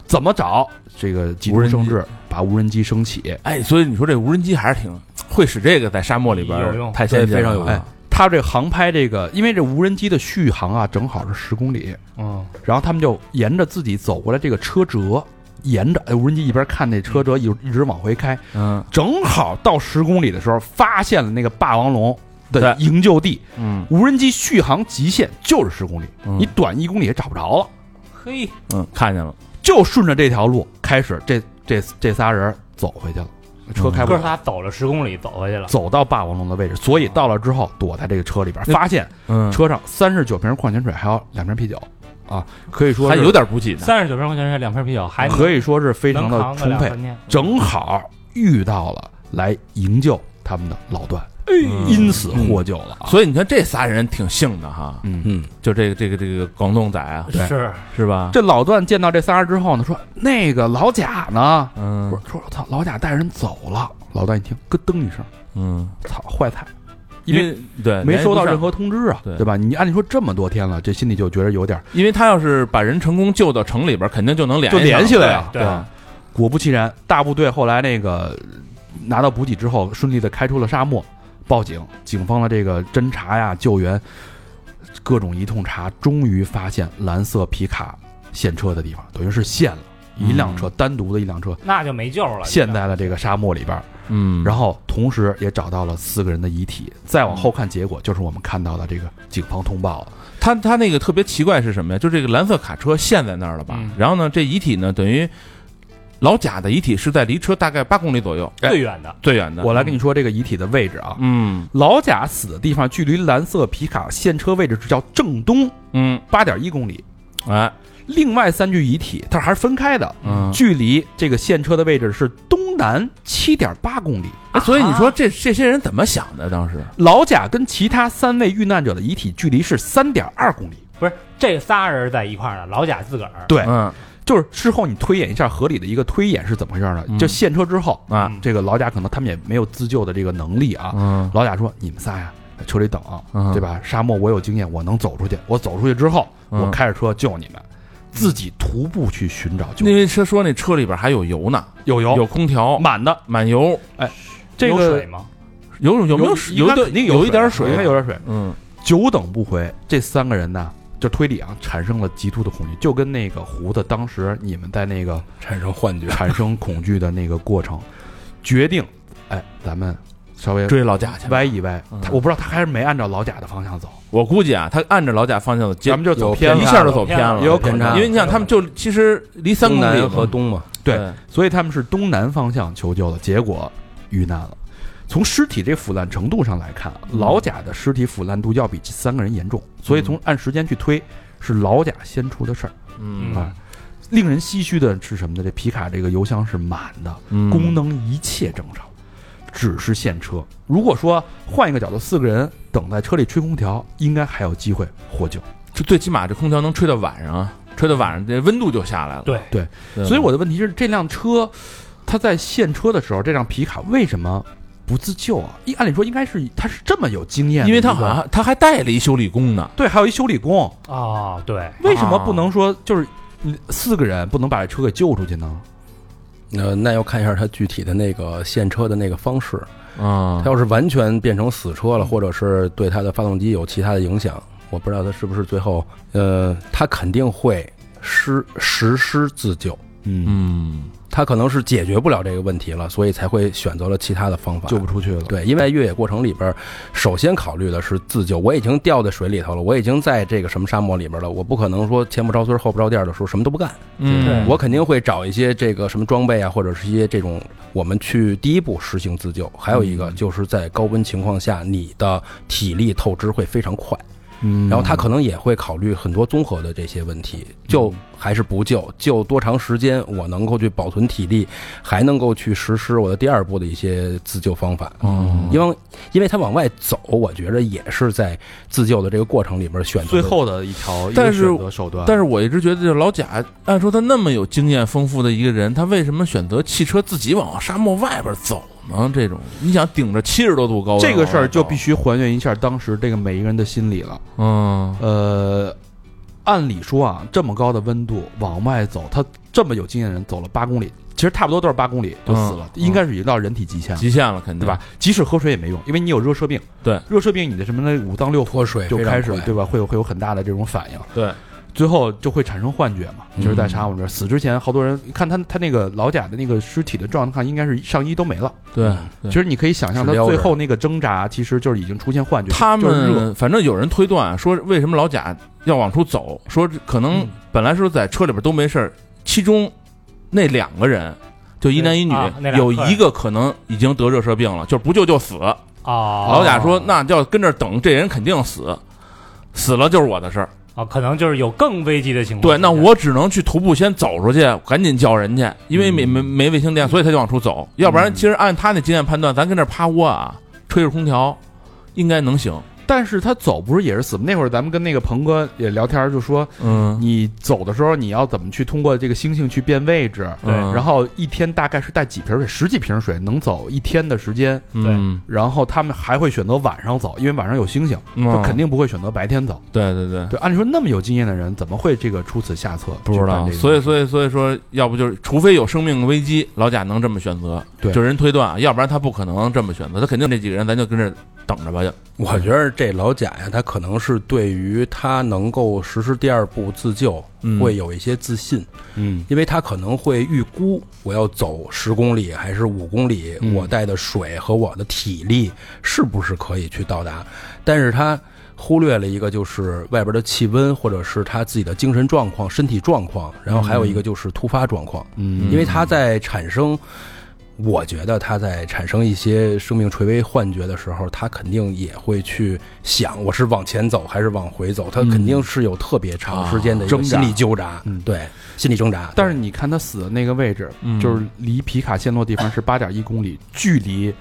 [SPEAKER 3] 怎么找？这个急中
[SPEAKER 4] 无人机
[SPEAKER 3] 生智，把无人机升起，
[SPEAKER 4] 哎，所以你说这无人机还是挺会使这个在沙漠里边
[SPEAKER 2] 有用
[SPEAKER 4] 太先进了，
[SPEAKER 5] 对非常有用
[SPEAKER 4] 哎
[SPEAKER 3] 他这航拍这个，因为这无人机的续航啊，正好是十公里，
[SPEAKER 2] 嗯，
[SPEAKER 3] 然后他们就沿着自己走过来这个车辙，沿着哎无人机一边看那车辙，一直一直往回开，
[SPEAKER 4] 嗯
[SPEAKER 3] 正好到十公里的时候，发现了那个霸王龙的
[SPEAKER 4] 对
[SPEAKER 3] 营救地。
[SPEAKER 4] 嗯
[SPEAKER 3] 无人机续航极限就是十公里，
[SPEAKER 4] 嗯
[SPEAKER 3] 你短一公里也找不着了，
[SPEAKER 2] 嘿，
[SPEAKER 4] 嗯，看见了，
[SPEAKER 3] 就顺着这条路开始，这这这仨人走回去了，车开不
[SPEAKER 4] 嗯
[SPEAKER 2] 哥
[SPEAKER 3] 了，
[SPEAKER 2] 仨走了十公里走回去了，
[SPEAKER 3] 走到霸王龙的位置，所以到了之后躲在这个车里边，发现
[SPEAKER 4] 嗯，
[SPEAKER 3] 车上三十九瓶矿泉水，还有两瓶啤酒，啊，可以说
[SPEAKER 4] 还
[SPEAKER 3] 是
[SPEAKER 4] 有点补给呢，
[SPEAKER 2] 三十九瓶矿泉水，两瓶啤酒，还能
[SPEAKER 3] 可以说是非常的
[SPEAKER 2] 能扛个
[SPEAKER 3] 充
[SPEAKER 2] 两
[SPEAKER 3] 沛，
[SPEAKER 2] 三天，
[SPEAKER 3] 正好遇到了来营救他们的老段，
[SPEAKER 4] 嗯
[SPEAKER 3] 因此获救了啊。
[SPEAKER 4] 所以你看这仨人挺幸的哈，
[SPEAKER 3] 嗯
[SPEAKER 5] 嗯，
[SPEAKER 4] 就这个这个这个广东仔啊，
[SPEAKER 2] 是
[SPEAKER 4] 是吧？
[SPEAKER 3] 这老段见到这仨人之后呢，说那个老贾呢？
[SPEAKER 4] 嗯
[SPEAKER 3] 说说操，老贾带人走了。老段一听，咯噔一声，
[SPEAKER 4] 嗯，
[SPEAKER 3] 操，坏菜，因
[SPEAKER 4] 因
[SPEAKER 3] 为
[SPEAKER 4] 为对
[SPEAKER 3] 没收到任，
[SPEAKER 4] 联系不上
[SPEAKER 3] 何通知啊，
[SPEAKER 4] 对
[SPEAKER 3] 对吧？你按理说这么多天了，这心里就觉得有点儿。
[SPEAKER 4] 因为他要是把人成功救到城里边，肯定就能联
[SPEAKER 3] 就联系
[SPEAKER 4] 上
[SPEAKER 3] 了呀啊
[SPEAKER 4] 对啊
[SPEAKER 2] 对
[SPEAKER 4] 吧
[SPEAKER 3] 果不其然，大部队后来那个拿到补给之后，顺利的开出了沙漠，报警，警方的这个侦查呀、救援，各种一通查，终于发现蓝色皮卡陷车的地方，等于是陷了一辆
[SPEAKER 4] 嗯
[SPEAKER 3] 车，单独的一辆车
[SPEAKER 2] 那就没救了。
[SPEAKER 3] 陷在了这个沙漠里边儿。
[SPEAKER 4] 嗯，
[SPEAKER 3] 然
[SPEAKER 4] 后
[SPEAKER 3] 后同时也找到了四个人的遗体。再往后看，结果就是我们看到的这个警方通报了。
[SPEAKER 4] 他他那个特别奇怪是什么呀？就这个蓝色卡车陷在那儿了吧
[SPEAKER 2] 嗯？
[SPEAKER 4] 然后呢，这遗体呢，等于老贾的遗体是在离车大概八公里左右
[SPEAKER 2] 最远的，
[SPEAKER 4] 最远的。
[SPEAKER 3] 哎我来跟你说这个遗体的位置啊，
[SPEAKER 4] 嗯
[SPEAKER 3] 老贾死的地方距离蓝色皮卡现车位置叫正东
[SPEAKER 4] 嗯，
[SPEAKER 3] 八点一公里。
[SPEAKER 4] 哎
[SPEAKER 3] 另外三具遗体，它还是分开的，
[SPEAKER 4] 嗯，
[SPEAKER 3] 距离这个现车的位置是东南七点八公里。
[SPEAKER 4] 哎所以你说这这些人怎么想的？当时
[SPEAKER 3] 老贾跟其他三位遇难者的遗体距离是三点二公里。
[SPEAKER 2] 不是这仨人在一块儿呢，老贾自个儿
[SPEAKER 3] 对，
[SPEAKER 4] 嗯
[SPEAKER 3] 就是事后你推演一下合理的一个推演是怎么回事呢？
[SPEAKER 4] 嗯
[SPEAKER 3] 就现车之后，
[SPEAKER 4] 啊
[SPEAKER 2] 嗯
[SPEAKER 3] 这个老贾可能他们也没有自救的这个能力啊。
[SPEAKER 4] 嗯
[SPEAKER 3] 老贾说：“你们仨呀，在车里等啊，
[SPEAKER 4] 嗯
[SPEAKER 3] 对吧？沙漠我有经验，我能走出去。我走出去之后，
[SPEAKER 4] 嗯
[SPEAKER 3] 我开着车救你们，自己徒步去寻找救
[SPEAKER 4] 因为车说那车里边还有油呢，
[SPEAKER 3] 有油
[SPEAKER 4] 有空调，
[SPEAKER 3] 满的
[SPEAKER 4] 满油，
[SPEAKER 3] 这
[SPEAKER 2] 有
[SPEAKER 3] 个
[SPEAKER 2] 水吗？
[SPEAKER 4] 有有有没有
[SPEAKER 3] 水
[SPEAKER 4] 水？啊
[SPEAKER 3] 应该
[SPEAKER 4] 有的
[SPEAKER 3] 肯定
[SPEAKER 4] 有一点
[SPEAKER 3] 水，应该有点水。
[SPEAKER 4] 嗯
[SPEAKER 3] 久等不回，这三个人呢，就推理啊，产生了极度的恐惧，就跟那个胡子当时你们在那
[SPEAKER 4] [laughs]
[SPEAKER 3] 个
[SPEAKER 5] 产生幻觉，
[SPEAKER 3] 产生恐惧的那个过程，决定，哎，咱们稍微
[SPEAKER 4] 追老贾去。
[SPEAKER 3] 歪一歪
[SPEAKER 4] 嗯。
[SPEAKER 3] 他我不知道他还是没按照老贾的方向走，
[SPEAKER 4] 我估计啊，他按着老贾方向的
[SPEAKER 3] 咱
[SPEAKER 4] 结
[SPEAKER 3] 们就走
[SPEAKER 5] 有
[SPEAKER 3] 偏
[SPEAKER 5] 偏
[SPEAKER 4] 一
[SPEAKER 3] 了。
[SPEAKER 4] 下就走偏了，
[SPEAKER 3] 也有
[SPEAKER 5] 可能
[SPEAKER 2] 啊
[SPEAKER 4] 因为你想，他们就其实离三
[SPEAKER 5] 东
[SPEAKER 4] 公里
[SPEAKER 5] 南啊
[SPEAKER 4] 嘛
[SPEAKER 5] 和东嘛，
[SPEAKER 3] 对所以他们是东南方向求救的，结果遇难了。从尸体这腐烂程度上来看，
[SPEAKER 4] 嗯
[SPEAKER 3] 老贾的尸体腐烂度要比这三个人严重，所以从按时间去推，是老贾先出的事儿。
[SPEAKER 4] 嗯
[SPEAKER 3] 啊，令人唏嘘的是什么呢？这皮卡这个油箱是满的，
[SPEAKER 4] 嗯
[SPEAKER 3] 功能一切正常，只是现车。如果说换一个角度，四个人等在车里吹空调，应该还有机会获救。
[SPEAKER 4] 这最起码这空调能吹到晚上啊，吹到晚上这温度就下来了。
[SPEAKER 2] 对
[SPEAKER 3] 对
[SPEAKER 4] 对吧，
[SPEAKER 3] 所以我的问题是，这辆车它在现车的时候，这辆皮卡为什么不自救啊？一按理说应该是它是这么有经验的一
[SPEAKER 4] 因
[SPEAKER 3] 个，
[SPEAKER 4] 为他好像他还带了一修理工呢，
[SPEAKER 3] 对，还有一修理工，啊
[SPEAKER 2] 哦，对，
[SPEAKER 3] 为什么不能说就是嗯四个人不能把这车给救出去呢？
[SPEAKER 5] 呃，那要看一下它具体的那个现车的那个方式，
[SPEAKER 4] 啊
[SPEAKER 5] 它，要是完全变成死车了，或者是对它的发动机有其他的影响，我不知道它是不是最后，呃，它肯定会施实施自救，
[SPEAKER 3] 嗯，
[SPEAKER 4] 嗯，
[SPEAKER 5] 它可能是解决不了这个问题了，所以才会选择了其他的方法。
[SPEAKER 3] 救不出去了。
[SPEAKER 5] 对，因为在越野过程里边，首先考虑的是自救。我已经掉在水里头了，我已经在这个什么沙漠里边了，我不可能说前不着村后不着店的时候什么都不干。
[SPEAKER 4] 嗯，
[SPEAKER 5] 我肯定会找一些这个什么装备啊，或者是一些这种我们去第一步实行自救。还有一
[SPEAKER 3] 嗯
[SPEAKER 5] 个就是在高温情况下，你的体力透支会非常快，
[SPEAKER 3] 嗯
[SPEAKER 5] 然后他可能也会考虑很多综合的这些问题，救还是不救，救多长时间，我能够去保存体力，还能够去实施我的第二步的一些自救方法。
[SPEAKER 4] 嗯
[SPEAKER 5] 因为因为他往外走，我觉得也是在自救的这个过程里边选择
[SPEAKER 3] 最
[SPEAKER 5] 的
[SPEAKER 3] 后的一条一个
[SPEAKER 4] 但是
[SPEAKER 3] 选择手段，
[SPEAKER 4] 但是我一直觉得，这老贾，按说他那么有经验丰富的一个人，他为什么选择汽车自己往沙漠外边走呢？这种，你想顶着七十多度高温，
[SPEAKER 3] 这个事儿就必，须还原一下当时这个每一个人的心理了。
[SPEAKER 4] 嗯
[SPEAKER 3] 呃，按理说啊，这么高的温度往外走，他这么有经验的人走了八公里，其实差不多都是八公里就死了，
[SPEAKER 4] 嗯
[SPEAKER 3] 应该是已经到人体极限了，
[SPEAKER 4] 极限了，肯
[SPEAKER 3] 对
[SPEAKER 4] 定
[SPEAKER 3] 吧？？即使喝水也没用，因为你有热射病。
[SPEAKER 4] 对，
[SPEAKER 3] 热射病你的什么呢？五脏六腑
[SPEAKER 5] 脱水
[SPEAKER 3] 就
[SPEAKER 5] 非常
[SPEAKER 3] 开始
[SPEAKER 5] 快
[SPEAKER 3] 对吧？会有会有很大的这种反应，
[SPEAKER 4] 对，嗯
[SPEAKER 3] 最后就会产生幻觉嘛，就是在沙漠这儿死之前，好多人看他他那个老贾的那个尸体的状态，应该是上衣都没了。
[SPEAKER 4] 对，对
[SPEAKER 3] 其实你可以想象他
[SPEAKER 5] 是撩
[SPEAKER 3] 最
[SPEAKER 5] 人
[SPEAKER 3] 后那个挣扎，其实就是已经出现幻觉，
[SPEAKER 4] 他
[SPEAKER 3] 就是热
[SPEAKER 4] 们反正有人推断说，为什么老贾要往出走？说可能本来说在车里边都没事儿，其中那两个人就一男一女
[SPEAKER 2] 对啊那，俩
[SPEAKER 4] 有一个可能已经得热射病了，就是不救就死。
[SPEAKER 2] 哦，
[SPEAKER 4] 老贾说，那就要跟这儿等，这人肯定死，死了就是我的事儿。
[SPEAKER 2] 哦，可能就是有更危急的情况。
[SPEAKER 4] 对，那我只能去徒步先走出去，赶紧叫人去，因为
[SPEAKER 3] 嗯
[SPEAKER 4] 没没没卫星电，所以他就往出走。要不然，其实按他那经验判断，咱跟这儿趴窝啊，吹着空调，应该能行。
[SPEAKER 3] 但是他走不是也是死吗？那会儿咱们跟那个鹏哥也聊天，就说
[SPEAKER 4] 嗯，
[SPEAKER 3] 你走的时候你要怎么去通过这个星星去变位置，
[SPEAKER 2] 对
[SPEAKER 4] 嗯
[SPEAKER 3] 然后一天大概是带几瓶水，十几瓶水能走一天的时间。
[SPEAKER 4] 嗯，
[SPEAKER 3] 然后他们还会选择晚上走，因为晚上有星星，
[SPEAKER 4] 嗯
[SPEAKER 3] 就肯定不会选择白天走。
[SPEAKER 4] 对对对，
[SPEAKER 3] 对，按理说那么有经验的人，怎么会这个出此下策？
[SPEAKER 4] 不知道。所以所以所以说，要不就是除非有生命危机，老贾能这么选择，
[SPEAKER 3] 对
[SPEAKER 4] 就人推断啊，要不然他不可能这么选择，他肯定这几个人咱就跟这儿等着吧，就
[SPEAKER 5] 我觉得这老贾呀，他可能是对于他能够实施第二步自救，
[SPEAKER 4] 嗯
[SPEAKER 5] 会有一些自信，
[SPEAKER 3] 嗯，
[SPEAKER 5] 因为他可能会预估我要走十公里还是五公里，我带的水和我的体力是不是可以去到达，但是他。忽略了一个就是外边的气温，或者是他自己的精神状况、身体状况，然后还有一个就是突发状况，
[SPEAKER 3] 嗯，
[SPEAKER 5] 因为他在产生，我觉得他在产生一些生命垂危幻觉的时候，他肯定也会去想，我是往前走还是往回走，他肯定是有特别长时间的一
[SPEAKER 3] 啊
[SPEAKER 5] 个
[SPEAKER 3] 挣
[SPEAKER 5] 心
[SPEAKER 3] 扎
[SPEAKER 5] 理纠嗯扎，
[SPEAKER 3] 嗯
[SPEAKER 5] 对，心理挣扎。
[SPEAKER 3] 但是你看他死的那个位置，
[SPEAKER 4] 嗯
[SPEAKER 3] 就是离皮卡陷落地方是八点一公里，距离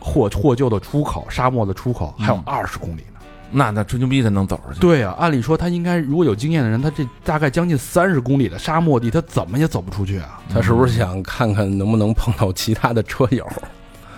[SPEAKER 3] 获获救的出口、沙漠的出口还有
[SPEAKER 4] 嗯
[SPEAKER 3] 二十公里呢。
[SPEAKER 4] 那那吹牛逼才能走出去。
[SPEAKER 3] 对啊，按理说他应该如果有经验的人，他这大概将近三十公里的沙漠地，他怎么也走不出去啊？
[SPEAKER 5] 他是不是想看看能不能碰到其他的车 [laughs] 友？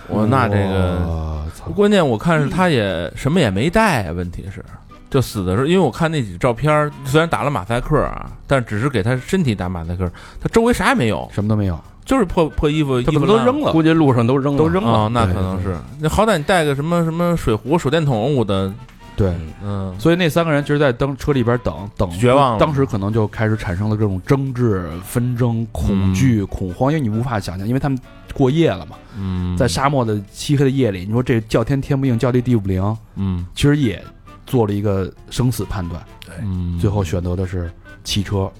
[SPEAKER 4] 我哦那这
[SPEAKER 3] 哦
[SPEAKER 4] 个，
[SPEAKER 3] 我操
[SPEAKER 4] 关键我看是他也
[SPEAKER 3] 嗯
[SPEAKER 4] 什么也没带，啊问题是。就死的时候，因为我看那几个照片儿，虽然打了马赛克啊，但只是给他身体打马赛克，他周围啥也没有，
[SPEAKER 3] 什么都没有，
[SPEAKER 4] 就是破破衣服，衣
[SPEAKER 3] 他
[SPEAKER 4] 服
[SPEAKER 3] 们都
[SPEAKER 4] 烂
[SPEAKER 3] 扔了，
[SPEAKER 5] 估计路上都扔了，啊嗯
[SPEAKER 3] 都扔了
[SPEAKER 4] 哦，那
[SPEAKER 3] 对
[SPEAKER 4] 可能是。那好歹你带个什么什么水壶、手电筒，我的，
[SPEAKER 3] 对。
[SPEAKER 4] 嗯，
[SPEAKER 3] 所以那三个人就是在当车里边等等，
[SPEAKER 4] 绝望了
[SPEAKER 3] 当时可能就开始产生了各种争执、纷争、恐惧、恐慌，因为你无法想象，因为他们过夜了嘛，
[SPEAKER 4] 嗯，
[SPEAKER 3] 在沙漠的漆黑的夜里，你说这叫天天不应，叫地地不灵，
[SPEAKER 4] 嗯，
[SPEAKER 3] 其实也做了一个生死判断，
[SPEAKER 4] 嗯，
[SPEAKER 3] 最后选择的是汽车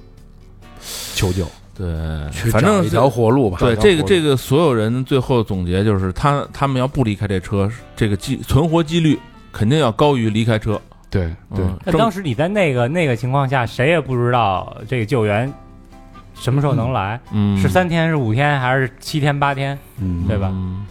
[SPEAKER 3] 求救。
[SPEAKER 5] 去
[SPEAKER 4] 对，
[SPEAKER 5] 找
[SPEAKER 4] 反正
[SPEAKER 5] 一条活路吧。
[SPEAKER 4] 对
[SPEAKER 3] 找
[SPEAKER 4] 这
[SPEAKER 3] 活
[SPEAKER 4] 个
[SPEAKER 3] 路
[SPEAKER 4] 这个所有人最后总结就是，他他们要不离开这车，这个机存活几率肯定要高于离开车。
[SPEAKER 3] 对对，
[SPEAKER 4] 嗯
[SPEAKER 2] 那
[SPEAKER 4] 正
[SPEAKER 2] 当时你在那个那个情况下，谁也不知道这个救援什么时候能来，
[SPEAKER 4] 嗯
[SPEAKER 2] 是三天、是五天，还是七天、八天？
[SPEAKER 3] 嗯
[SPEAKER 2] 对吧
[SPEAKER 4] 嗯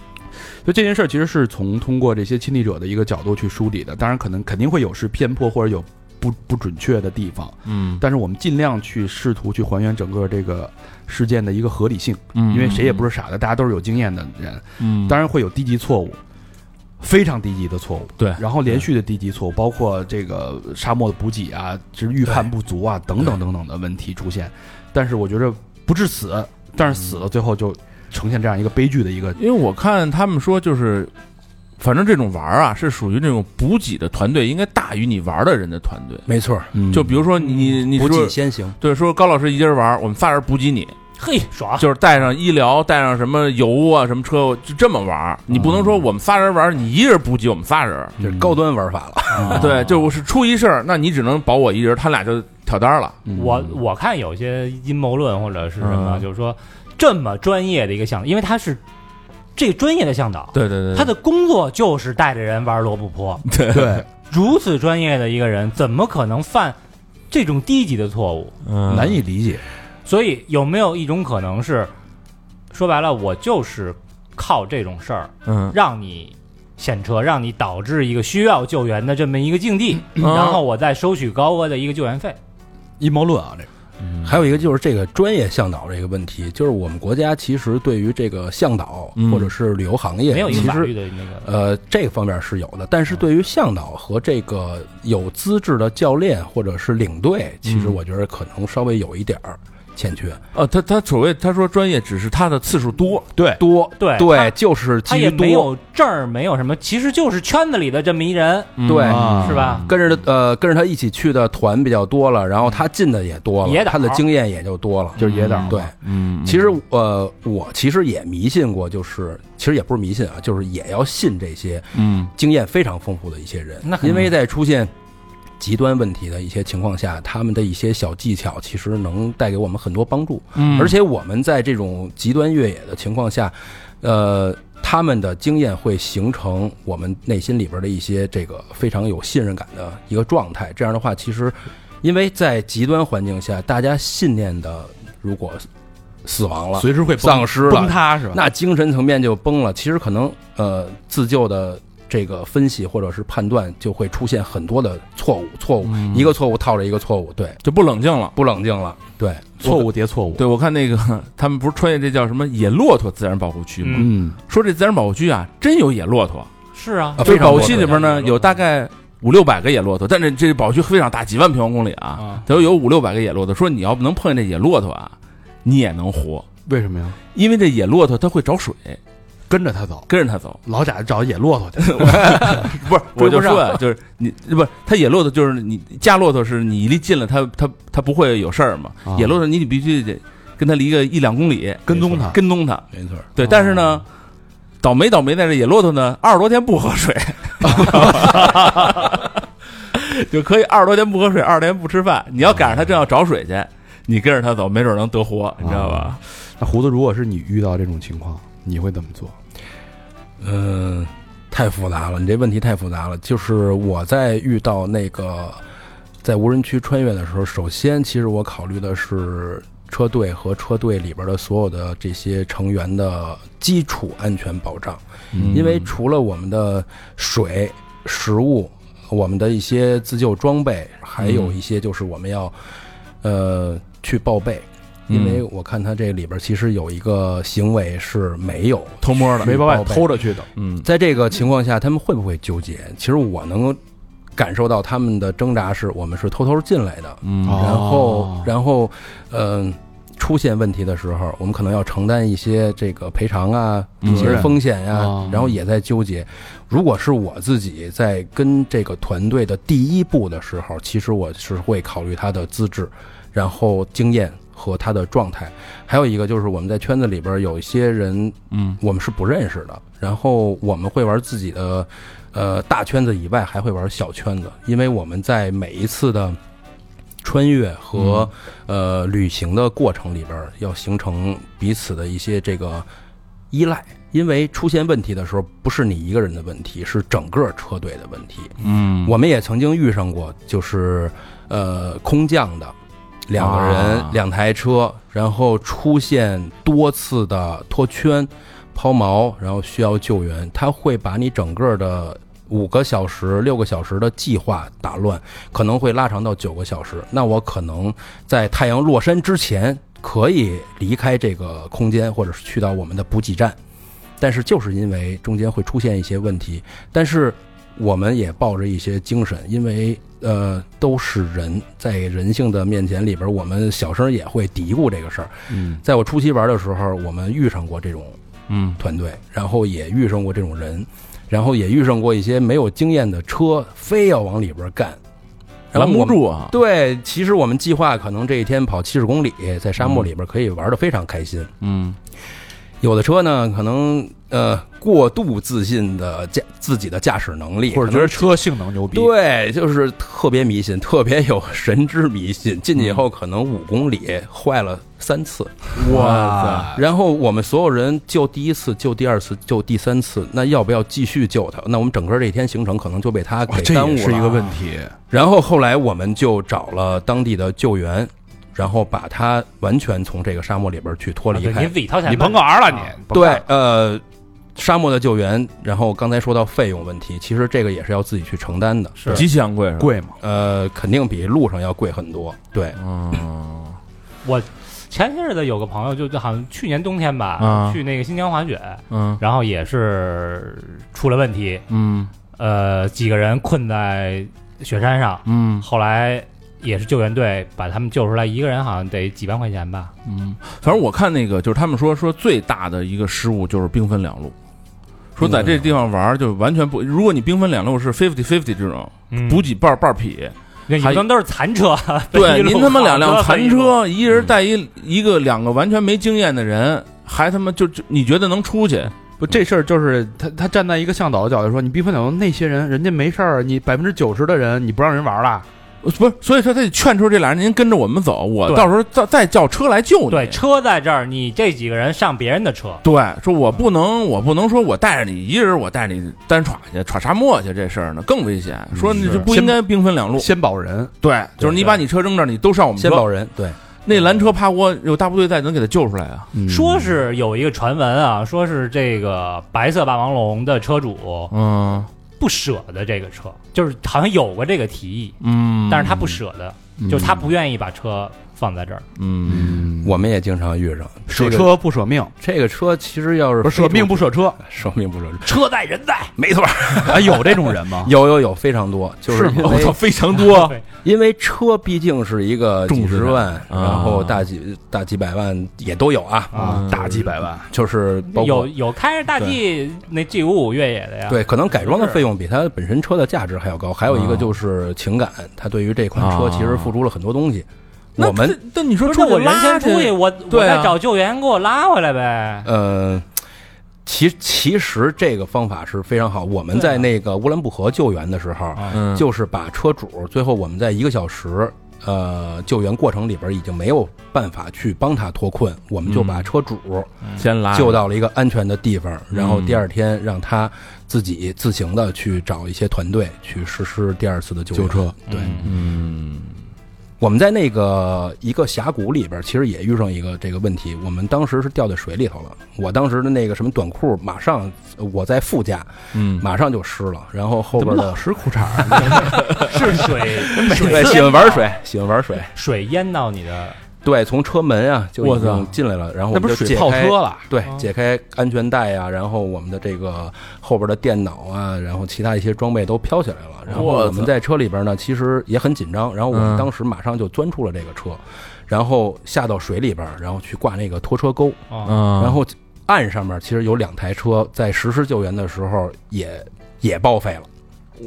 [SPEAKER 3] 所以这件事儿其实是从通过这些亲历者的一个角度去梳理的，当然可能肯定会有失偏颇或者有不不准确的地方。
[SPEAKER 4] 嗯，
[SPEAKER 3] 但是我们尽量去试图去还原整个这个事件的一个合理性，
[SPEAKER 4] 因
[SPEAKER 3] 因为谁也不是傻的，大家都是有经验的人，
[SPEAKER 4] 嗯，
[SPEAKER 3] 当然会有低级错误，非常低级的错误，
[SPEAKER 4] 对嗯
[SPEAKER 3] 然后连续的低级错误，包括这个沙漠的补给啊，是预判不足啊，等等等等的问题出现，但是我觉着不致死，但是死了最后就呈现这样一个悲剧的一个，
[SPEAKER 4] 因为我看他们说就是。反正这种玩儿啊，是属于那种补给的团队，应该大于你玩儿的人的团队。
[SPEAKER 5] 没错，
[SPEAKER 4] 就比如说你，你
[SPEAKER 5] 不
[SPEAKER 4] 说
[SPEAKER 5] 计先行。
[SPEAKER 4] 对，说高老师一个人玩儿，我们仨人补给你，
[SPEAKER 2] 嘿，爽！
[SPEAKER 4] 就是带上医疗，带上什么油啊，什么车，就这么玩儿。你不能说我们仨人玩儿，你一人补给我们仨人儿。
[SPEAKER 5] 这是高端玩法了，
[SPEAKER 4] 对，就是出一事儿，那你只能保我一人，他俩就挑单儿了。
[SPEAKER 2] 我
[SPEAKER 3] 嗯
[SPEAKER 2] 我看有些阴谋论或者是什么，
[SPEAKER 4] 嗯
[SPEAKER 2] 就是说这么专业的一个向导，因为他是这个专业的向导，
[SPEAKER 4] 对对对
[SPEAKER 2] 他的工作就是带着人玩罗布泊。
[SPEAKER 3] 对，
[SPEAKER 2] 如此专业的一个人，怎么可能犯这种低级的错误？
[SPEAKER 4] 难
[SPEAKER 3] 难以理解，
[SPEAKER 2] 所以有没有一种可能是，说白了，我就是靠这种事儿
[SPEAKER 4] 嗯
[SPEAKER 2] 让你陷车，让你导致一个需要救援的这么一个境地，
[SPEAKER 4] 嗯
[SPEAKER 5] 啊
[SPEAKER 2] 然后我再收取高额的一个救援费。
[SPEAKER 3] 阴谋论啊，这个
[SPEAKER 5] 还有一个就是这个专业向导这个问题，就是我们国家其实对于这个向导
[SPEAKER 4] 嗯
[SPEAKER 5] 或者是旅游行业，
[SPEAKER 2] 没有一
[SPEAKER 5] 其
[SPEAKER 2] 个法
[SPEAKER 5] 实
[SPEAKER 2] 律的那个，
[SPEAKER 5] 呃这方面是有的，但是对于向导和这个有资质的教练或者是领队，其实我觉得可能稍微有一点儿。欠缺，
[SPEAKER 4] 呃，他他所谓他说专业只是他的次数多，
[SPEAKER 5] 对多
[SPEAKER 2] 对他
[SPEAKER 5] 对，就是
[SPEAKER 2] 他
[SPEAKER 5] 基
[SPEAKER 2] 也
[SPEAKER 5] 于
[SPEAKER 2] 没
[SPEAKER 5] 多，
[SPEAKER 2] 有证儿，没有什么，其实就是圈子里的这么一人，
[SPEAKER 4] 嗯
[SPEAKER 5] 对
[SPEAKER 1] 啊
[SPEAKER 2] 是吧？
[SPEAKER 5] 跟着呃跟着他一起去的团比较多了，然后他进的也多
[SPEAKER 2] 野
[SPEAKER 5] 了，
[SPEAKER 2] 党
[SPEAKER 5] 他的经验也就多了，
[SPEAKER 3] 就是野党
[SPEAKER 5] 对，
[SPEAKER 4] 嗯，
[SPEAKER 5] 其实呃我其实也迷信过，就是其实也不是迷信啊，就是也要信这些
[SPEAKER 4] 嗯
[SPEAKER 5] 经验非常丰富的一些人
[SPEAKER 2] 那，肯定
[SPEAKER 5] 因为在出现极端问题的一些情况下，他们的一些小技巧其实能带给我们很多帮助。
[SPEAKER 4] 嗯，
[SPEAKER 5] 而且我们在这种极端越野的情况下，呃，他们的经验会形成我们内心里边的一些这个非常有信任感的一个状态。这样的话，其实因为在极端环境下，大家信念的如果死亡了、
[SPEAKER 1] 随时会
[SPEAKER 5] 丧失了
[SPEAKER 1] 崩，塌是吧？
[SPEAKER 5] 那精神层面就崩了。其实可能呃，自救的这个分析或者是判断就会出现很多的错误，错误、一个错误套着一个错误，对，
[SPEAKER 4] 就不冷静了。
[SPEAKER 5] 不冷静了，对，
[SPEAKER 1] 错误叠错误，
[SPEAKER 4] 对，我看那个他们不是穿越这叫什么野骆驼自然保护区吗？
[SPEAKER 2] 嗯
[SPEAKER 5] 嗯，
[SPEAKER 4] 说这自然保护区啊，真有野骆驼。
[SPEAKER 2] 是啊，
[SPEAKER 5] 啊
[SPEAKER 4] 这
[SPEAKER 5] 非常
[SPEAKER 4] 保护
[SPEAKER 5] 多
[SPEAKER 4] 区
[SPEAKER 5] 的
[SPEAKER 4] 里边呢，有大概五六百个野骆驼，但是这保护区非常大，几万平方公里啊
[SPEAKER 1] 啊，
[SPEAKER 4] 都有五六百个野骆驼。说你要能碰见这野骆驼啊，你也能活，
[SPEAKER 1] 为什么呀？
[SPEAKER 4] 因为这野骆驼它会找水，
[SPEAKER 1] 跟着他走，
[SPEAKER 4] 跟着它走。
[SPEAKER 1] 老贾找野骆驼
[SPEAKER 4] [laughs]
[SPEAKER 1] 去，
[SPEAKER 4] 不是，
[SPEAKER 1] 追
[SPEAKER 4] 我
[SPEAKER 1] 不
[SPEAKER 4] 就
[SPEAKER 1] 上
[SPEAKER 4] 说啊，就是你不是它野骆驼，就是你家骆驼是你离近了它，它它不会有事儿嘛。
[SPEAKER 1] 啊
[SPEAKER 4] 野骆驼你必须得跟它离个一两公里，
[SPEAKER 1] 跟踪他
[SPEAKER 4] 跟踪它。
[SPEAKER 5] 没错。
[SPEAKER 4] 对，但是
[SPEAKER 1] 哦
[SPEAKER 4] 呢，倒霉倒霉在这野骆驼呢，二十多天不喝水， [laughs] 就可以二十多天不喝水，二十天不吃饭。你要赶上它正要找水去，你跟着它走，没准能得
[SPEAKER 1] 啊
[SPEAKER 4] 活，你知道吧？
[SPEAKER 1] 那胡子，如果是你遇到这种情况，你会怎么做？
[SPEAKER 5] 嗯，太复杂了，你这问题太复杂了。就是我在遇到那个在无人区穿越的时候，首先其实我考虑的是车队和车队里边的所有的这些成员的基础安全保障，因为除了我们的水、食物、我们的一些自救装备，还有一些就是我们要呃去报备。因为我看他这里边其实有一个行为是没有
[SPEAKER 4] 偷摸的，
[SPEAKER 5] 没
[SPEAKER 1] 办法
[SPEAKER 5] 报备
[SPEAKER 1] 偷着去的，
[SPEAKER 4] 嗯，
[SPEAKER 5] 在这个情况下，他们会不会纠结？其实我能够感受到他们的挣扎是，我们是偷偷进来的，
[SPEAKER 4] 嗯
[SPEAKER 1] 哦
[SPEAKER 5] 然后，然后，嗯、出现问题的时候，我们可能要承担一些这个赔偿啊，
[SPEAKER 4] 嗯
[SPEAKER 5] 一些风险呀、
[SPEAKER 1] 哦
[SPEAKER 5] 啊然后也在纠结。如果是我自己在跟这个团队的第一步的时候，其实我是会考虑他的资质，然后经验和他的状态。还有一个就是我们在圈子里边有一些人
[SPEAKER 4] 嗯
[SPEAKER 5] 我们是不认识的。然后我们会玩自己的，呃，大圈子以外还会玩小圈子，因为我们在每一次的穿越和、呃旅行的过程里边儿，要形成彼此的一些这个依赖。因为出现问题的时候，不是你一个人的问题，是整个车队的问题。
[SPEAKER 4] 嗯，
[SPEAKER 5] 我们也曾经遇上过，就是呃空降的两个人、
[SPEAKER 4] 啊
[SPEAKER 5] 两台车，然后出现多次的脱圈、抛锚，然后需要救援，他会把你整个的。五个小时、六个小时的计划打乱，可能会拉长到九个小时。那我可能在太阳落山之前可以离开这个空间，或者是去到我们的补给站。但是就是因为中间会出现一些问题，但是我们也抱着一些精神，因为呃都是人，在人性的面前里边，我们小声也会嘀咕这个事儿。
[SPEAKER 1] 嗯，
[SPEAKER 5] 在我初期玩的时候，我们遇上过这种
[SPEAKER 4] 嗯
[SPEAKER 5] 团队，然后也遇上过这种人，然后也遇上过一些没有经验的车，非要往里边干，然
[SPEAKER 4] 拦
[SPEAKER 5] 后
[SPEAKER 4] 不
[SPEAKER 5] 我们。
[SPEAKER 4] 住啊，
[SPEAKER 5] 对，其实我们计划可能这一天跑七十公里，在沙
[SPEAKER 1] 嗯
[SPEAKER 5] 漠里边可以玩的非常开心。
[SPEAKER 4] 嗯
[SPEAKER 5] 有的车呢，可能呃过度自信的驾自己的驾驶能力，
[SPEAKER 1] 或者
[SPEAKER 5] 可
[SPEAKER 1] 觉
[SPEAKER 5] 能
[SPEAKER 1] 得车性能牛逼，
[SPEAKER 5] 对，就是特别迷信， [laughs] 特别有神之迷信。进去以后，可能五公里坏了三次，
[SPEAKER 1] 哇塞，
[SPEAKER 5] 然后我们所有人救第一次，救第二次，救第三次，那要不要继续救他？那我们整个这一天行程可能就被
[SPEAKER 1] 哇
[SPEAKER 5] 他给
[SPEAKER 1] 这
[SPEAKER 5] 耽误
[SPEAKER 1] 也
[SPEAKER 5] 了。
[SPEAKER 1] 是一个问题，
[SPEAKER 3] 啊
[SPEAKER 5] 然后后来我们就找了当地的救援，然后把他完全从这个沙漠里边去脱离
[SPEAKER 2] 啊对
[SPEAKER 5] 开
[SPEAKER 2] 您。自己掏钱吧，
[SPEAKER 1] 你甭玩了，
[SPEAKER 2] 啊
[SPEAKER 1] 你
[SPEAKER 5] 对，呃，沙漠的救援，然后刚才说到费用问题，其实这个也是要自己去承担的。
[SPEAKER 2] 是
[SPEAKER 4] 极其昂贵，是吧，
[SPEAKER 1] 贵吗？
[SPEAKER 5] 呃，肯定比路上要贵很多。对，
[SPEAKER 4] 嗯
[SPEAKER 2] 前些日子有个朋友就就好像去年冬天吧，
[SPEAKER 4] 啊
[SPEAKER 2] 去那个新疆滑雪，
[SPEAKER 4] 嗯
[SPEAKER 2] 然后也是出了问题，
[SPEAKER 4] 嗯
[SPEAKER 2] 呃，几个人困在雪山上，
[SPEAKER 4] 嗯
[SPEAKER 2] 后来也是救援队把他们救出来，一个人好像得几万块钱吧。
[SPEAKER 4] 嗯，反正我看那个就是他们说说最大的一个失误就是兵分两路，说在这地方玩儿就完全不，如果你兵分两路是 fifty fifty 这种
[SPEAKER 2] 嗯
[SPEAKER 4] 补给半半儿
[SPEAKER 2] [laughs]
[SPEAKER 4] 匹，
[SPEAKER 2] 那你
[SPEAKER 4] 还
[SPEAKER 2] 们都是残车， [laughs]
[SPEAKER 4] 对
[SPEAKER 2] 一路
[SPEAKER 4] 您他妈
[SPEAKER 2] 跑
[SPEAKER 4] 两辆
[SPEAKER 2] 车
[SPEAKER 4] 残
[SPEAKER 2] 一路
[SPEAKER 4] 车，一人带一一个两个完全没经验的人，还他妈就就你觉得能出去？
[SPEAKER 3] 不，这事儿就是他他站在一个向导的角度说，你逼分两那些人，人家没事儿，你百分之九十的人你不让人玩了，
[SPEAKER 4] 呃不是，所以说他得劝出这俩人，您跟着我们走，我
[SPEAKER 2] 对
[SPEAKER 4] 到时候再再叫车来救你。
[SPEAKER 2] 对，车在这儿，你这几个人上别人的车，
[SPEAKER 4] 对，说我不能，我不能说我带着你一人，我带你单闯去，闯沙漠去，这事儿呢更危险。
[SPEAKER 5] 嗯
[SPEAKER 4] 说你
[SPEAKER 3] 是
[SPEAKER 4] 就不应该兵分两路。
[SPEAKER 3] 先保人。
[SPEAKER 4] 对，就是你把你车扔这儿，你都上我们
[SPEAKER 5] 先保
[SPEAKER 4] 车。
[SPEAKER 5] 人，对，
[SPEAKER 4] 那拦车趴窝有大部队在，能给他救出来啊？
[SPEAKER 3] 嗯
[SPEAKER 2] 说是有一个传闻啊，说是这个白色霸王龙的车主
[SPEAKER 4] 嗯
[SPEAKER 2] 不舍得这个车，就是好像有过这个提议，
[SPEAKER 4] 嗯，
[SPEAKER 2] 但是他不舍得，就是他不愿意把车放在这儿。
[SPEAKER 4] 嗯，
[SPEAKER 5] 我们也经常遇上
[SPEAKER 3] 舍
[SPEAKER 5] 这个
[SPEAKER 3] 车不舍命，
[SPEAKER 5] 这个车其实要是
[SPEAKER 3] 不是舍
[SPEAKER 5] 非
[SPEAKER 3] 命
[SPEAKER 5] 主
[SPEAKER 3] 不舍车，
[SPEAKER 5] 舍命不舍车，
[SPEAKER 2] 车在人在，
[SPEAKER 5] 没错，
[SPEAKER 3] 啊，有这种人吗？
[SPEAKER 5] 有有 [laughs] 有非常多，就是因
[SPEAKER 4] 我
[SPEAKER 5] 为
[SPEAKER 4] 操，非常多。
[SPEAKER 5] 因为车毕竟是一个
[SPEAKER 4] 重
[SPEAKER 5] 几
[SPEAKER 4] 资产
[SPEAKER 5] 十万，
[SPEAKER 4] 啊
[SPEAKER 5] 然后大几大几百万也都有啊，
[SPEAKER 2] 啊，
[SPEAKER 3] 大几百万，
[SPEAKER 5] 就是包
[SPEAKER 2] 有
[SPEAKER 5] 括
[SPEAKER 2] 有开着大 G 那 G 五五越野的呀，
[SPEAKER 5] 对，可能改装的费用比它本身车的价值还要高。还有一个就是情感，他对于这款
[SPEAKER 4] 啊
[SPEAKER 5] 车其实付出了很多东西。
[SPEAKER 4] 那
[SPEAKER 5] 我们
[SPEAKER 4] 这那你说
[SPEAKER 2] 不是，
[SPEAKER 4] 出
[SPEAKER 2] 那
[SPEAKER 4] 去
[SPEAKER 2] 我人
[SPEAKER 4] 拉
[SPEAKER 2] 先出去，
[SPEAKER 4] 去，
[SPEAKER 2] 我我
[SPEAKER 4] 对啊
[SPEAKER 2] 再找救援给我拉回来
[SPEAKER 5] [laughs]
[SPEAKER 2] 呗。
[SPEAKER 5] 呃，其其实这个方法是非常好。我们在那个乌兰布和救援的时候，
[SPEAKER 4] 嗯
[SPEAKER 5] 就是把车主最后我们在一个小时。呃，救援过程里边已经没有办法去帮他脱困，我们就把
[SPEAKER 4] 嗯
[SPEAKER 5] 车主
[SPEAKER 4] 先拉
[SPEAKER 5] 救到了一个安全的地方，然后
[SPEAKER 4] 啊嗯
[SPEAKER 5] 第二天让他自己自行的去找一些团队去实施第二次的救
[SPEAKER 4] 救
[SPEAKER 5] 援
[SPEAKER 4] 车。
[SPEAKER 5] 对，
[SPEAKER 4] 嗯
[SPEAKER 5] 我们在那个一个峡谷里边，其实也遇上一个这个问题。我们当时是掉在水里头了，我当时的那个什么短裤，马上呃我在副驾，
[SPEAKER 4] 嗯，
[SPEAKER 5] 马上就湿了。然后后边的
[SPEAKER 3] 湿裤衩儿？
[SPEAKER 2] 是水
[SPEAKER 5] 对
[SPEAKER 2] 水
[SPEAKER 5] 喜欢
[SPEAKER 2] 淹
[SPEAKER 5] 玩
[SPEAKER 2] 到
[SPEAKER 5] 水，喜欢玩水，
[SPEAKER 2] 水淹到你的，
[SPEAKER 5] 对，从车门啊就
[SPEAKER 4] 我
[SPEAKER 5] 已
[SPEAKER 4] 操
[SPEAKER 5] 经进来了，然后我
[SPEAKER 3] 那
[SPEAKER 5] 们
[SPEAKER 3] 不
[SPEAKER 5] 就是
[SPEAKER 3] 水
[SPEAKER 5] 解
[SPEAKER 3] 泡
[SPEAKER 5] 开
[SPEAKER 3] 车了？
[SPEAKER 5] 对，
[SPEAKER 4] 哦
[SPEAKER 5] 解开安全带呀、然后我们的这个后边的电脑啊，然后其他一些装备都飘起来了。然后
[SPEAKER 4] 我操
[SPEAKER 5] 我们在车里边呢，其实也很紧张。然后我
[SPEAKER 4] 嗯
[SPEAKER 5] 们当时马上就钻出了这个车，然后下到水里边，然后去挂那个拖车钩。
[SPEAKER 2] 哦，
[SPEAKER 4] 嗯，
[SPEAKER 5] 然后岸上面其实有两台车在实施救援的时候也也报废了。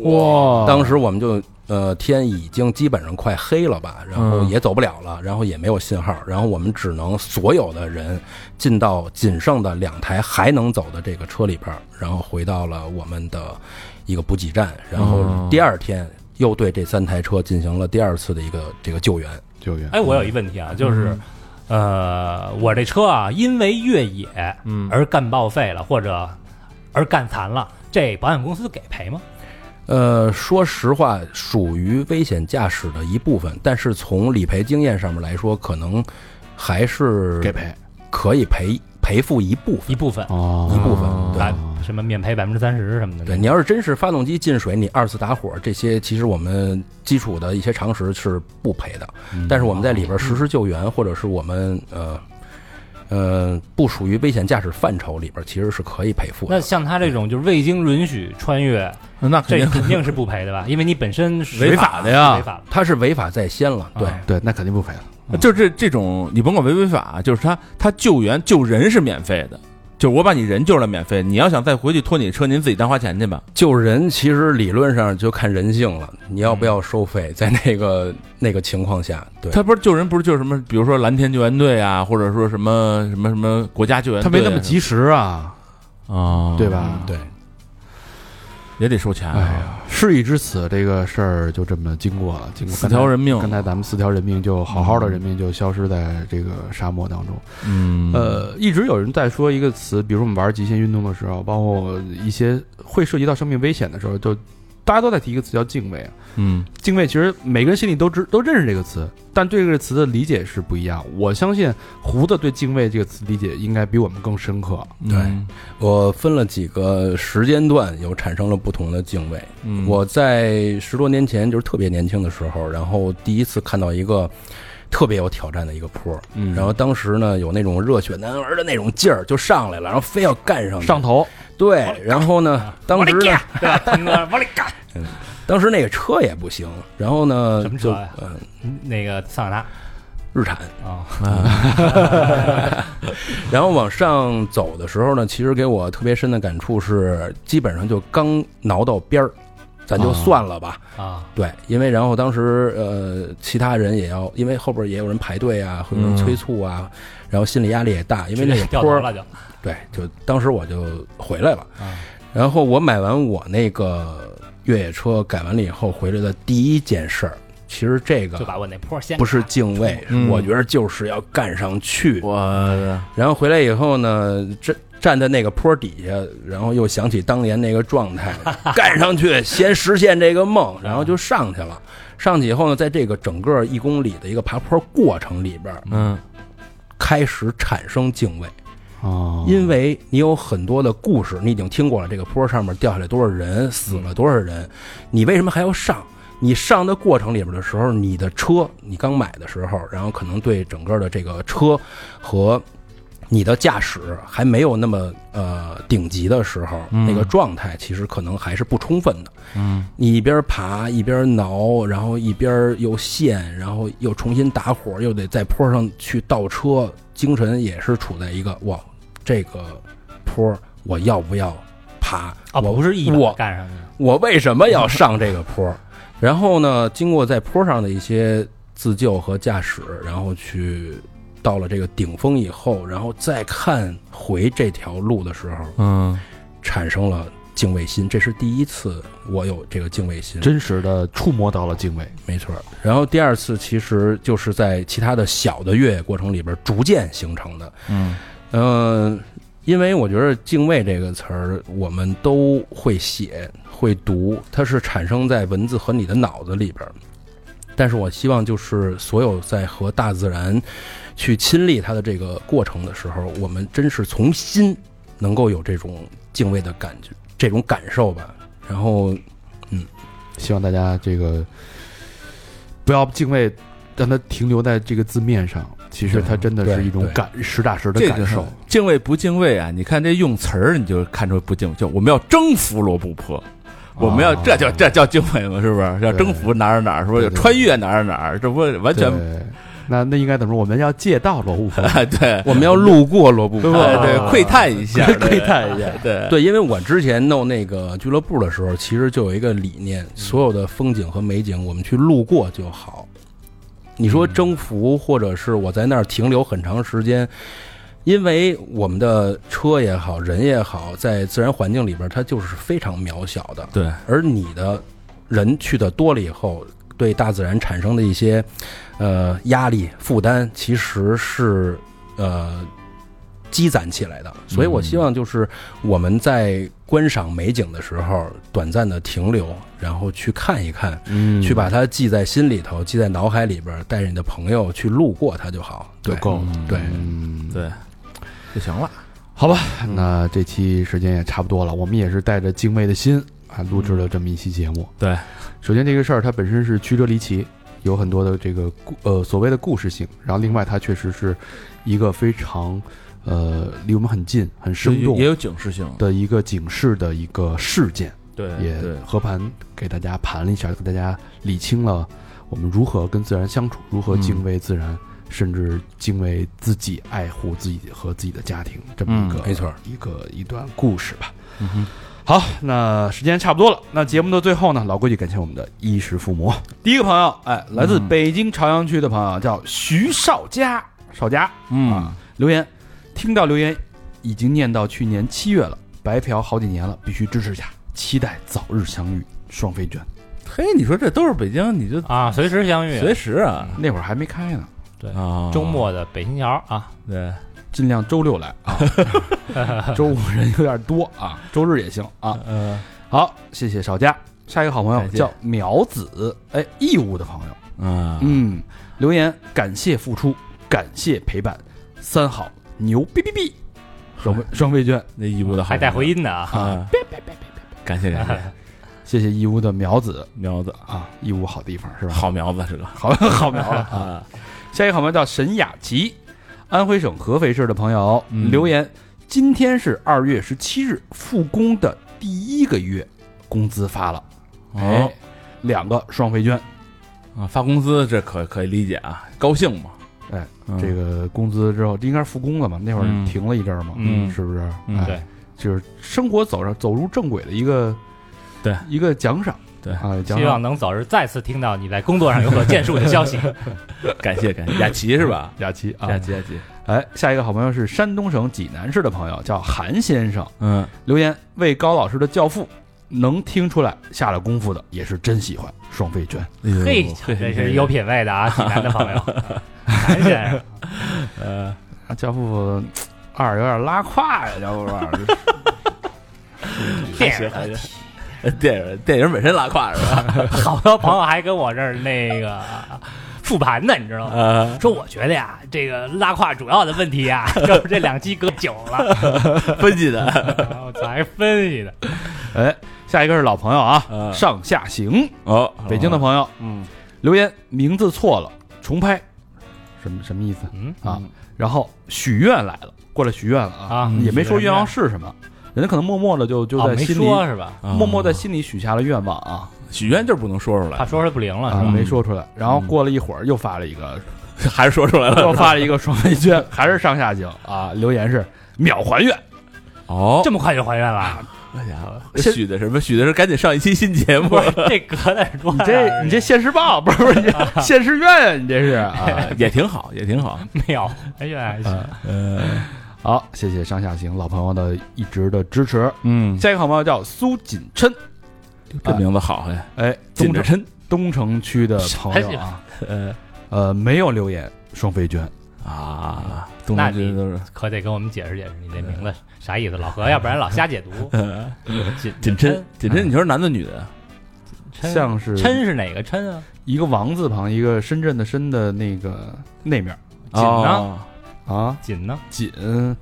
[SPEAKER 3] 哦
[SPEAKER 4] 哇
[SPEAKER 5] 当时我们就呃天已经基本上快黑了吧，然后
[SPEAKER 4] 嗯
[SPEAKER 5] 也走不了了，然后也没有信号，然后我们只能所有的人进到仅剩的两台还能走的这个车里边儿，然后回到了我们的一个补给站，然
[SPEAKER 4] 哦
[SPEAKER 5] 后第二天。又对这三台车进行了第二次的一个这个救援，
[SPEAKER 3] 救援
[SPEAKER 2] 哎，我有一问题
[SPEAKER 5] 嗯
[SPEAKER 2] 啊，就是，呃，我这车啊，因为越野
[SPEAKER 4] 嗯
[SPEAKER 2] 而干报废了，或者而干残了，这保险公司给赔吗？
[SPEAKER 5] 呃，说实话，属于危险驾驶的一部分，但是从理赔经验上面来说，可能还是
[SPEAKER 3] 给赔
[SPEAKER 5] 可以赔赔付一部分，
[SPEAKER 2] 一部分，
[SPEAKER 3] 哦
[SPEAKER 5] 一部分。对
[SPEAKER 2] 百什么免赔百分之三十什么的。
[SPEAKER 5] 对你要是真是发动机进水，你二次打火，这些其实我们基础的一些常识是不赔的。但是我们在里边实施救援，或者是我们呃呃不属于危险驾驶范畴里边，其实是可以赔付
[SPEAKER 2] 那
[SPEAKER 5] 的。
[SPEAKER 2] 像他这种就是未经允许穿越，
[SPEAKER 4] 那肯
[SPEAKER 2] 这
[SPEAKER 4] 定
[SPEAKER 2] 肯定是不赔的吧？因为你本身是
[SPEAKER 4] 违法的呀
[SPEAKER 2] 违法的。
[SPEAKER 5] 它是违法在先了，对，
[SPEAKER 2] 啊
[SPEAKER 3] 对，那肯定不赔了。
[SPEAKER 4] 就这这种，你甭管违不违法，啊就是他他救援救人是免费的，就是我把你人救了免费，你要想再回去拖你车，您自己单花钱去吧。
[SPEAKER 5] 救人其实理论上就看人性了，你要不要收费，在那个那个情况下，对，
[SPEAKER 4] 他不是救人，不是救什么，比如说蓝天救援队啊，或者说什么什么什么国家救援队啊，
[SPEAKER 3] 他没那么及时啊，
[SPEAKER 4] 啊，
[SPEAKER 3] 对？吧？
[SPEAKER 5] 对，
[SPEAKER 4] 也得收钱
[SPEAKER 3] 哎
[SPEAKER 4] 啊，
[SPEAKER 3] 呀，事已至此，这个事儿就这么经过了，经过
[SPEAKER 4] 四条。人命
[SPEAKER 3] 刚才。刚才咱们四条人命就好好的人命就消失在这个沙漠当中。
[SPEAKER 4] 嗯，
[SPEAKER 3] 呃，一直有人在说一个词，比如我们玩极限运动的时候，包括一些会涉及到生命危险的时候，就大家都在提一个词叫敬畏啊。
[SPEAKER 4] 嗯
[SPEAKER 3] 敬畏其实每个人心里都知都认识这个词，但对这个词的理解是不一样。我相信胡子对敬畏这个词理解应该比我们更深刻。啊
[SPEAKER 5] 对
[SPEAKER 4] 嗯
[SPEAKER 5] 我分了几个时间段，有产生了不同的敬畏。
[SPEAKER 4] 嗯
[SPEAKER 5] 我在十多年前就是特别年轻的时候，然后第一次看到一个特别有挑战的一个坡，
[SPEAKER 3] 嗯
[SPEAKER 5] 然后当时呢有那种热血男儿的那种劲儿就上来了，然后非要干上去
[SPEAKER 3] 上头，
[SPEAKER 5] 对，然后呢，当时呢 [laughs]
[SPEAKER 2] 对吧，鹏哥往里干。
[SPEAKER 5] 当时那个车也不行，然后呢，
[SPEAKER 2] 什么车啊
[SPEAKER 5] 就
[SPEAKER 2] 呀
[SPEAKER 5] 呃
[SPEAKER 2] 那个桑塔
[SPEAKER 5] 日产，
[SPEAKER 2] 纳啊，
[SPEAKER 5] 然后往上走的时候呢，其实给我特别深的感触是，基本上就刚挠到边儿，咱就算了吧。
[SPEAKER 2] 啊，
[SPEAKER 5] 对，因为然后当时呃，其他人也要，因为后边也有人排队啊，会有人
[SPEAKER 4] 嗯
[SPEAKER 5] 催促啊，然后心理压力也大，因为那
[SPEAKER 2] 直接
[SPEAKER 5] 个
[SPEAKER 2] 掉
[SPEAKER 5] 坡
[SPEAKER 2] 头
[SPEAKER 5] 儿
[SPEAKER 2] 了就
[SPEAKER 5] 对，就当时我就回来了。
[SPEAKER 2] 啊
[SPEAKER 5] 然后我买完我那个越野车，改完了以后回来的第一件事儿，其实这
[SPEAKER 2] 就
[SPEAKER 5] 个
[SPEAKER 2] 把我那坡先
[SPEAKER 5] 不是敬畏，
[SPEAKER 4] 嗯
[SPEAKER 5] 我觉得就是要干上
[SPEAKER 2] 嗯
[SPEAKER 5] 去。
[SPEAKER 4] 我的
[SPEAKER 5] 然后回来以后呢，站站在那个坡底下，然后又想起当年那个状态，干上去，先实现这个梦，然后就上去了。上去以后呢，在这个整个一公里的一个爬坡过程里边，
[SPEAKER 4] 嗯
[SPEAKER 5] 开始产生敬畏。
[SPEAKER 3] 哦
[SPEAKER 5] 因为你有很多的故事，你已经听过了，这个坡上面掉下来多少人，死了多少人，你为什么还要上？你上的过程里边的时候，你的车你刚买的时候，然后可能对整个的这个车和你的驾驶还没有那么呃顶级的时候，
[SPEAKER 4] 嗯
[SPEAKER 5] 那个状态其实可能还是不充分的。
[SPEAKER 4] 嗯
[SPEAKER 5] 你一边爬一边挠，然后一边又陷，然后又重新打火，又得在坡上去倒车，精神也是处在一个哇，这个坡我要不要爬？
[SPEAKER 2] 啊，
[SPEAKER 5] 我
[SPEAKER 2] 不是一把
[SPEAKER 5] 我
[SPEAKER 2] 干上去的
[SPEAKER 5] 我为什么要上这个坡？然后呢，经过在坡上的一些自救和驾驶，然后去到了这个顶峰以后，然后再看回这条路的时候，
[SPEAKER 4] 嗯，
[SPEAKER 5] 产生了敬畏心，这是第一次我有这个敬畏心。
[SPEAKER 3] 真实的触摸到了敬畏，
[SPEAKER 5] 没错儿。然后第二次其实就是在其他的小的越野过程里边逐渐形成的。
[SPEAKER 4] 嗯，
[SPEAKER 5] 嗯，因为我觉得“敬畏”这个词儿，我们都会写、会读，它是产生在文字和你的脑子里边儿。但是我希望，就是所有在和大自然去亲历它的这个过程的时候，我们真是从心能够有这种敬畏的感觉、这种感受吧。然后
[SPEAKER 3] 希望大家这个不要敬畏，让它停留在这个字面上。其实
[SPEAKER 5] 对
[SPEAKER 3] 它真的是一种
[SPEAKER 5] 对对
[SPEAKER 3] 感实打实的
[SPEAKER 4] 这
[SPEAKER 3] 感
[SPEAKER 4] 个
[SPEAKER 3] 受。
[SPEAKER 4] 敬畏不敬畏啊？你看这用词儿，你就看出不敬，就我们要征服罗布泊，我们要
[SPEAKER 3] 啊
[SPEAKER 4] 这叫这叫敬畏吗？是不是？要征服哪儿哪儿，是不是？
[SPEAKER 3] 对
[SPEAKER 4] 要
[SPEAKER 3] 对
[SPEAKER 4] 穿越哪儿哪儿，这不完全
[SPEAKER 3] 对那那应该怎么说？我们要借道罗
[SPEAKER 4] [laughs]
[SPEAKER 3] 布泊，
[SPEAKER 4] 哎对
[SPEAKER 5] 我们要路过
[SPEAKER 4] [laughs]
[SPEAKER 5] 罗布泊，
[SPEAKER 4] 哎对窥探一下，
[SPEAKER 3] [laughs] 窥探一下。
[SPEAKER 4] 对
[SPEAKER 5] 对，因为我之前弄那个俱乐部的时候，其实就有一个理念，所有的风景和美景我们去路过就好。你说征服，或者是我在那儿停留很长时间，因为我们的车也好，人也好，在自然环境里边，它就是非常渺小的。
[SPEAKER 4] 对，
[SPEAKER 5] 而你的人去的多了以后，对大自然产生的一些呃压力负担，其实是呃积攒起来的。所以我希望就是我们在观赏美景的时候，短暂的停留，然后去看一看，
[SPEAKER 3] 嗯
[SPEAKER 5] 去把它记在心里头，记在脑海里边儿，带着你的朋友去路过它就好。
[SPEAKER 3] 就
[SPEAKER 5] 对，
[SPEAKER 3] 够了。
[SPEAKER 5] 对
[SPEAKER 3] 嗯
[SPEAKER 4] 对就行了。
[SPEAKER 3] 好吧，那这期时间也差不多了，我们也是带着敬畏的心啊，录制了这么一期节目。
[SPEAKER 4] 对，
[SPEAKER 3] 首先这个事儿它本身是曲折离奇，有很多的这个故呃所谓的故事性，然后另外它确实是一个非常呃离我们很近、很生动
[SPEAKER 4] 也有警示性，
[SPEAKER 3] 的一个警示的一个事件，
[SPEAKER 4] 对
[SPEAKER 3] 也
[SPEAKER 4] 对，
[SPEAKER 3] 和盘给大家盘了一下，给大家理清了我们如何跟自然相处，如何敬畏自然。甚至敬畏自己、爱护自己和自己的家庭，这么一个、
[SPEAKER 5] 嗯没错
[SPEAKER 3] 一个一段故事吧。
[SPEAKER 4] 嗯哼
[SPEAKER 3] 好，那时间差不多了。那节目的最后呢，老规矩，感谢我们的衣食父母。第一个朋友，哎，来自北京朝阳区的朋友叫徐少佳，少佳
[SPEAKER 4] 嗯
[SPEAKER 3] 啊，留言，听到留言已经念到去年七月了，白嫖好几年了，必须支持一下，期待早日相遇。双飞卷
[SPEAKER 4] 嘿，你说这都是北京，你就
[SPEAKER 2] 啊，随时相遇，
[SPEAKER 4] 随时啊
[SPEAKER 3] 那会儿还没开呢，
[SPEAKER 4] 啊，
[SPEAKER 2] 周末的北新桥啊，
[SPEAKER 4] 对，
[SPEAKER 3] 尽量周六来啊，周五人有点多啊，周日也行啊。
[SPEAKER 4] 呃，
[SPEAKER 3] 好，谢谢少佳。下一个好朋友
[SPEAKER 4] 再见
[SPEAKER 3] 叫苗子，哎，义乌的朋友。
[SPEAKER 4] 啊，
[SPEAKER 3] 嗯，留言感谢付出，感谢陪伴，三好牛逼逼逼，双飞双飞娟，
[SPEAKER 4] 那义乌的好
[SPEAKER 2] 还带回音的啊，
[SPEAKER 4] 啊，别别别别别，感谢感谢，
[SPEAKER 3] 谢谢义乌的苗子
[SPEAKER 4] 苗子，
[SPEAKER 3] 啊，义乌好地方是吧？
[SPEAKER 4] 好苗子是个
[SPEAKER 3] 好好苗了啊。
[SPEAKER 4] 啊，
[SPEAKER 3] 下一个好朋友叫沈雅琪，安徽省合肥市的朋友、
[SPEAKER 4] 嗯
[SPEAKER 3] 留言：今天是二月十七日，复工的第一个月，工资发了。
[SPEAKER 5] 哎
[SPEAKER 4] 哦，
[SPEAKER 3] 两个双飞娟，
[SPEAKER 4] 啊，发工资这可可以理解啊，高兴嘛。
[SPEAKER 3] 哎
[SPEAKER 4] 嗯，
[SPEAKER 3] 这个工资之后，这应该是复工了嘛？那会
[SPEAKER 4] 嗯
[SPEAKER 3] 儿停了一阵儿嘛，
[SPEAKER 4] 嗯
[SPEAKER 3] 是不是？
[SPEAKER 4] 嗯
[SPEAKER 3] 哎
[SPEAKER 2] 对，
[SPEAKER 3] 就是生活走上走入正轨的一个，
[SPEAKER 4] 对
[SPEAKER 3] 一个奖赏，
[SPEAKER 4] 对
[SPEAKER 3] 啊，奖
[SPEAKER 2] 希望
[SPEAKER 3] 赏。
[SPEAKER 2] 能早日再次听到你在工作上有所建树的消 [laughs] 息。
[SPEAKER 4] 感谢感谢，雅琪是吧？
[SPEAKER 3] 雅琪啊
[SPEAKER 4] 雅，琪雅琪，
[SPEAKER 3] 哎，下一个好朋友是山东省济南市的朋友，叫韩先生，
[SPEAKER 4] 嗯，
[SPEAKER 3] 留言为高老师的《教父》能听出来下了功夫的，也是真喜欢双飞娟。
[SPEAKER 2] 嘿，这是有品位的 [laughs] 啊，济南的朋友，韩先生，
[SPEAKER 4] 呃，
[SPEAKER 3] 啊，教父二有点拉胯呀，教父二，
[SPEAKER 2] 电影
[SPEAKER 4] 还行。电影电影本身拉胯是吧？
[SPEAKER 2] 好多朋友还跟我这儿那个复盘呢，你知道吗？
[SPEAKER 4] 呃，
[SPEAKER 2] 说我觉得呀，这个拉胯主要的问题呀， [laughs] 就是这两期隔久了，
[SPEAKER 4] 分析的，
[SPEAKER 2] 我操，还分析的，
[SPEAKER 3] 哎，下一个是老朋友啊，
[SPEAKER 4] 嗯
[SPEAKER 3] 上下行，
[SPEAKER 4] 哦，
[SPEAKER 3] 北京的朋友
[SPEAKER 4] 嗯，
[SPEAKER 3] 留言名字错了，重拍，什么什么意思
[SPEAKER 2] 嗯
[SPEAKER 3] 啊？然后许愿来了，过来许愿了啊，
[SPEAKER 2] 啊，
[SPEAKER 3] 也没说愿望
[SPEAKER 2] 是
[SPEAKER 3] 是什么，人家可能默默的就就
[SPEAKER 2] 哦，
[SPEAKER 3] 在
[SPEAKER 2] 没
[SPEAKER 3] 心里、
[SPEAKER 2] 说是吧？
[SPEAKER 4] 啊
[SPEAKER 3] 默默在心里许下了愿望啊
[SPEAKER 4] 许愿就是不能说出
[SPEAKER 2] 怕 [laughs]
[SPEAKER 4] 来，
[SPEAKER 2] 说出来不灵了是
[SPEAKER 3] 啊，
[SPEAKER 2] 吧？
[SPEAKER 3] 没说出来。然后过了一会儿又发了一个，
[SPEAKER 4] 还是说出来了。
[SPEAKER 3] 又发了一个双飞娟，还是上下行啊，留言是秒还愿。
[SPEAKER 4] 哦，
[SPEAKER 2] 这么快就还愿了？
[SPEAKER 4] 好家伙，这许的什么？许的是赶紧上一期新节目
[SPEAKER 2] [laughs] 不，是，这隔的 [laughs] 是多
[SPEAKER 3] 你
[SPEAKER 2] 大哎呀？
[SPEAKER 3] 这你这现世报不是不是你
[SPEAKER 2] [laughs]
[SPEAKER 3] 这现世愿啊，你这是
[SPEAKER 2] 哎
[SPEAKER 3] 啊。
[SPEAKER 4] 也挺好，也挺好。
[SPEAKER 2] 秒还愿还行。
[SPEAKER 4] 呃，
[SPEAKER 3] 好，谢谢上下行老朋友的一直的支持。
[SPEAKER 4] 嗯，
[SPEAKER 3] 下一个好朋友叫苏锦琛，
[SPEAKER 4] 这名字好哎，
[SPEAKER 3] 哎，
[SPEAKER 4] 紧
[SPEAKER 3] 东
[SPEAKER 4] 着
[SPEAKER 3] 城
[SPEAKER 4] 身。
[SPEAKER 3] 东城区的朋
[SPEAKER 2] 哎
[SPEAKER 3] 友啊，
[SPEAKER 4] 呃
[SPEAKER 3] 呃，没有留言双飞娟，
[SPEAKER 4] 啊，东
[SPEAKER 2] 那
[SPEAKER 4] 城这
[SPEAKER 2] 你
[SPEAKER 4] 都是
[SPEAKER 2] 可得跟我们解释解释你这名字啥意思，老何，要不然老瞎解读。锦
[SPEAKER 4] 紧
[SPEAKER 2] 琛
[SPEAKER 4] 身，紧身，你说是男的女的？
[SPEAKER 2] 琛
[SPEAKER 3] 像是
[SPEAKER 2] 琛是哪个琛啊？
[SPEAKER 3] 一个王字旁，一个深圳的深的那个那面
[SPEAKER 2] 紧呢
[SPEAKER 4] 哦？
[SPEAKER 3] 啊，
[SPEAKER 2] 锦呢？
[SPEAKER 3] 锦，
[SPEAKER 2] 呃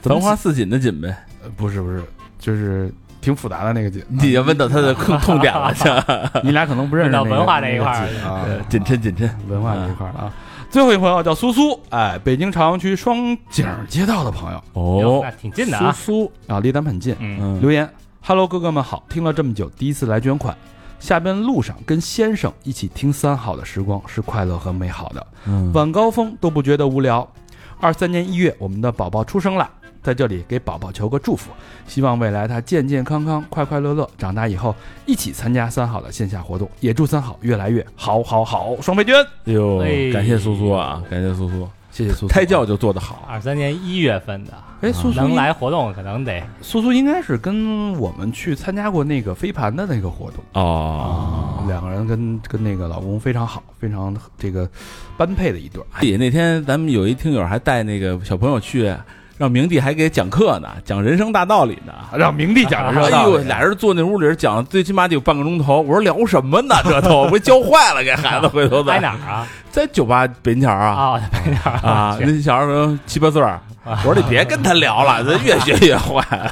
[SPEAKER 3] 怎么
[SPEAKER 4] 繁花似锦的锦呗，
[SPEAKER 3] 呃不是不是，就是挺复杂的那个
[SPEAKER 2] [laughs]
[SPEAKER 3] 锦，
[SPEAKER 4] 你也问到他的痛痛点了，像
[SPEAKER 3] 你俩可能不认识
[SPEAKER 2] 问到 [laughs]
[SPEAKER 3] 那个
[SPEAKER 2] 文化这一块儿
[SPEAKER 3] 那个锦啊，
[SPEAKER 4] 呃紧身紧身，
[SPEAKER 3] 文化这一块儿的啊。最后一个朋友叫苏苏，哎，北京朝阳区双井街道的朋友
[SPEAKER 2] 哟
[SPEAKER 4] 哦
[SPEAKER 2] 那，挺近的啊。
[SPEAKER 3] 苏苏啊，离咱们很近。
[SPEAKER 2] 嗯，
[SPEAKER 4] 嗯，
[SPEAKER 3] 留言：Hello，哥哥们好，听了这么久，第一次来捐款。下班路上跟先生一起听三好的时光是快乐和美好的，
[SPEAKER 4] 嗯
[SPEAKER 3] 晚高峰都不觉得无聊。二三年一月，我们的宝宝出生了，在这里给宝宝求个祝福，希望未来他健健康康、快快乐乐，长大以后一起参加三好的线下活动，也祝三好越来越好，好好，双倍捐，
[SPEAKER 4] 哟
[SPEAKER 2] 哎，
[SPEAKER 4] 感谢苏苏啊，感谢苏苏，
[SPEAKER 3] 谢谢苏苏。
[SPEAKER 4] 胎教就做得好，
[SPEAKER 2] 二三年一月份的，
[SPEAKER 3] 哎，苏苏
[SPEAKER 2] 能
[SPEAKER 3] 应
[SPEAKER 2] 来活动可能得
[SPEAKER 3] 苏苏应该是跟我们去参加过那个飞盘的那个活动。
[SPEAKER 4] 哦，
[SPEAKER 3] 两个人跟跟那个老公非常好，非常这个般配的一对儿。
[SPEAKER 4] 哎那天咱们有一听友还带那个小朋友去，让明帝还给讲课呢，讲人生大道理呢。
[SPEAKER 3] 让明帝讲的热
[SPEAKER 4] 哎
[SPEAKER 3] 闹
[SPEAKER 4] 呦，俩人坐那屋里讲，最起码得有半个钟头。我说聊什么呢？这都我教坏了，给孩 [laughs] 子回头
[SPEAKER 2] 挨
[SPEAKER 4] 的。
[SPEAKER 2] 哪儿啊？
[SPEAKER 4] 在酒吧北京桥哎啊
[SPEAKER 2] 啊，挨哪儿
[SPEAKER 4] 啊，那小孩儿可能七八岁儿，我说你别跟他聊 [laughs] 了，这越学越坏。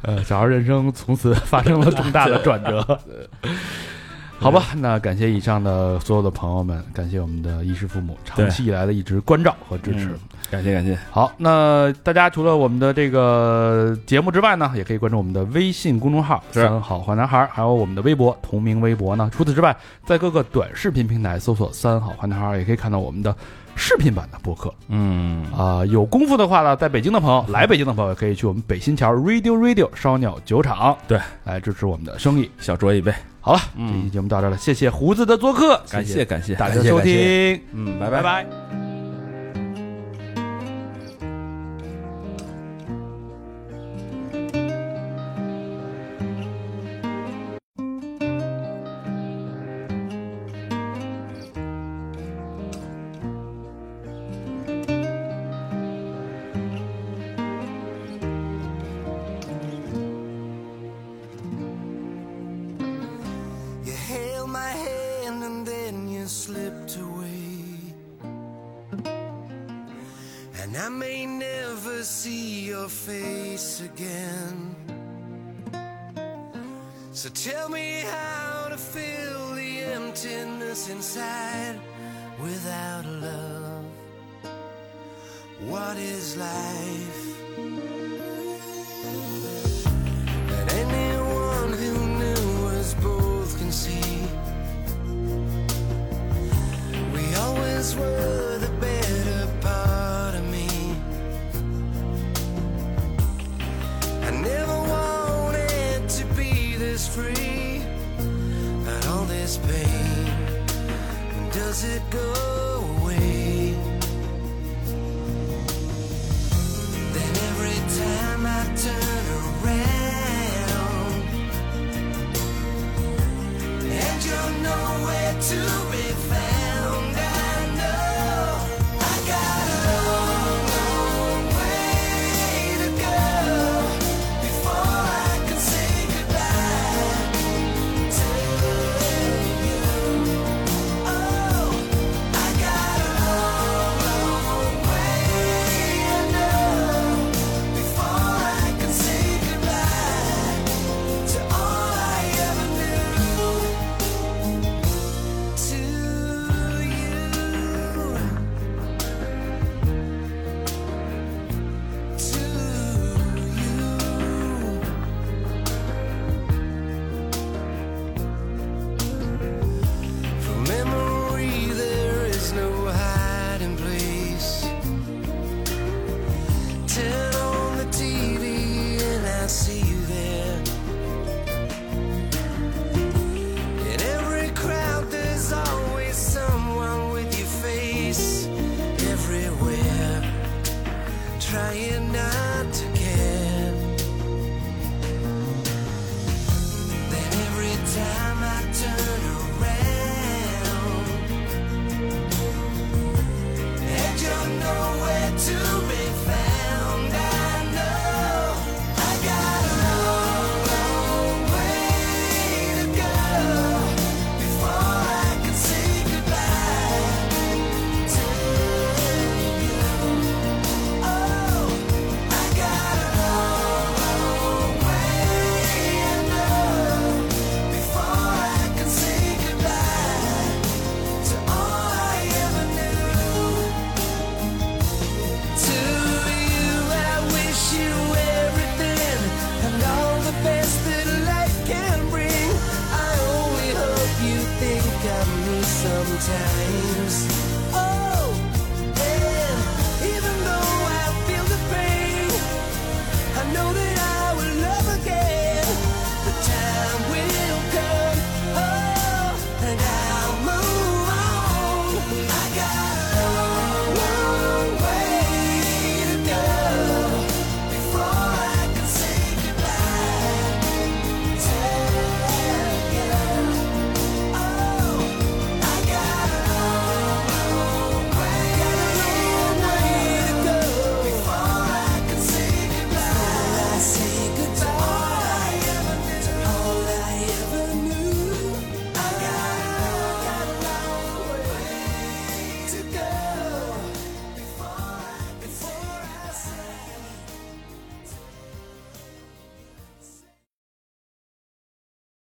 [SPEAKER 3] 呃，小孩人生从此发生了重大的转
[SPEAKER 4] [laughs]
[SPEAKER 3] 折。好吧，那感谢以上的所有的朋友们，感谢我们的衣食父母长期以来的一直关照和支持。
[SPEAKER 4] 嗯感谢感谢，
[SPEAKER 3] 好，那大家除了我们的这个节目之外呢，也可以关注我们的微信公众号“
[SPEAKER 4] 是
[SPEAKER 3] 三好坏男孩”，还有我们的微博同名微博呢。除此之外，在各个短视频平台搜索“三好坏男孩”，也可以看到我们的视频版的播客
[SPEAKER 4] 嗯，
[SPEAKER 3] 啊、有功夫的话呢，在北京的朋友，来北京的朋友，可以去我们北新桥 Radio Radio 烧鸟酒厂，
[SPEAKER 4] 对，
[SPEAKER 3] 来支持我们的生意。
[SPEAKER 4] 小酌一杯，
[SPEAKER 3] 好了，这期
[SPEAKER 4] 嗯，
[SPEAKER 3] 节目到这儿了，谢谢胡子的做客，
[SPEAKER 4] 感谢
[SPEAKER 3] 谢
[SPEAKER 4] 感谢，
[SPEAKER 3] 大家
[SPEAKER 5] 感
[SPEAKER 3] 的
[SPEAKER 5] 谢
[SPEAKER 3] 收
[SPEAKER 5] 感谢
[SPEAKER 3] 听，
[SPEAKER 4] 嗯，拜
[SPEAKER 3] 拜
[SPEAKER 4] 拜。
[SPEAKER 3] 拜。
[SPEAKER 6] You held my hand and then you slipped away. And I may never see your face again. So tell me how to fill the emptiness inside without love. What is life? And anyone who knew us both can see free and all this pain does it go away then every time I turn around and you're nowhere to be found I know I got a long long way to go before I can say goodbye to you. Oh, I got a long, long way to go before I can say goodbye to all I ever knew. To you, to you. From memory, there is no hiding place. Turn on the TV and I see you there. In every crowd, there's always someone with your face everywhere, trying not to Oh, Oh,